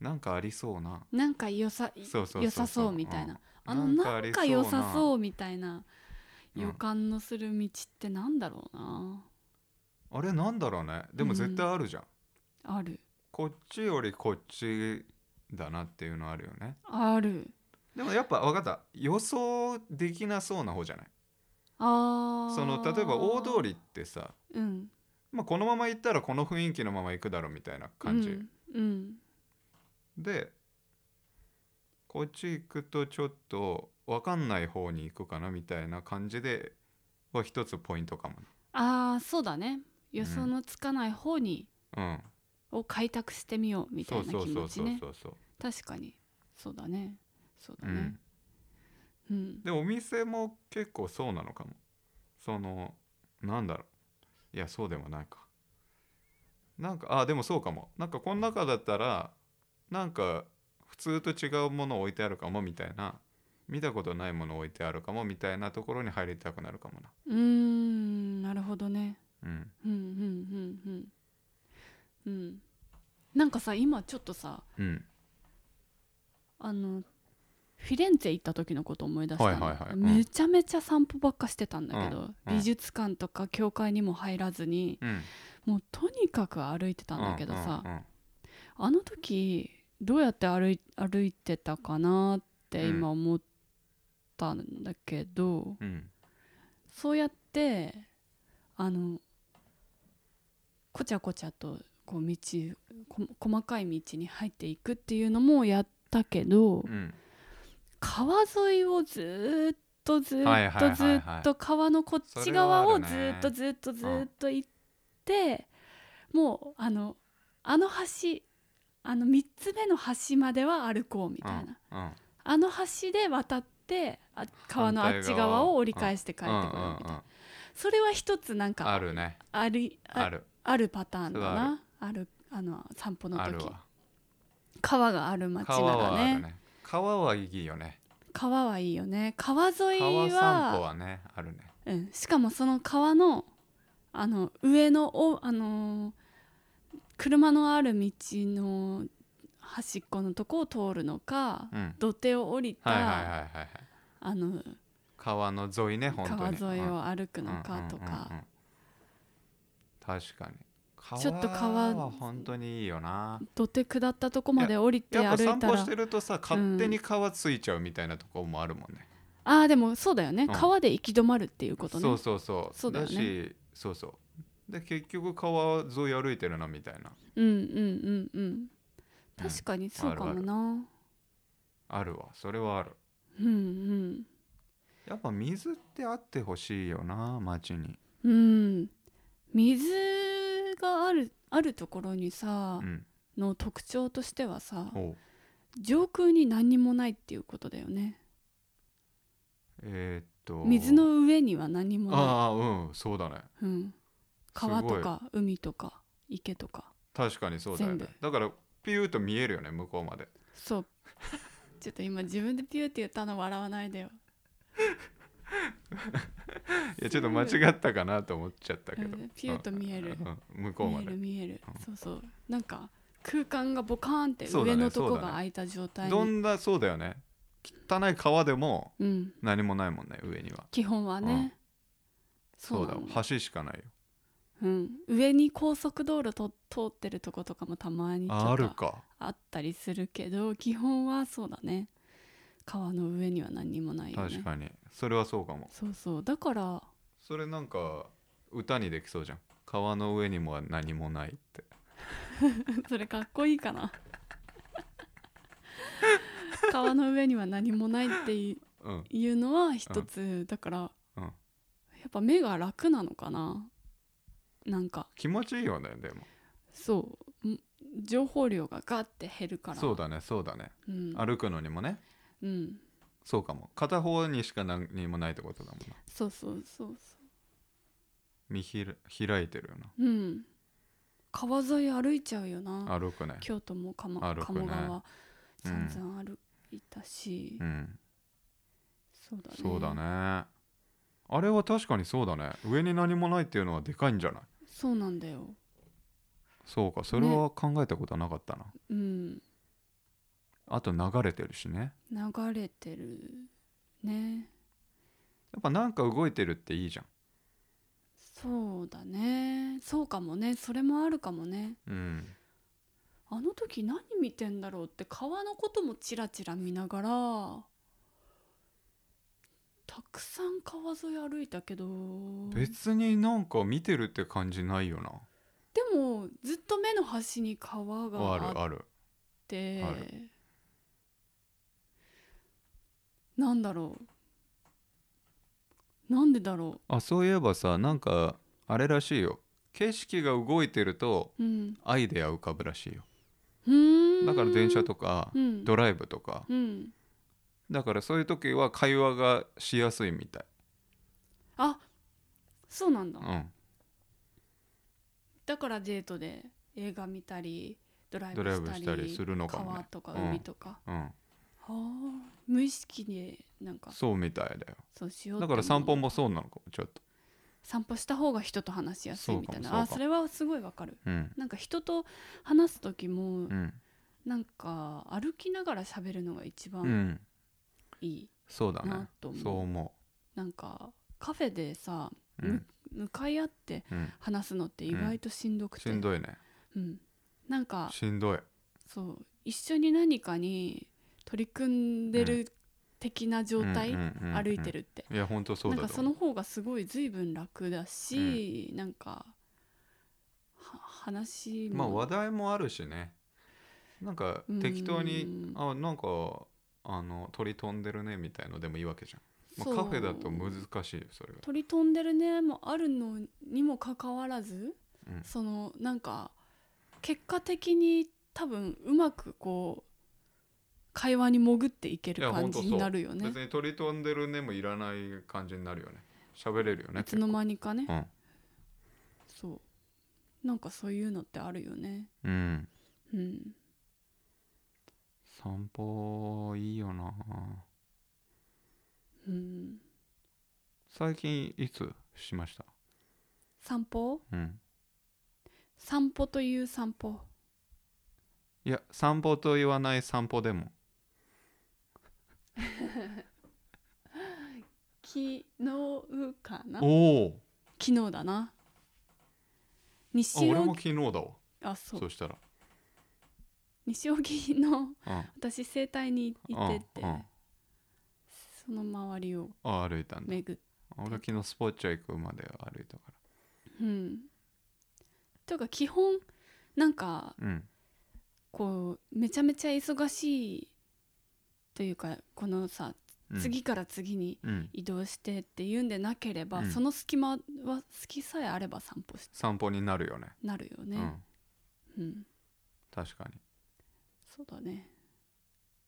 [SPEAKER 1] なんかありそうな
[SPEAKER 2] なんか良さ
[SPEAKER 1] そうそうそう
[SPEAKER 2] 良さそうみたいな、、あの
[SPEAKER 1] なんか
[SPEAKER 2] な
[SPEAKER 1] あり
[SPEAKER 2] ん
[SPEAKER 1] そう
[SPEAKER 2] か
[SPEAKER 1] な
[SPEAKER 2] 良さそうみたいな
[SPEAKER 1] うん
[SPEAKER 2] 予感のする道ってなんだろうな、
[SPEAKER 1] うんあれなんだろうねでも絶対あるじゃん、
[SPEAKER 2] ある
[SPEAKER 1] こっちよりこっちだなっていうのあるよね
[SPEAKER 2] ある
[SPEAKER 1] でもやっぱ分かった予想できなそうな方じゃない
[SPEAKER 2] あー
[SPEAKER 1] その例えば大通りってさ、
[SPEAKER 2] うん
[SPEAKER 1] まあ、このまま行ったらこの雰囲気のまま行くだろうみたいな感じ、
[SPEAKER 2] うん、うん
[SPEAKER 1] でこっち行くとちょっと分かんない方に行くかなみたいな感じでは一つポイントかもね
[SPEAKER 2] ああそうだね予想のつかない方に、
[SPEAKER 1] うん
[SPEAKER 2] を開拓してみようみた
[SPEAKER 1] そ
[SPEAKER 2] いうな
[SPEAKER 1] そう
[SPEAKER 2] 気
[SPEAKER 1] そう
[SPEAKER 2] 持ち
[SPEAKER 1] そう
[SPEAKER 2] ね
[SPEAKER 1] そうそう、
[SPEAKER 2] 確かにそうだねそう
[SPEAKER 1] う
[SPEAKER 2] だね
[SPEAKER 1] ん、
[SPEAKER 2] うん、
[SPEAKER 1] でお店も結構そうなのかもそのなんだろういやそうでもないかなんかあでもそうかもなんかこの中だったらなんか普通と違うもの置いてあるかもみたいな見たことないもの置いてあるかもみたいなところに入りたくなるかもな
[SPEAKER 2] うーんなるほどね
[SPEAKER 1] うん
[SPEAKER 2] うんうんうんうんうんなんかさ今ちょっとさ
[SPEAKER 1] うん
[SPEAKER 2] あのフィレンツェ行った時のこと思い出したの、
[SPEAKER 1] はいはいはいうん
[SPEAKER 2] めちゃめちゃ散歩ばっかしてたんだけど、
[SPEAKER 1] うん
[SPEAKER 2] 美術館とか教会にも入らずに
[SPEAKER 1] うん、
[SPEAKER 2] もうとにかく歩いてたんだけどさ、
[SPEAKER 1] うんうんうん
[SPEAKER 2] あの時どうやって歩い歩いてたかなって今思ったんだけど、
[SPEAKER 1] うん
[SPEAKER 2] そうやってあのこちゃこちゃとこう道こ細かい道に入っていくっていうのもやったけ
[SPEAKER 1] う
[SPEAKER 2] ど
[SPEAKER 1] ん
[SPEAKER 2] 川沿いをずーっとず
[SPEAKER 1] はい
[SPEAKER 2] ーっ
[SPEAKER 1] はいはいは
[SPEAKER 2] と
[SPEAKER 1] い
[SPEAKER 2] ずーっと川のこっち側をず
[SPEAKER 1] それはある
[SPEAKER 2] ー
[SPEAKER 1] ね
[SPEAKER 2] っとずーっとずーっと行ってもうあのあの橋あの3つ目の橋までは歩こうみたいな。
[SPEAKER 1] うん
[SPEAKER 2] あの橋で渡ってあ川のあっち側を折り返して帰って
[SPEAKER 1] うん
[SPEAKER 2] くるみたいな、それは一つなん
[SPEAKER 1] うんあ
[SPEAKER 2] か
[SPEAKER 1] るね
[SPEAKER 2] ありあ
[SPEAKER 1] あ
[SPEAKER 2] ある
[SPEAKER 1] る
[SPEAKER 2] パターンだなあるあの散歩の
[SPEAKER 1] ある
[SPEAKER 2] 時
[SPEAKER 1] わ
[SPEAKER 2] 川がある町な
[SPEAKER 1] 川は
[SPEAKER 2] ら
[SPEAKER 1] ある
[SPEAKER 2] ね
[SPEAKER 1] ね川はいいよね
[SPEAKER 2] 川はいいよね川沿い
[SPEAKER 1] 川散歩
[SPEAKER 2] は
[SPEAKER 1] はねあるね
[SPEAKER 2] うん、しかもその川のあの上のお、あのー車のある道の端っこのとこを通るのか、
[SPEAKER 1] うん
[SPEAKER 2] 土手を降りた、
[SPEAKER 1] はいはいはいはいはい
[SPEAKER 2] あの
[SPEAKER 1] 川の沿いね本当
[SPEAKER 2] 川
[SPEAKER 1] に
[SPEAKER 2] 沿い
[SPEAKER 1] うん
[SPEAKER 2] を歩くのかと
[SPEAKER 1] うんうん
[SPEAKER 2] か
[SPEAKER 1] うんうん確かに川
[SPEAKER 2] ちょっと川
[SPEAKER 1] は本当にいいよな
[SPEAKER 2] 土手下ったとこまで降りて
[SPEAKER 1] や
[SPEAKER 2] 歩
[SPEAKER 1] っぱ
[SPEAKER 2] い
[SPEAKER 1] 散
[SPEAKER 2] た
[SPEAKER 1] 歩
[SPEAKER 2] ら
[SPEAKER 1] してるとさ勝手に川ついちゃうみたいなとこもあるもんね
[SPEAKER 2] ああでもそうだよね、
[SPEAKER 1] ん
[SPEAKER 2] 川で行き止まるっていうことね
[SPEAKER 1] そうそうそう
[SPEAKER 2] そうだよね
[SPEAKER 1] しそうそうで結局川沿い歩いてるなみたいな
[SPEAKER 2] うんうんうんうん確かにそうかもな、
[SPEAKER 1] あるわそれはある
[SPEAKER 2] うんうん
[SPEAKER 1] やっぱ水ってあってほしいよな街に
[SPEAKER 2] うん水があるあるところにさ
[SPEAKER 1] う、ん
[SPEAKER 2] の特徴としてはさ
[SPEAKER 1] おう
[SPEAKER 2] 上空に何にもないっていうことだよね
[SPEAKER 1] えーっと
[SPEAKER 2] 水の上には何もな
[SPEAKER 1] ああうんそうだね
[SPEAKER 2] い、うん、川
[SPEAKER 1] すご
[SPEAKER 2] と
[SPEAKER 1] い
[SPEAKER 2] か海とか池とか
[SPEAKER 1] 確かにそうだよ
[SPEAKER 2] 全
[SPEAKER 1] ねだからピューと見えるよね向こうまで
[SPEAKER 2] そう ちょっと今自分でピューって言ったの笑わないでよ
[SPEAKER 1] いやちょっと間違ったかなと思っちゃったけど
[SPEAKER 2] うんピューと見える
[SPEAKER 1] うん向こうま
[SPEAKER 2] 見え
[SPEAKER 1] で
[SPEAKER 2] る見える
[SPEAKER 1] うん
[SPEAKER 2] そうそうなんか空間がボカーンって
[SPEAKER 1] そうだ
[SPEAKER 2] 上
[SPEAKER 1] ね
[SPEAKER 2] のと
[SPEAKER 1] そう
[SPEAKER 2] こ
[SPEAKER 1] だ
[SPEAKER 2] が
[SPEAKER 1] ね
[SPEAKER 2] 空いた状態に
[SPEAKER 1] どんなそうだよね汚い川でも
[SPEAKER 2] うん
[SPEAKER 1] 何もないもんね上には
[SPEAKER 2] 基本はね、
[SPEAKER 1] うん
[SPEAKER 2] そう
[SPEAKER 1] だ
[SPEAKER 2] だ
[SPEAKER 1] わ橋しかないよ
[SPEAKER 2] うん、上に高速道路と通ってるとことかもたまにちょっ
[SPEAKER 1] あ
[SPEAKER 2] と
[SPEAKER 1] あるか
[SPEAKER 2] あったりするけど基本はそうだね川の上には何にもないよね
[SPEAKER 1] 確かにそれはそうかも
[SPEAKER 2] そうそうだから
[SPEAKER 1] それなんか歌にできそうじゃん川の上にも何もないって
[SPEAKER 2] それかっこいいかな川の上には何もないってい
[SPEAKER 1] うん
[SPEAKER 2] いうのは一つだから、
[SPEAKER 1] うん
[SPEAKER 2] やっぱ目が楽なのかななんか
[SPEAKER 1] 気持ちいいよねでも
[SPEAKER 2] そうん情報量がガッて減るから
[SPEAKER 1] そうだねそうだね、
[SPEAKER 2] うん
[SPEAKER 1] 歩くのにもね
[SPEAKER 2] うん、
[SPEAKER 1] そうかも片方にしか何もないってことだもんな
[SPEAKER 2] そうそうそうそ
[SPEAKER 1] 見ひら開いてるよ
[SPEAKER 2] ううん川沿い歩いちゃうよ
[SPEAKER 1] な
[SPEAKER 2] な
[SPEAKER 1] 歩くね
[SPEAKER 2] 京都も鴨,、
[SPEAKER 1] 歩くね
[SPEAKER 2] 鴨川
[SPEAKER 1] う
[SPEAKER 2] 散
[SPEAKER 1] ん
[SPEAKER 2] 々歩いたし、
[SPEAKER 1] うん
[SPEAKER 2] そうだね
[SPEAKER 1] そうだねあれは確かにそうだね上に何もないっていうのはでかいんじゃない
[SPEAKER 2] そうなんだよ
[SPEAKER 1] そうかそれは考えたことはなかったな、
[SPEAKER 2] うん
[SPEAKER 1] あと流れてるしね
[SPEAKER 2] 流れてるね
[SPEAKER 1] やっぱなんか動いてるっていいじゃん
[SPEAKER 2] そうだねそうかもねそれもあるかもね
[SPEAKER 1] うん
[SPEAKER 2] あの時何見てんだろうって川のこともチラチラ見ながらたくさん川沿い歩いたけどで
[SPEAKER 1] 別になんか見てるって感じないよな
[SPEAKER 2] もずっと目の端に川
[SPEAKER 1] あ
[SPEAKER 2] が
[SPEAKER 1] る
[SPEAKER 2] あっ
[SPEAKER 1] ある
[SPEAKER 2] て
[SPEAKER 1] ある
[SPEAKER 2] なんだろうなんでだろ
[SPEAKER 1] あそういえばさなんかあれらしいよ景色が動いてると
[SPEAKER 2] ううん
[SPEAKER 1] アイデア浮かぶらしいよ
[SPEAKER 2] うーん
[SPEAKER 1] だから電車とか
[SPEAKER 2] うん
[SPEAKER 1] ドライブとか
[SPEAKER 2] うん
[SPEAKER 1] だからそういう時は会話がしやすいみたい
[SPEAKER 2] あそうなんだ、
[SPEAKER 1] うん
[SPEAKER 2] だからデートで映画見たりドライブ
[SPEAKER 1] ドライブ
[SPEAKER 2] したり
[SPEAKER 1] したりするのかも
[SPEAKER 2] 川
[SPEAKER 1] ね
[SPEAKER 2] とか
[SPEAKER 1] うん
[SPEAKER 2] 海とか、
[SPEAKER 1] うん
[SPEAKER 2] はあ無意識でなんか
[SPEAKER 1] そうみたいだよ
[SPEAKER 2] そうしようって
[SPEAKER 1] だから散歩
[SPEAKER 2] 思う
[SPEAKER 1] もそうなのかもちょっと
[SPEAKER 2] 散歩した方が人と話しやすいみたい
[SPEAKER 1] そうか
[SPEAKER 2] な
[SPEAKER 1] も
[SPEAKER 2] あ
[SPEAKER 1] そうかも
[SPEAKER 2] それはすごいわかる
[SPEAKER 1] うん
[SPEAKER 2] なんか人と話す時も
[SPEAKER 1] うん
[SPEAKER 2] なんか歩きながら喋るのが一
[SPEAKER 1] う
[SPEAKER 2] 番
[SPEAKER 1] ん
[SPEAKER 2] いい、
[SPEAKER 1] そうだね
[SPEAKER 2] なと思う
[SPEAKER 1] そう思
[SPEAKER 2] なんかカフェでさ、
[SPEAKER 1] ううん
[SPEAKER 2] む向かい合って
[SPEAKER 1] うん
[SPEAKER 2] 話すのって意外としんどく
[SPEAKER 1] し
[SPEAKER 2] て、
[SPEAKER 1] んどいね
[SPEAKER 2] うんなんか
[SPEAKER 1] しんどい
[SPEAKER 2] そう一緒に何かに取り組んでる的な状
[SPEAKER 1] う
[SPEAKER 2] 態、
[SPEAKER 1] んうんうんうん
[SPEAKER 2] 歩いてるって、
[SPEAKER 1] いや本当そうだ
[SPEAKER 2] なん
[SPEAKER 1] と
[SPEAKER 2] かそ
[SPEAKER 1] 思
[SPEAKER 2] の
[SPEAKER 1] う
[SPEAKER 2] 方がすごい随分楽だし、なんかは話
[SPEAKER 1] まあ
[SPEAKER 2] も、
[SPEAKER 1] 話題もあるしねなんか適当に
[SPEAKER 2] うん
[SPEAKER 1] あなんかあの鳥飛んでるねみたいのでもいいわけじゃんま
[SPEAKER 2] そう
[SPEAKER 1] あ、カフェだと難しいよそれが
[SPEAKER 2] 鳥飛んでるねもあるのにもかかわらず、
[SPEAKER 1] うん
[SPEAKER 2] そのなんか結果的に多分うまくこう会話に潜っていけ
[SPEAKER 1] い
[SPEAKER 2] る
[SPEAKER 1] や
[SPEAKER 2] 感
[SPEAKER 1] 本当
[SPEAKER 2] じ
[SPEAKER 1] そう
[SPEAKER 2] になるよね
[SPEAKER 1] 別に鳥飛んでるねもいらない感じになるよね喋れるよね
[SPEAKER 2] いつの間にかね、
[SPEAKER 1] 結構
[SPEAKER 2] そうなんかそういうのってあるよね
[SPEAKER 1] うん、うん、
[SPEAKER 2] うん
[SPEAKER 1] 散歩いいよな
[SPEAKER 2] うん
[SPEAKER 1] 最近いつしました
[SPEAKER 2] 散歩
[SPEAKER 1] うん
[SPEAKER 2] 散歩という散歩
[SPEAKER 1] いや散歩と言わない散歩でも
[SPEAKER 2] 昨日かな
[SPEAKER 1] おお
[SPEAKER 2] 昨日だな
[SPEAKER 1] あ
[SPEAKER 2] 西
[SPEAKER 1] 俺も
[SPEAKER 2] 荻
[SPEAKER 1] 昨日だわ
[SPEAKER 2] あそう
[SPEAKER 1] そしたら
[SPEAKER 2] 西荻の
[SPEAKER 1] うん
[SPEAKER 2] 私整体に
[SPEAKER 1] うん
[SPEAKER 2] 行ってて、
[SPEAKER 1] うん
[SPEAKER 2] その周りを
[SPEAKER 1] あ歩いたんだ
[SPEAKER 2] 巡っ
[SPEAKER 1] 俺昨日スポッチャ行くまで歩いたか
[SPEAKER 2] うんというか基本なんから
[SPEAKER 1] うん
[SPEAKER 2] こうめちゃめちゃ忙しいというかこのさ
[SPEAKER 1] うん
[SPEAKER 2] 次から次に
[SPEAKER 1] うん
[SPEAKER 2] 移動してっていうんでなければ、
[SPEAKER 1] うん
[SPEAKER 2] その隙間は隙さえあれば散歩し
[SPEAKER 1] 散歩になるよね
[SPEAKER 2] なるよ
[SPEAKER 1] う
[SPEAKER 2] ね
[SPEAKER 1] ん
[SPEAKER 2] うん、
[SPEAKER 1] 確かに
[SPEAKER 2] そうだね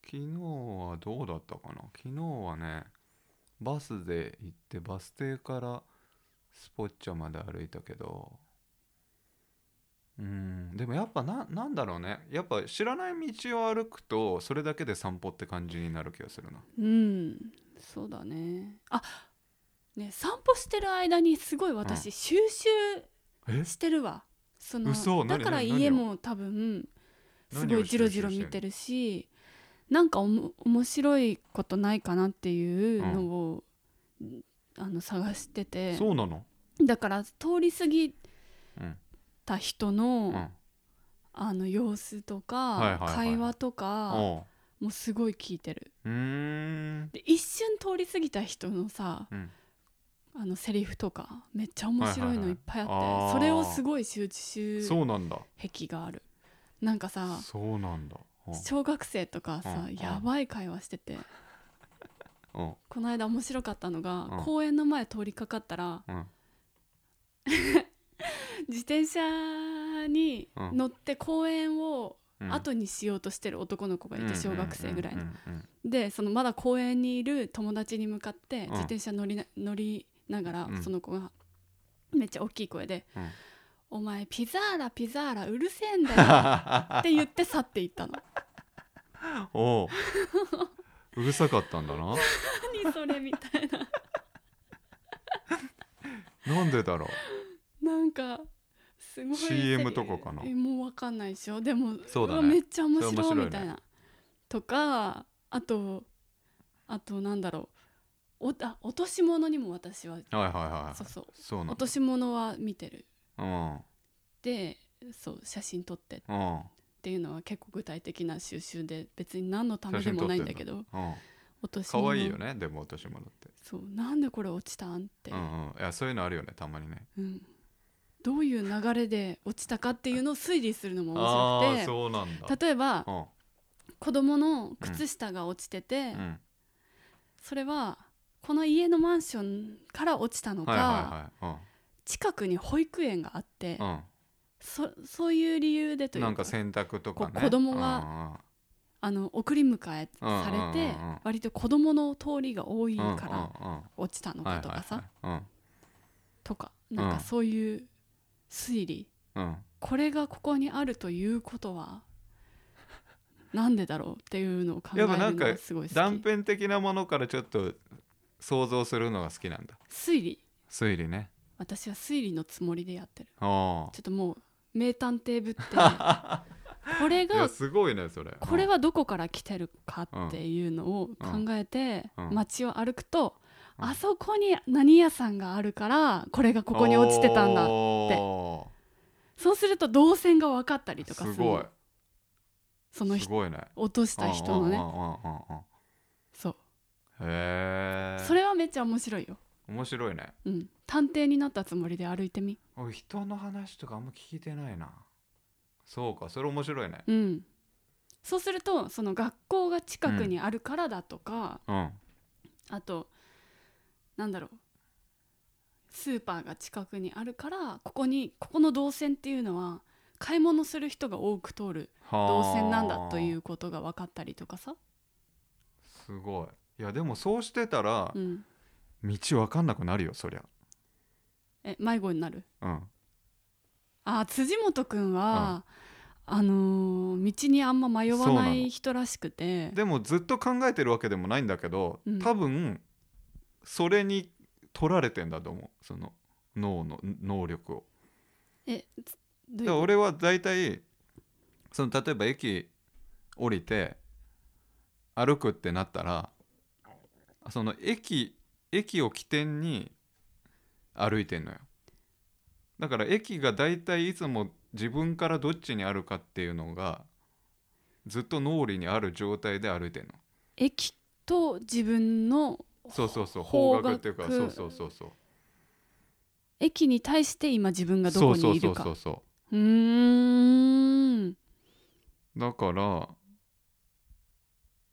[SPEAKER 1] 昨日はどうだったかな昨日はねバスで行ってバス停からスポッチャまで歩いたけどうんでもやっぱななんだろうねやっぱ知らない道を歩くとそれだけで散歩って感じになる気がするな
[SPEAKER 2] うんそうだねあね散歩してる間にすごい私、
[SPEAKER 1] う
[SPEAKER 2] 収
[SPEAKER 1] え
[SPEAKER 2] 集してるわその
[SPEAKER 1] 嘘何
[SPEAKER 2] だから
[SPEAKER 1] 何何を
[SPEAKER 2] 家も多分す
[SPEAKER 1] 何を
[SPEAKER 2] ごいジロジロ
[SPEAKER 1] 収集してん
[SPEAKER 2] 見
[SPEAKER 1] の
[SPEAKER 2] てるしなんかおも面白いことないかなっていうのを、あの探してて
[SPEAKER 1] そうなの
[SPEAKER 2] だから通り過ぎ
[SPEAKER 1] うん
[SPEAKER 2] た人の、
[SPEAKER 1] うん
[SPEAKER 2] あの様子とか、
[SPEAKER 1] はいはいはい
[SPEAKER 2] 会話とか
[SPEAKER 1] おう
[SPEAKER 2] もうすごい聞いてる
[SPEAKER 1] うーん
[SPEAKER 2] で一瞬通り過ぎた人のさ
[SPEAKER 1] うん
[SPEAKER 2] あのセリフとかめっちゃ面白いのいっぱいあって、
[SPEAKER 1] はいはいはいあー
[SPEAKER 2] それをすごい周知集
[SPEAKER 1] そうなんだ
[SPEAKER 2] 癖があるなんかさ
[SPEAKER 1] そうなんだうん
[SPEAKER 2] 小学生とかさ、
[SPEAKER 1] うんうん
[SPEAKER 2] やばい会話してて
[SPEAKER 1] うん
[SPEAKER 2] この間面白かったのが、
[SPEAKER 1] うん
[SPEAKER 2] 公園の前通りかかったら
[SPEAKER 1] うん
[SPEAKER 2] 自転車に乗って公園を
[SPEAKER 1] うん
[SPEAKER 2] 後にしようとしてる男の子がいて、小学生ぐらいの
[SPEAKER 1] う。んうんうん
[SPEAKER 2] でそのまだ公園にいる友達に向かって
[SPEAKER 1] ん
[SPEAKER 2] 自転車乗りな,、乗りながら、
[SPEAKER 1] うん
[SPEAKER 2] その子がめっちゃ大きい声で「
[SPEAKER 1] うん
[SPEAKER 2] お前ピザーラピザーラうるせえんだよ」 って言って去っていったの。
[SPEAKER 1] おううるさかったんだな
[SPEAKER 2] 何それみたいな
[SPEAKER 1] なんでだろ
[SPEAKER 2] なんかすごい
[SPEAKER 1] CM とかかな
[SPEAKER 2] えもうわかんないでしょでも
[SPEAKER 1] そうだね
[SPEAKER 2] わめっちゃ面白い
[SPEAKER 1] それ面白いね
[SPEAKER 2] みたいな。とかあとあとなんだろうおあ落とし物にも私は
[SPEAKER 1] うはいはいはい
[SPEAKER 2] そうそう
[SPEAKER 1] そうなん
[SPEAKER 2] 落
[SPEAKER 1] だ
[SPEAKER 2] とし物は見てる。
[SPEAKER 1] うん
[SPEAKER 2] でそう写真撮ってっ
[SPEAKER 1] うん
[SPEAKER 2] ていうのは結構具体的な収集で別に何のためで
[SPEAKER 1] 写真撮
[SPEAKER 2] も
[SPEAKER 1] って
[SPEAKER 2] なんい
[SPEAKER 1] だ
[SPEAKER 2] んだけど
[SPEAKER 1] うん
[SPEAKER 2] 落とし
[SPEAKER 1] 可
[SPEAKER 2] 物
[SPEAKER 1] 愛いよねでも落とし物って
[SPEAKER 2] そうなんでこれ落ちたんって、
[SPEAKER 1] うんうんいやそういうのあるよねたまにね
[SPEAKER 2] うんどういう流れで落ちたかっていうのを推理するのも
[SPEAKER 1] ああ
[SPEAKER 2] 面
[SPEAKER 1] ー
[SPEAKER 2] 白
[SPEAKER 1] そうなんだ
[SPEAKER 2] くて例えば
[SPEAKER 1] うん
[SPEAKER 2] 子供の靴下が落ちてて、
[SPEAKER 1] うん
[SPEAKER 2] それはこの家のマンションから落ちたのか、
[SPEAKER 1] はいはいはい
[SPEAKER 2] 近くに保育園があって、
[SPEAKER 1] うん
[SPEAKER 2] そそういう理由で
[SPEAKER 1] う
[SPEAKER 2] と
[SPEAKER 1] ん
[SPEAKER 2] いうか
[SPEAKER 1] なんか洗濯とかね
[SPEAKER 2] こ子供があの送り迎えされて、
[SPEAKER 1] うんうんうんうん
[SPEAKER 2] 割と子供の通りが多い
[SPEAKER 1] い
[SPEAKER 2] から
[SPEAKER 1] ら
[SPEAKER 2] 落ちたのかとかさ、
[SPEAKER 1] うん
[SPEAKER 2] とかなんかそういう推理、
[SPEAKER 1] うん
[SPEAKER 2] これがここにあるということはなんでだろうっていうのを考えるの
[SPEAKER 1] やっぱなん
[SPEAKER 2] が
[SPEAKER 1] か
[SPEAKER 2] すごい好き
[SPEAKER 1] 断片的なものからちょっと想像するのが好きなんだ
[SPEAKER 2] 推理
[SPEAKER 1] 推理ね
[SPEAKER 2] 私は推理のつもりでやってる
[SPEAKER 1] あ
[SPEAKER 2] ちょっともう名探 偵ぶってこれ
[SPEAKER 1] あいや
[SPEAKER 2] が
[SPEAKER 1] すごいねそれ
[SPEAKER 2] これ
[SPEAKER 1] は
[SPEAKER 2] はどこから来てるかっていうのを考えて
[SPEAKER 1] うんうん
[SPEAKER 2] 街を歩くと
[SPEAKER 1] うん
[SPEAKER 2] あそこに何屋さんがあるからこれがここに落ちてたんだ
[SPEAKER 1] て
[SPEAKER 2] そうすると動線が分かったりとかす
[SPEAKER 1] す
[SPEAKER 2] る
[SPEAKER 1] ご
[SPEAKER 2] の
[SPEAKER 1] い
[SPEAKER 2] その
[SPEAKER 1] す
[SPEAKER 2] 人
[SPEAKER 1] ごいね
[SPEAKER 2] 落とした人の
[SPEAKER 1] うん
[SPEAKER 2] ね
[SPEAKER 1] うんうんうんうん
[SPEAKER 2] そう
[SPEAKER 1] へえ
[SPEAKER 2] それはめっちゃ面白いよ、
[SPEAKER 1] 面白いね
[SPEAKER 2] うん、探偵になったつもりで歩いてみ
[SPEAKER 1] お人の話とかあんま聞いてないなそうかそれ面白いね
[SPEAKER 2] うんそうするとその学校が近くにあるからだとか、
[SPEAKER 1] うん
[SPEAKER 2] あとなんだろうスーパーが近くにあるからここにここの動線っていうのは買い物する人が多く通る動線なんだといううことが分かったりとかさ、
[SPEAKER 1] すごいいやでもそうしてたら
[SPEAKER 2] うん、
[SPEAKER 1] 道わかんなくなるよそりゃ
[SPEAKER 2] え迷子になる
[SPEAKER 1] うん
[SPEAKER 2] あ辻元くんは、あのー道にあんま迷わな
[SPEAKER 1] そうなの
[SPEAKER 2] い人らしくて
[SPEAKER 1] でもずっと考えてるわけでもないんだけど
[SPEAKER 2] うん
[SPEAKER 1] 多分それに取られてんだと思うその脳の能力を
[SPEAKER 2] えつ
[SPEAKER 1] だ
[SPEAKER 2] どう
[SPEAKER 1] から
[SPEAKER 2] いう
[SPEAKER 1] 俺は大体その例えば駅降りて歩くってなったらその駅駅を起点に歩いてんのよだから駅が大体いつも自分からどっちにあるかっていうのがずっと脳裏にある状態で歩いてんの
[SPEAKER 2] 駅と自分の
[SPEAKER 1] そうそうそう
[SPEAKER 2] 方
[SPEAKER 1] 方
[SPEAKER 2] 角
[SPEAKER 1] 角っていうかそうそうそうそう
[SPEAKER 2] 駅に対して今自分がど
[SPEAKER 1] そ
[SPEAKER 2] こ
[SPEAKER 1] うそ
[SPEAKER 2] に
[SPEAKER 1] う
[SPEAKER 2] い
[SPEAKER 1] そ
[SPEAKER 2] る
[SPEAKER 1] うそ
[SPEAKER 2] か
[SPEAKER 1] うそう
[SPEAKER 2] うーん
[SPEAKER 1] だから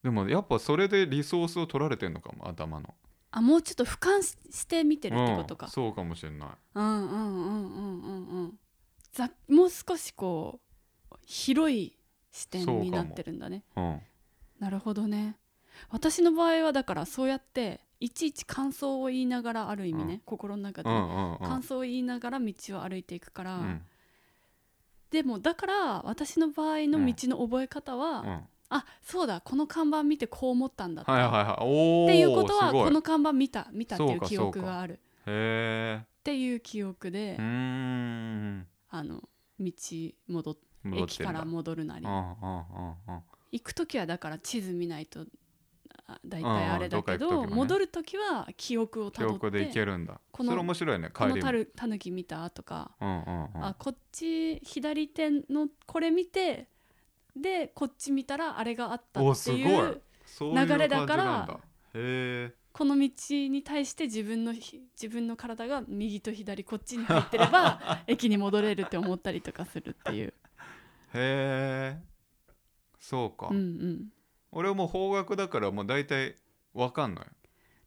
[SPEAKER 1] でもやっぱそれでリソースを取られてんのかも頭の
[SPEAKER 2] あもうちょっと俯瞰しして見てるってこと
[SPEAKER 1] う
[SPEAKER 2] か
[SPEAKER 1] ん、、そうかもしれない
[SPEAKER 2] うん、うんうんうんうんうんざもう少しこう広い視点
[SPEAKER 1] そうかも
[SPEAKER 2] になってるんだね
[SPEAKER 1] うん
[SPEAKER 2] なるほどね私の場合はだからそうやっていちいち感想を言いながらある意味ね、
[SPEAKER 1] う
[SPEAKER 2] 心の中
[SPEAKER 1] う
[SPEAKER 2] で、
[SPEAKER 1] んうんうん
[SPEAKER 2] 感想を言いながら道を歩いていくから、
[SPEAKER 1] うん
[SPEAKER 2] でもだから私の場合の道の覚え方
[SPEAKER 1] う
[SPEAKER 2] は、
[SPEAKER 1] んはい
[SPEAKER 2] あそうだこの看板見てこう思ったんだった、
[SPEAKER 1] はいはいおお
[SPEAKER 2] っていうことは
[SPEAKER 1] すごい
[SPEAKER 2] この看板見た見たって
[SPEAKER 1] そ
[SPEAKER 2] いうう
[SPEAKER 1] か
[SPEAKER 2] 記憶がある
[SPEAKER 1] へ
[SPEAKER 2] っていう記憶で
[SPEAKER 1] えうーん
[SPEAKER 2] あの道戻っ
[SPEAKER 1] 戻って
[SPEAKER 2] 駅
[SPEAKER 1] んだ
[SPEAKER 2] から戻るなり
[SPEAKER 1] うんうんうんうん
[SPEAKER 2] 行く時はだから地図見ないとあ大体あれだけど
[SPEAKER 1] うんうんどっか行く時もね
[SPEAKER 2] 戻る時は記憶をた
[SPEAKER 1] 記
[SPEAKER 2] どっ
[SPEAKER 1] 憶でいけ
[SPEAKER 2] て
[SPEAKER 1] るんだそ
[SPEAKER 2] この
[SPEAKER 1] れ面白いね
[SPEAKER 2] こ
[SPEAKER 1] 帰
[SPEAKER 2] の
[SPEAKER 1] り
[SPEAKER 2] た
[SPEAKER 1] も
[SPEAKER 2] るたぬき見たとか、
[SPEAKER 1] うんうんうん
[SPEAKER 2] あこっち左手のこれ見てでこっち見たらあれがあった
[SPEAKER 1] お
[SPEAKER 2] っ
[SPEAKER 1] す
[SPEAKER 2] て
[SPEAKER 1] ごい
[SPEAKER 2] いう
[SPEAKER 1] そういう感じなん
[SPEAKER 2] 流れだから
[SPEAKER 1] だへえ
[SPEAKER 2] この道に対して自分のひ自分の体が右と左こっちに入ってれ ば駅に戻れるって思ったりとかするっていう、
[SPEAKER 1] へえそうか、
[SPEAKER 2] うんうん、
[SPEAKER 1] 俺はもう方角だからもう大体わかんない、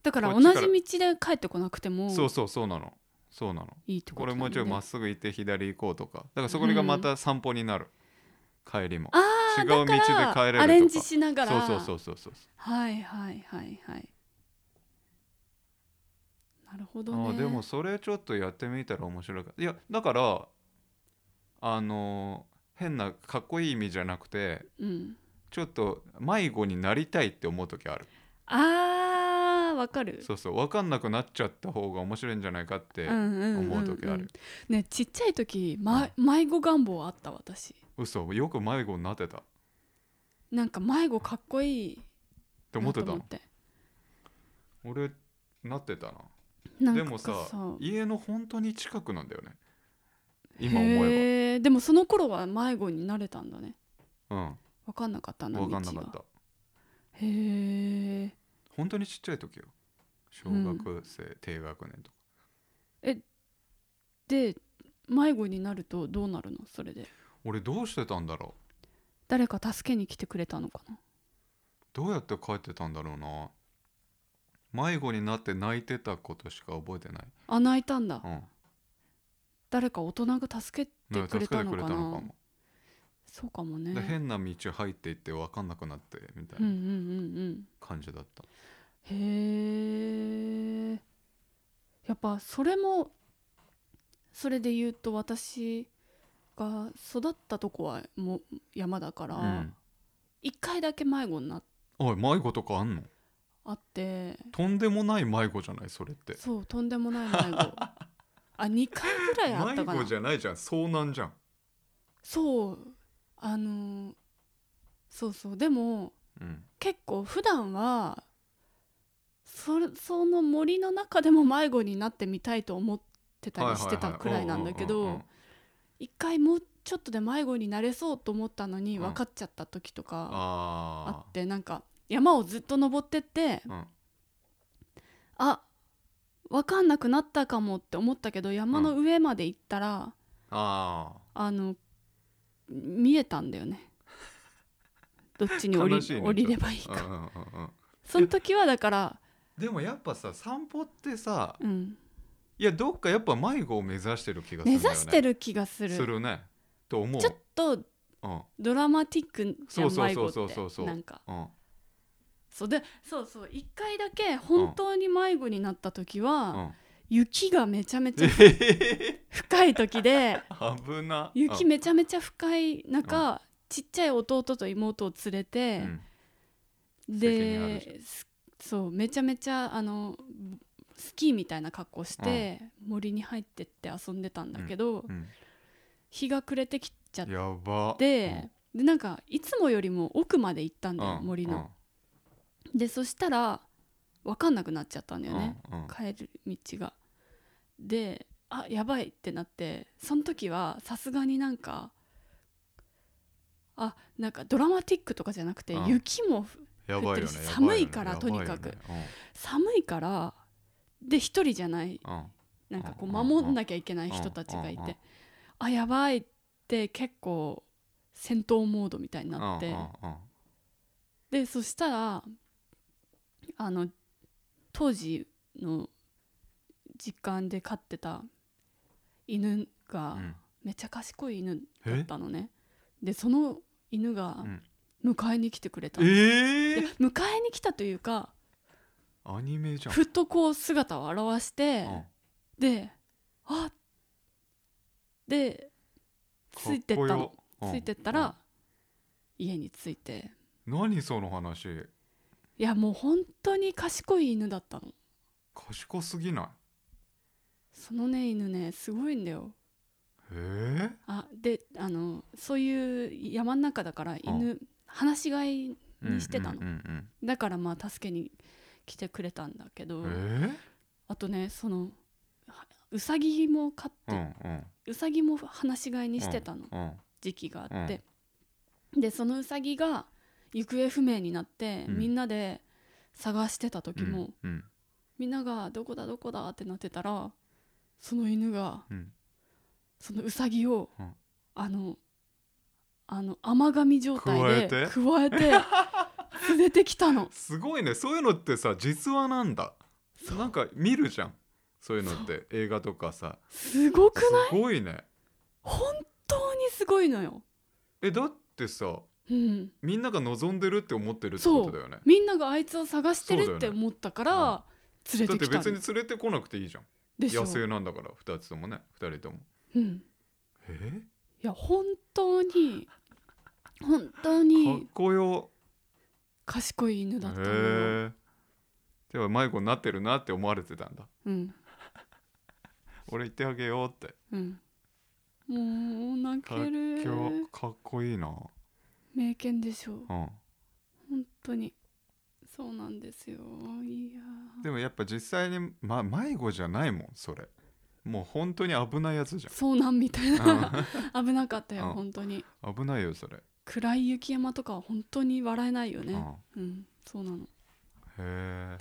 [SPEAKER 2] だから
[SPEAKER 1] こっ
[SPEAKER 2] 同
[SPEAKER 1] ち
[SPEAKER 2] じ
[SPEAKER 1] から
[SPEAKER 2] 道で帰ってこなくても
[SPEAKER 1] そうそうそうなのそうなの
[SPEAKER 2] いいってこ
[SPEAKER 1] ことれ
[SPEAKER 2] だよね
[SPEAKER 1] もうちょいまっすぐ行って左行こうとかだからそこがまた散歩になる、帰りも
[SPEAKER 2] あー
[SPEAKER 1] 違う道で帰れると
[SPEAKER 2] だ
[SPEAKER 1] から
[SPEAKER 2] アレンジしなが
[SPEAKER 1] そう
[SPEAKER 2] ら
[SPEAKER 1] そうそうそうそう
[SPEAKER 2] はいはいはいはいなるほど
[SPEAKER 1] あ
[SPEAKER 2] ね
[SPEAKER 1] ーでもそれちょっとやってみたら面白いかいやだからあのー変なかっこいい意味じゃなくて
[SPEAKER 2] うん、
[SPEAKER 1] ちょっと迷子になりたいって思う時ある
[SPEAKER 2] あーわかる
[SPEAKER 1] そうそう分かんなくなっちゃった方が面白いんじゃないかって
[SPEAKER 2] んんんん
[SPEAKER 1] 思う時ある、
[SPEAKER 2] ねちっちゃい時、ま、迷子願望あった私
[SPEAKER 1] 嘘よく迷子になってたっ
[SPEAKER 2] なんか迷子かっこいい
[SPEAKER 1] て思って
[SPEAKER 2] な
[SPEAKER 1] た
[SPEAKER 2] と
[SPEAKER 1] の
[SPEAKER 2] 思って
[SPEAKER 1] 俺なってたな
[SPEAKER 2] なんか
[SPEAKER 1] でもさ
[SPEAKER 2] そう
[SPEAKER 1] 家の本当に近くなんだよね今思え
[SPEAKER 2] へーでもその頃は迷子になれたんだね
[SPEAKER 1] ば
[SPEAKER 2] 分かんなかった
[SPEAKER 1] うん
[SPEAKER 2] な
[SPEAKER 1] 分かん
[SPEAKER 2] 道
[SPEAKER 1] なか
[SPEAKER 2] が
[SPEAKER 1] った
[SPEAKER 2] へー
[SPEAKER 1] 本当にちっちゃい時よ小
[SPEAKER 2] うん
[SPEAKER 1] 学生、低学年とか
[SPEAKER 2] で迷子になるとどうなるのそれで
[SPEAKER 1] 俺どうしてたんだろう
[SPEAKER 2] 誰か助けに来てくれたのかな
[SPEAKER 1] どうやって帰ってたんだろうな迷子になって泣いてたことしか覚えてない、
[SPEAKER 2] あ泣いたんだ
[SPEAKER 1] うん、
[SPEAKER 2] 誰か大人が助けて
[SPEAKER 1] なんか
[SPEAKER 2] くれ
[SPEAKER 1] 助けて
[SPEAKER 2] たの
[SPEAKER 1] くれ
[SPEAKER 2] かな
[SPEAKER 1] たのかも
[SPEAKER 2] そうかも
[SPEAKER 1] で
[SPEAKER 2] ね
[SPEAKER 1] 変な道入っていって分かんなくなってみたい
[SPEAKER 2] うんう
[SPEAKER 1] なん
[SPEAKER 2] うん
[SPEAKER 1] 感じだった、
[SPEAKER 2] うんへえやっぱそれもそれで言うと私が育ったとこはもう山だか
[SPEAKER 1] う
[SPEAKER 2] ら
[SPEAKER 1] ん
[SPEAKER 2] 一、回だけ迷子にな
[SPEAKER 1] おい迷子とかあんの
[SPEAKER 2] あって
[SPEAKER 1] とんでもない迷子じゃないそれって
[SPEAKER 2] そうとんで もない迷子あ2回ぐらいあった
[SPEAKER 1] 迷
[SPEAKER 2] かな
[SPEAKER 1] 子じゃないじゃん遭難じゃん
[SPEAKER 2] そうあのーそうそうでも
[SPEAKER 1] うん
[SPEAKER 2] 結構普段はそれその森の中でも迷子になってみたいと思ってたりしてたくらいなんだけ
[SPEAKER 1] はいはい
[SPEAKER 2] ど
[SPEAKER 1] はい
[SPEAKER 2] 一回もうちょっとで迷子になれそうと思ったのに
[SPEAKER 1] うん
[SPEAKER 2] 分かっちゃった時とかあ
[SPEAKER 1] あ
[SPEAKER 2] ってなんか山をずっと登ってって
[SPEAKER 1] ーうん
[SPEAKER 2] あ分かんなくなったかもって思ったけど山の上まで行ったら
[SPEAKER 1] あ
[SPEAKER 2] あの見えたんだ よね。どっちに降り,、
[SPEAKER 1] 悲しいね
[SPEAKER 2] 降りればいい
[SPEAKER 1] ーうん
[SPEAKER 2] か。
[SPEAKER 1] うんうんうん
[SPEAKER 2] その時はだから、
[SPEAKER 1] でもやっぱさ散歩ってさ
[SPEAKER 2] うん、
[SPEAKER 1] いやどっかやっぱ迷子を目指してる気がするん
[SPEAKER 2] 目指
[SPEAKER 1] だよね
[SPEAKER 2] してる気がする
[SPEAKER 1] するねと思う
[SPEAKER 2] ちょっと
[SPEAKER 1] うん
[SPEAKER 2] ドラマティックじゃ
[SPEAKER 1] そうんそう
[SPEAKER 2] 迷
[SPEAKER 1] そ
[SPEAKER 2] 子
[SPEAKER 1] うそうそう
[SPEAKER 2] っ
[SPEAKER 1] そ
[SPEAKER 2] て
[SPEAKER 1] う
[SPEAKER 2] なんか
[SPEAKER 1] うん
[SPEAKER 2] そうでそうそう一回だけ本当に迷子になった時は、
[SPEAKER 1] うん
[SPEAKER 2] 雪がめちゃめちゃ
[SPEAKER 1] え
[SPEAKER 2] 深い 時で
[SPEAKER 1] ー危な
[SPEAKER 2] 雪めちゃめちゃ深い中、ちっちゃい弟と妹を連れ
[SPEAKER 1] う
[SPEAKER 2] て、
[SPEAKER 1] ん責任あるじ
[SPEAKER 2] で、すそうめちゃめちゃあのスキーみたいな格好して、森に入ってって遊んでたんだけ
[SPEAKER 1] う
[SPEAKER 2] ど、
[SPEAKER 1] ん
[SPEAKER 2] 日が暮れてきちゃっ
[SPEAKER 1] やば
[SPEAKER 2] て、でなんかいつもよりも奥まで行った
[SPEAKER 1] う
[SPEAKER 2] ん
[SPEAKER 1] ん
[SPEAKER 2] だよ、
[SPEAKER 1] うん
[SPEAKER 2] 森の。でそしたら分かんなくなっちゃったんだよね、
[SPEAKER 1] うんうん
[SPEAKER 2] 帰る道が。であやばいってなってその時はさすがになんかあなんかドラマティックとかじゃなくて、
[SPEAKER 1] うん
[SPEAKER 2] 雪も
[SPEAKER 1] やばいよね
[SPEAKER 2] 降ってるし
[SPEAKER 1] やばよね
[SPEAKER 2] 寒いから
[SPEAKER 1] やばよね
[SPEAKER 2] とにかく
[SPEAKER 1] うん
[SPEAKER 2] 寒いからで一人じゃない
[SPEAKER 1] うん
[SPEAKER 2] なんかこう
[SPEAKER 1] うんうんうん
[SPEAKER 2] 守んなきゃいけない人たちがい
[SPEAKER 1] うんうんうん
[SPEAKER 2] てあやばいって結構戦闘モードみたいになって
[SPEAKER 1] うんうんうん
[SPEAKER 2] でそしたらあの当時の実感で飼ってた犬が
[SPEAKER 1] うん
[SPEAKER 2] めっちゃ賢い犬だっ
[SPEAKER 1] え
[SPEAKER 2] たのね、でその犬が
[SPEAKER 1] うん
[SPEAKER 2] 迎えに来てくれたの、
[SPEAKER 1] え
[SPEAKER 2] で
[SPEAKER 1] ー
[SPEAKER 2] 迎えに来たというか
[SPEAKER 1] アニメじゃん
[SPEAKER 2] ふっとこう姿を現して、
[SPEAKER 1] うん
[SPEAKER 2] であでついてった
[SPEAKER 1] かっ
[SPEAKER 2] の
[SPEAKER 1] こようん
[SPEAKER 2] ついてったら、家に着いて
[SPEAKER 1] 何その話
[SPEAKER 2] いやもう本当に賢い犬だったの
[SPEAKER 1] 賢すぎない
[SPEAKER 2] そのね犬ねすごいんだよ
[SPEAKER 1] えー
[SPEAKER 2] あであのそういう山の中だから犬、放し飼いにしてたの
[SPEAKER 1] うんうん
[SPEAKER 2] だからまあ助けに来てくれたんだけど、
[SPEAKER 1] うんうん
[SPEAKER 2] あとねそのはうさぎも飼っ
[SPEAKER 1] えーう
[SPEAKER 2] て、
[SPEAKER 1] んうん
[SPEAKER 2] うさぎも放し飼いにしてたの、
[SPEAKER 1] うん
[SPEAKER 2] 時期があって、でそのうさぎが行方不明になって、
[SPEAKER 1] うん
[SPEAKER 2] みんなで探してた時も、
[SPEAKER 1] うんうん
[SPEAKER 2] みんながどこだどこだってなってたらその犬が
[SPEAKER 1] うん
[SPEAKER 2] そのウサギを、
[SPEAKER 1] うん
[SPEAKER 2] あのあの甘噛み状態で
[SPEAKER 1] く
[SPEAKER 2] 加えて連れてきたの
[SPEAKER 1] すごいねそういうのってさ実話なんだなんか見るじゃんそういうのって映画とかさ
[SPEAKER 2] すごく
[SPEAKER 1] す
[SPEAKER 2] ない
[SPEAKER 1] ごいね
[SPEAKER 2] 本当にすごいのよ、
[SPEAKER 1] えだってさ
[SPEAKER 2] うん、
[SPEAKER 1] みんなが望んでるって思ってるってことだよね
[SPEAKER 2] みんながあいつを探してるって
[SPEAKER 1] そうだよね
[SPEAKER 2] 思ったから、連
[SPEAKER 1] だ
[SPEAKER 2] れ
[SPEAKER 1] ってて
[SPEAKER 2] きた
[SPEAKER 1] 別
[SPEAKER 2] の
[SPEAKER 1] に連れてこなくていいじゃん
[SPEAKER 2] でしょ
[SPEAKER 1] 野生なんだから2つともね2人とも
[SPEAKER 2] うん
[SPEAKER 1] え
[SPEAKER 2] いや本当に本当
[SPEAKER 1] かっ
[SPEAKER 2] に
[SPEAKER 1] こよ
[SPEAKER 2] 賢い犬
[SPEAKER 1] へ
[SPEAKER 2] だったのよ、
[SPEAKER 1] えでは迷子になってるなって思われてたんだ
[SPEAKER 2] うん
[SPEAKER 1] 俺行ってあげようって
[SPEAKER 2] うんもう泣ける
[SPEAKER 1] 今日かっこいいな
[SPEAKER 2] 名犬でしょう
[SPEAKER 1] うん
[SPEAKER 2] 本当にそうなんですよいや
[SPEAKER 1] でもやっぱ実際に、ま、迷子じゃないもんそれもう本当に危ないやつじ
[SPEAKER 2] ー遭難みたい
[SPEAKER 1] ゃん、
[SPEAKER 2] な危なかった
[SPEAKER 1] うん
[SPEAKER 2] よ本当に
[SPEAKER 1] うん危ないよそれ、
[SPEAKER 2] 暗い雪山とかは本当に笑えないよ
[SPEAKER 1] うん
[SPEAKER 2] ねうんそうなの
[SPEAKER 1] へ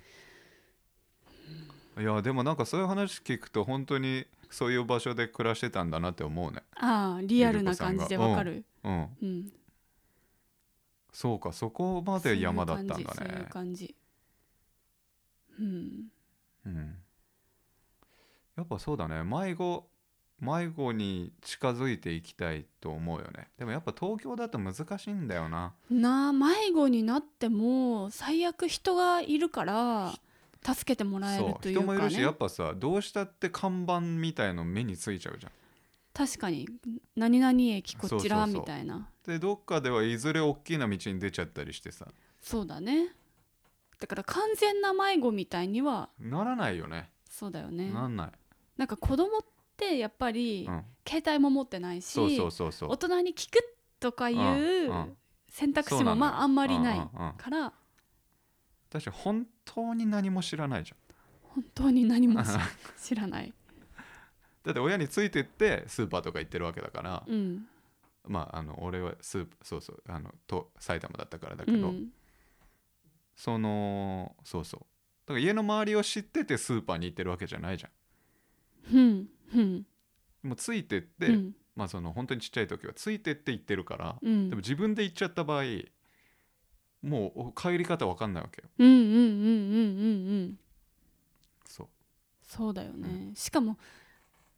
[SPEAKER 1] えいやでもなんかそういう話聞くと本当にそういう場所で暮らしてたんだなって思うね
[SPEAKER 2] ああリアルな感じでわかる
[SPEAKER 1] うん
[SPEAKER 2] うん
[SPEAKER 1] そうかそこまで山だったんだ
[SPEAKER 2] そういう
[SPEAKER 1] ね
[SPEAKER 2] 感じそういう感
[SPEAKER 1] う
[SPEAKER 2] じ
[SPEAKER 1] んやっぱそうだね迷子迷子に近づいていきたいと思うよねでもやっぱ東京だと難しいんだよな
[SPEAKER 2] うんなあ迷子になっても最悪人がいるから助けてもらえる
[SPEAKER 1] そう
[SPEAKER 2] という
[SPEAKER 1] 人
[SPEAKER 2] か
[SPEAKER 1] もいるしやっ
[SPEAKER 2] ね
[SPEAKER 1] ぱさどうしたって看板みたいの目についちゃうじゃん
[SPEAKER 2] 確かに何々駅こちら
[SPEAKER 1] そうそうそう
[SPEAKER 2] みたいな
[SPEAKER 1] でどっかではいずれ大きな道に出ちゃったりしてさ
[SPEAKER 2] そうだねだから完全な迷子みたいには
[SPEAKER 1] ならないよね、
[SPEAKER 2] そうだよね
[SPEAKER 1] な
[SPEAKER 2] なん
[SPEAKER 1] なん
[SPEAKER 2] か子供ってやっぱ
[SPEAKER 1] い、
[SPEAKER 2] り
[SPEAKER 1] うん、
[SPEAKER 2] 携帯も持ってないし、
[SPEAKER 1] そうそうそうそう
[SPEAKER 2] 大人に聞くとかい
[SPEAKER 1] ん
[SPEAKER 2] う
[SPEAKER 1] うん
[SPEAKER 2] 選択肢
[SPEAKER 1] そうなの
[SPEAKER 2] も
[SPEAKER 1] よ
[SPEAKER 2] まああんまりない
[SPEAKER 1] うんうんうん
[SPEAKER 2] から
[SPEAKER 1] だし本当に何も知らないじ
[SPEAKER 2] 本当に何も知
[SPEAKER 1] うん
[SPEAKER 2] 知 らない、
[SPEAKER 1] ゃんだって親についてってスーパーとか行ってるわけだから、
[SPEAKER 2] うん
[SPEAKER 1] まああの俺はスーパーそうそうあのと埼玉だったからだけ
[SPEAKER 2] う
[SPEAKER 1] ど、
[SPEAKER 2] ん、
[SPEAKER 1] そのそうそうだから家の周りを知っててスーパーに行ってるわけじゃないじゃ
[SPEAKER 2] うんうん
[SPEAKER 1] んもうついてって、
[SPEAKER 2] うん
[SPEAKER 1] まあその本当にちっちゃい時はついてって行ってるから、
[SPEAKER 2] うんうん
[SPEAKER 1] でも自分で行っちゃった場合もうお帰り方わかんないわけよ
[SPEAKER 2] うんうんうんうんうん
[SPEAKER 1] そう
[SPEAKER 2] そうだよね、しかも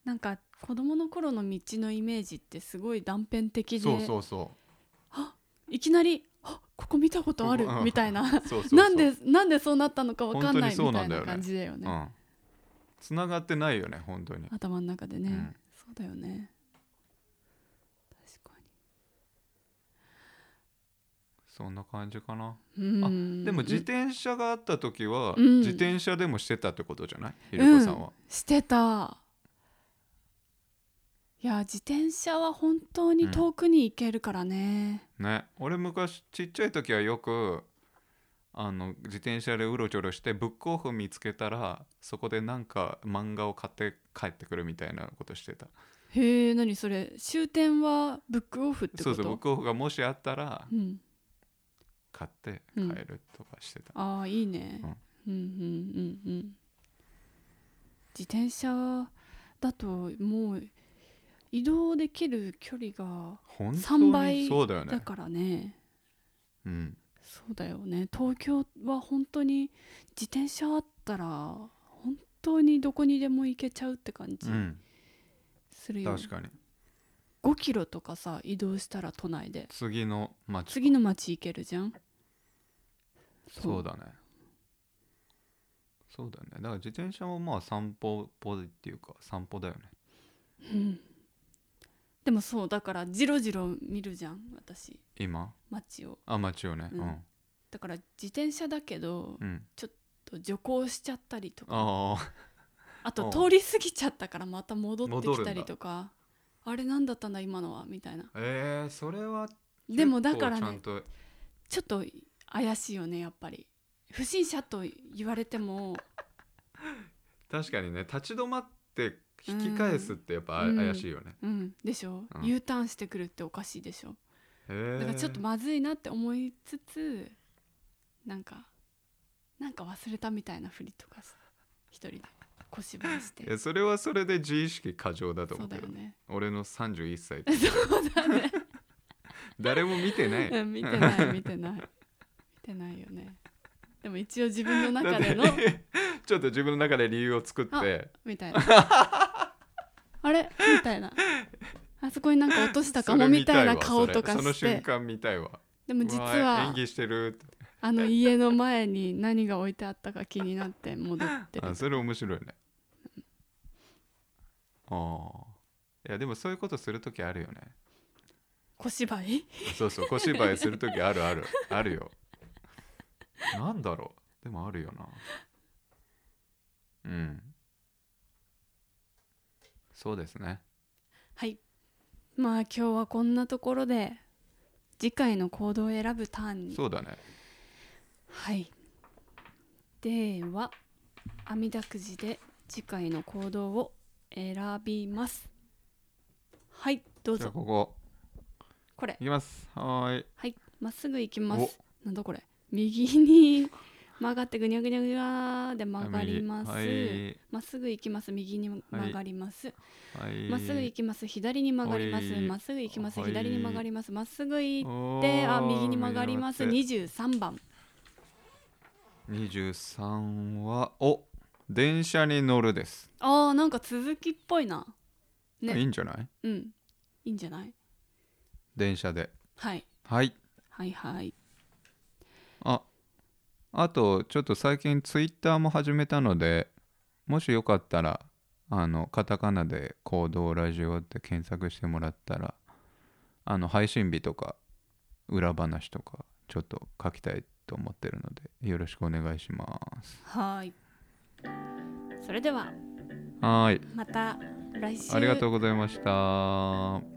[SPEAKER 2] なんか子供の頃の道のイメージってすごい断片的で
[SPEAKER 1] そうそうそう
[SPEAKER 2] いきなり「あここ見たことある
[SPEAKER 1] ここう」ん
[SPEAKER 2] みたいな
[SPEAKER 1] そうそうそう
[SPEAKER 2] なんでなんでそうなったのかわかん
[SPEAKER 1] 本当
[SPEAKER 2] ない
[SPEAKER 1] にそ
[SPEAKER 2] み
[SPEAKER 1] うな
[SPEAKER 2] たい
[SPEAKER 1] んだよ
[SPEAKER 2] な
[SPEAKER 1] ね
[SPEAKER 2] 感じだよね
[SPEAKER 1] うん繋がってないよね本当に
[SPEAKER 2] 頭の中でね、
[SPEAKER 1] うん
[SPEAKER 2] そうだよね確か
[SPEAKER 1] そんな感じかな
[SPEAKER 2] にうん
[SPEAKER 1] でも自転車があった時は、
[SPEAKER 2] うん
[SPEAKER 1] 自転車でもしてたってことじゃないひろこさんは、
[SPEAKER 2] してたいや自転車は本当に遠くに行けるからね、
[SPEAKER 1] ね俺昔ちっちゃい時はよくあの自転車でうろちょろしてブックオフ見つけたらそこでなんか漫画を買って帰ってくるみたいなことしてた
[SPEAKER 2] へえ何それ終点はブックオフって
[SPEAKER 1] そ
[SPEAKER 2] こ
[SPEAKER 1] う
[SPEAKER 2] と
[SPEAKER 1] そうブックオフがもしあったら
[SPEAKER 2] うん、
[SPEAKER 1] 買って帰るとかしてた、
[SPEAKER 2] ああいいね、うん、うんうんうん自転車だともう移動できる距離が
[SPEAKER 1] 本当
[SPEAKER 2] 3倍
[SPEAKER 1] にそうだよ
[SPEAKER 2] だ
[SPEAKER 1] ね
[SPEAKER 2] からね
[SPEAKER 1] うん
[SPEAKER 2] そうだよね東京は本当に自転車あったら本当にどこにでも行けちゃうって感
[SPEAKER 1] う
[SPEAKER 2] じ
[SPEAKER 1] ん
[SPEAKER 2] するよ、
[SPEAKER 1] 確かに
[SPEAKER 2] 5キロとかさ移動したら都内で
[SPEAKER 1] 次の街
[SPEAKER 2] 次の町行けるじゃん
[SPEAKER 1] そうだねそうだねだから自転車もまあ散歩っぽいっていうか散歩だよね
[SPEAKER 2] うんでもそうだからじろじろ見るじゃん私
[SPEAKER 1] 今
[SPEAKER 2] 街を
[SPEAKER 1] あ街をね
[SPEAKER 2] うんだから自転車だけど
[SPEAKER 1] うん、うん、
[SPEAKER 2] 徐行しちゃったりとか
[SPEAKER 1] ああ
[SPEAKER 2] あと
[SPEAKER 1] うん
[SPEAKER 2] 通り過ぎちゃったからまた戻ってき
[SPEAKER 1] 戻
[SPEAKER 2] た
[SPEAKER 1] るん
[SPEAKER 2] り
[SPEAKER 1] だ
[SPEAKER 2] とかあれなんだったんだ今のはみたいな
[SPEAKER 1] えー、それは
[SPEAKER 2] でもだから
[SPEAKER 1] 結構ちゃ
[SPEAKER 2] ね
[SPEAKER 1] んと
[SPEAKER 2] ちょっと怪しいよねやっぱり不審者と言われても
[SPEAKER 1] 確かにね立ち止まって引き返すってやっぱあ
[SPEAKER 2] うん
[SPEAKER 1] 怪しいよね、
[SPEAKER 2] うんでしょ、
[SPEAKER 1] うん
[SPEAKER 2] U ターンしてくるっておかしいでしょ
[SPEAKER 1] へえ
[SPEAKER 2] だからちょっとまずいなって思いつつなんかなんか忘れたみたいなふりとかさ一人で小芝居し
[SPEAKER 1] い
[SPEAKER 2] て
[SPEAKER 1] やそれはそれで自意識過剰だと
[SPEAKER 2] そ
[SPEAKER 1] 思
[SPEAKER 2] う
[SPEAKER 1] う
[SPEAKER 2] だ
[SPEAKER 1] け
[SPEAKER 2] よ
[SPEAKER 1] ど、
[SPEAKER 2] ね
[SPEAKER 1] 俺の31歳
[SPEAKER 2] そうだね
[SPEAKER 1] 誰も見てない
[SPEAKER 2] うん見てない見てない見てないよねでも一応自分の中での
[SPEAKER 1] だって ちょっと自分の中で理由を作って
[SPEAKER 2] みたいなあれみたいなあそこになんか落としたかもみたいな顔とか
[SPEAKER 1] それ
[SPEAKER 2] し
[SPEAKER 1] その瞬
[SPEAKER 2] て
[SPEAKER 1] 間見たいわ
[SPEAKER 2] でも実
[SPEAKER 1] うわ演
[SPEAKER 2] は
[SPEAKER 1] 技してる
[SPEAKER 2] あの家の前に何が置いてあったか気になって戻ってる
[SPEAKER 1] あそれ面白いねああいやでもそういうことする時あるよね
[SPEAKER 2] 小芝居
[SPEAKER 1] そうそう小芝居する時あるあ るあるよなんだろうでもあるよなうんそうですね
[SPEAKER 2] はいまあ今日はこんなところで次回の行動を選ぶターンに
[SPEAKER 1] そうだね
[SPEAKER 2] はいでは阿弥陀くじで次回の行動を選びますはいどう
[SPEAKER 1] じゃあ
[SPEAKER 2] ぞ
[SPEAKER 1] ここ
[SPEAKER 2] これ
[SPEAKER 1] いきますはーい
[SPEAKER 2] はいまっすぐ行きますなんだこれ右に曲がってぐにゃぐにゃぐにゃで曲がりますま、
[SPEAKER 1] はい
[SPEAKER 2] っすぐ行きます右に曲がります
[SPEAKER 1] はい
[SPEAKER 2] まっすぐ行きます左に曲がります
[SPEAKER 1] はい
[SPEAKER 2] まっすぐ行きます
[SPEAKER 1] はい
[SPEAKER 2] 左に曲がりますまっすぐ行っ
[SPEAKER 1] お
[SPEAKER 2] て
[SPEAKER 1] ー
[SPEAKER 2] あ右に曲がります
[SPEAKER 1] 右に
[SPEAKER 2] 23番
[SPEAKER 1] 曲がって23はお電車に乗るです、
[SPEAKER 2] あーなんか続きっぽいなね
[SPEAKER 1] いいんじゃない
[SPEAKER 2] うんいいんじゃない
[SPEAKER 1] 電車で
[SPEAKER 2] はい
[SPEAKER 1] はい
[SPEAKER 2] はいはい
[SPEAKER 1] ああとちょっと最近ツイッターも始めたのでもしよかったらあのカタカナで「行動ラジオ」って検索してもらったらあの配信日とか裏話とかちょっと書きたいと思ってるのでよろしくお願いします
[SPEAKER 2] はいそれでは
[SPEAKER 1] はーい
[SPEAKER 2] また来週
[SPEAKER 1] ありがとうございました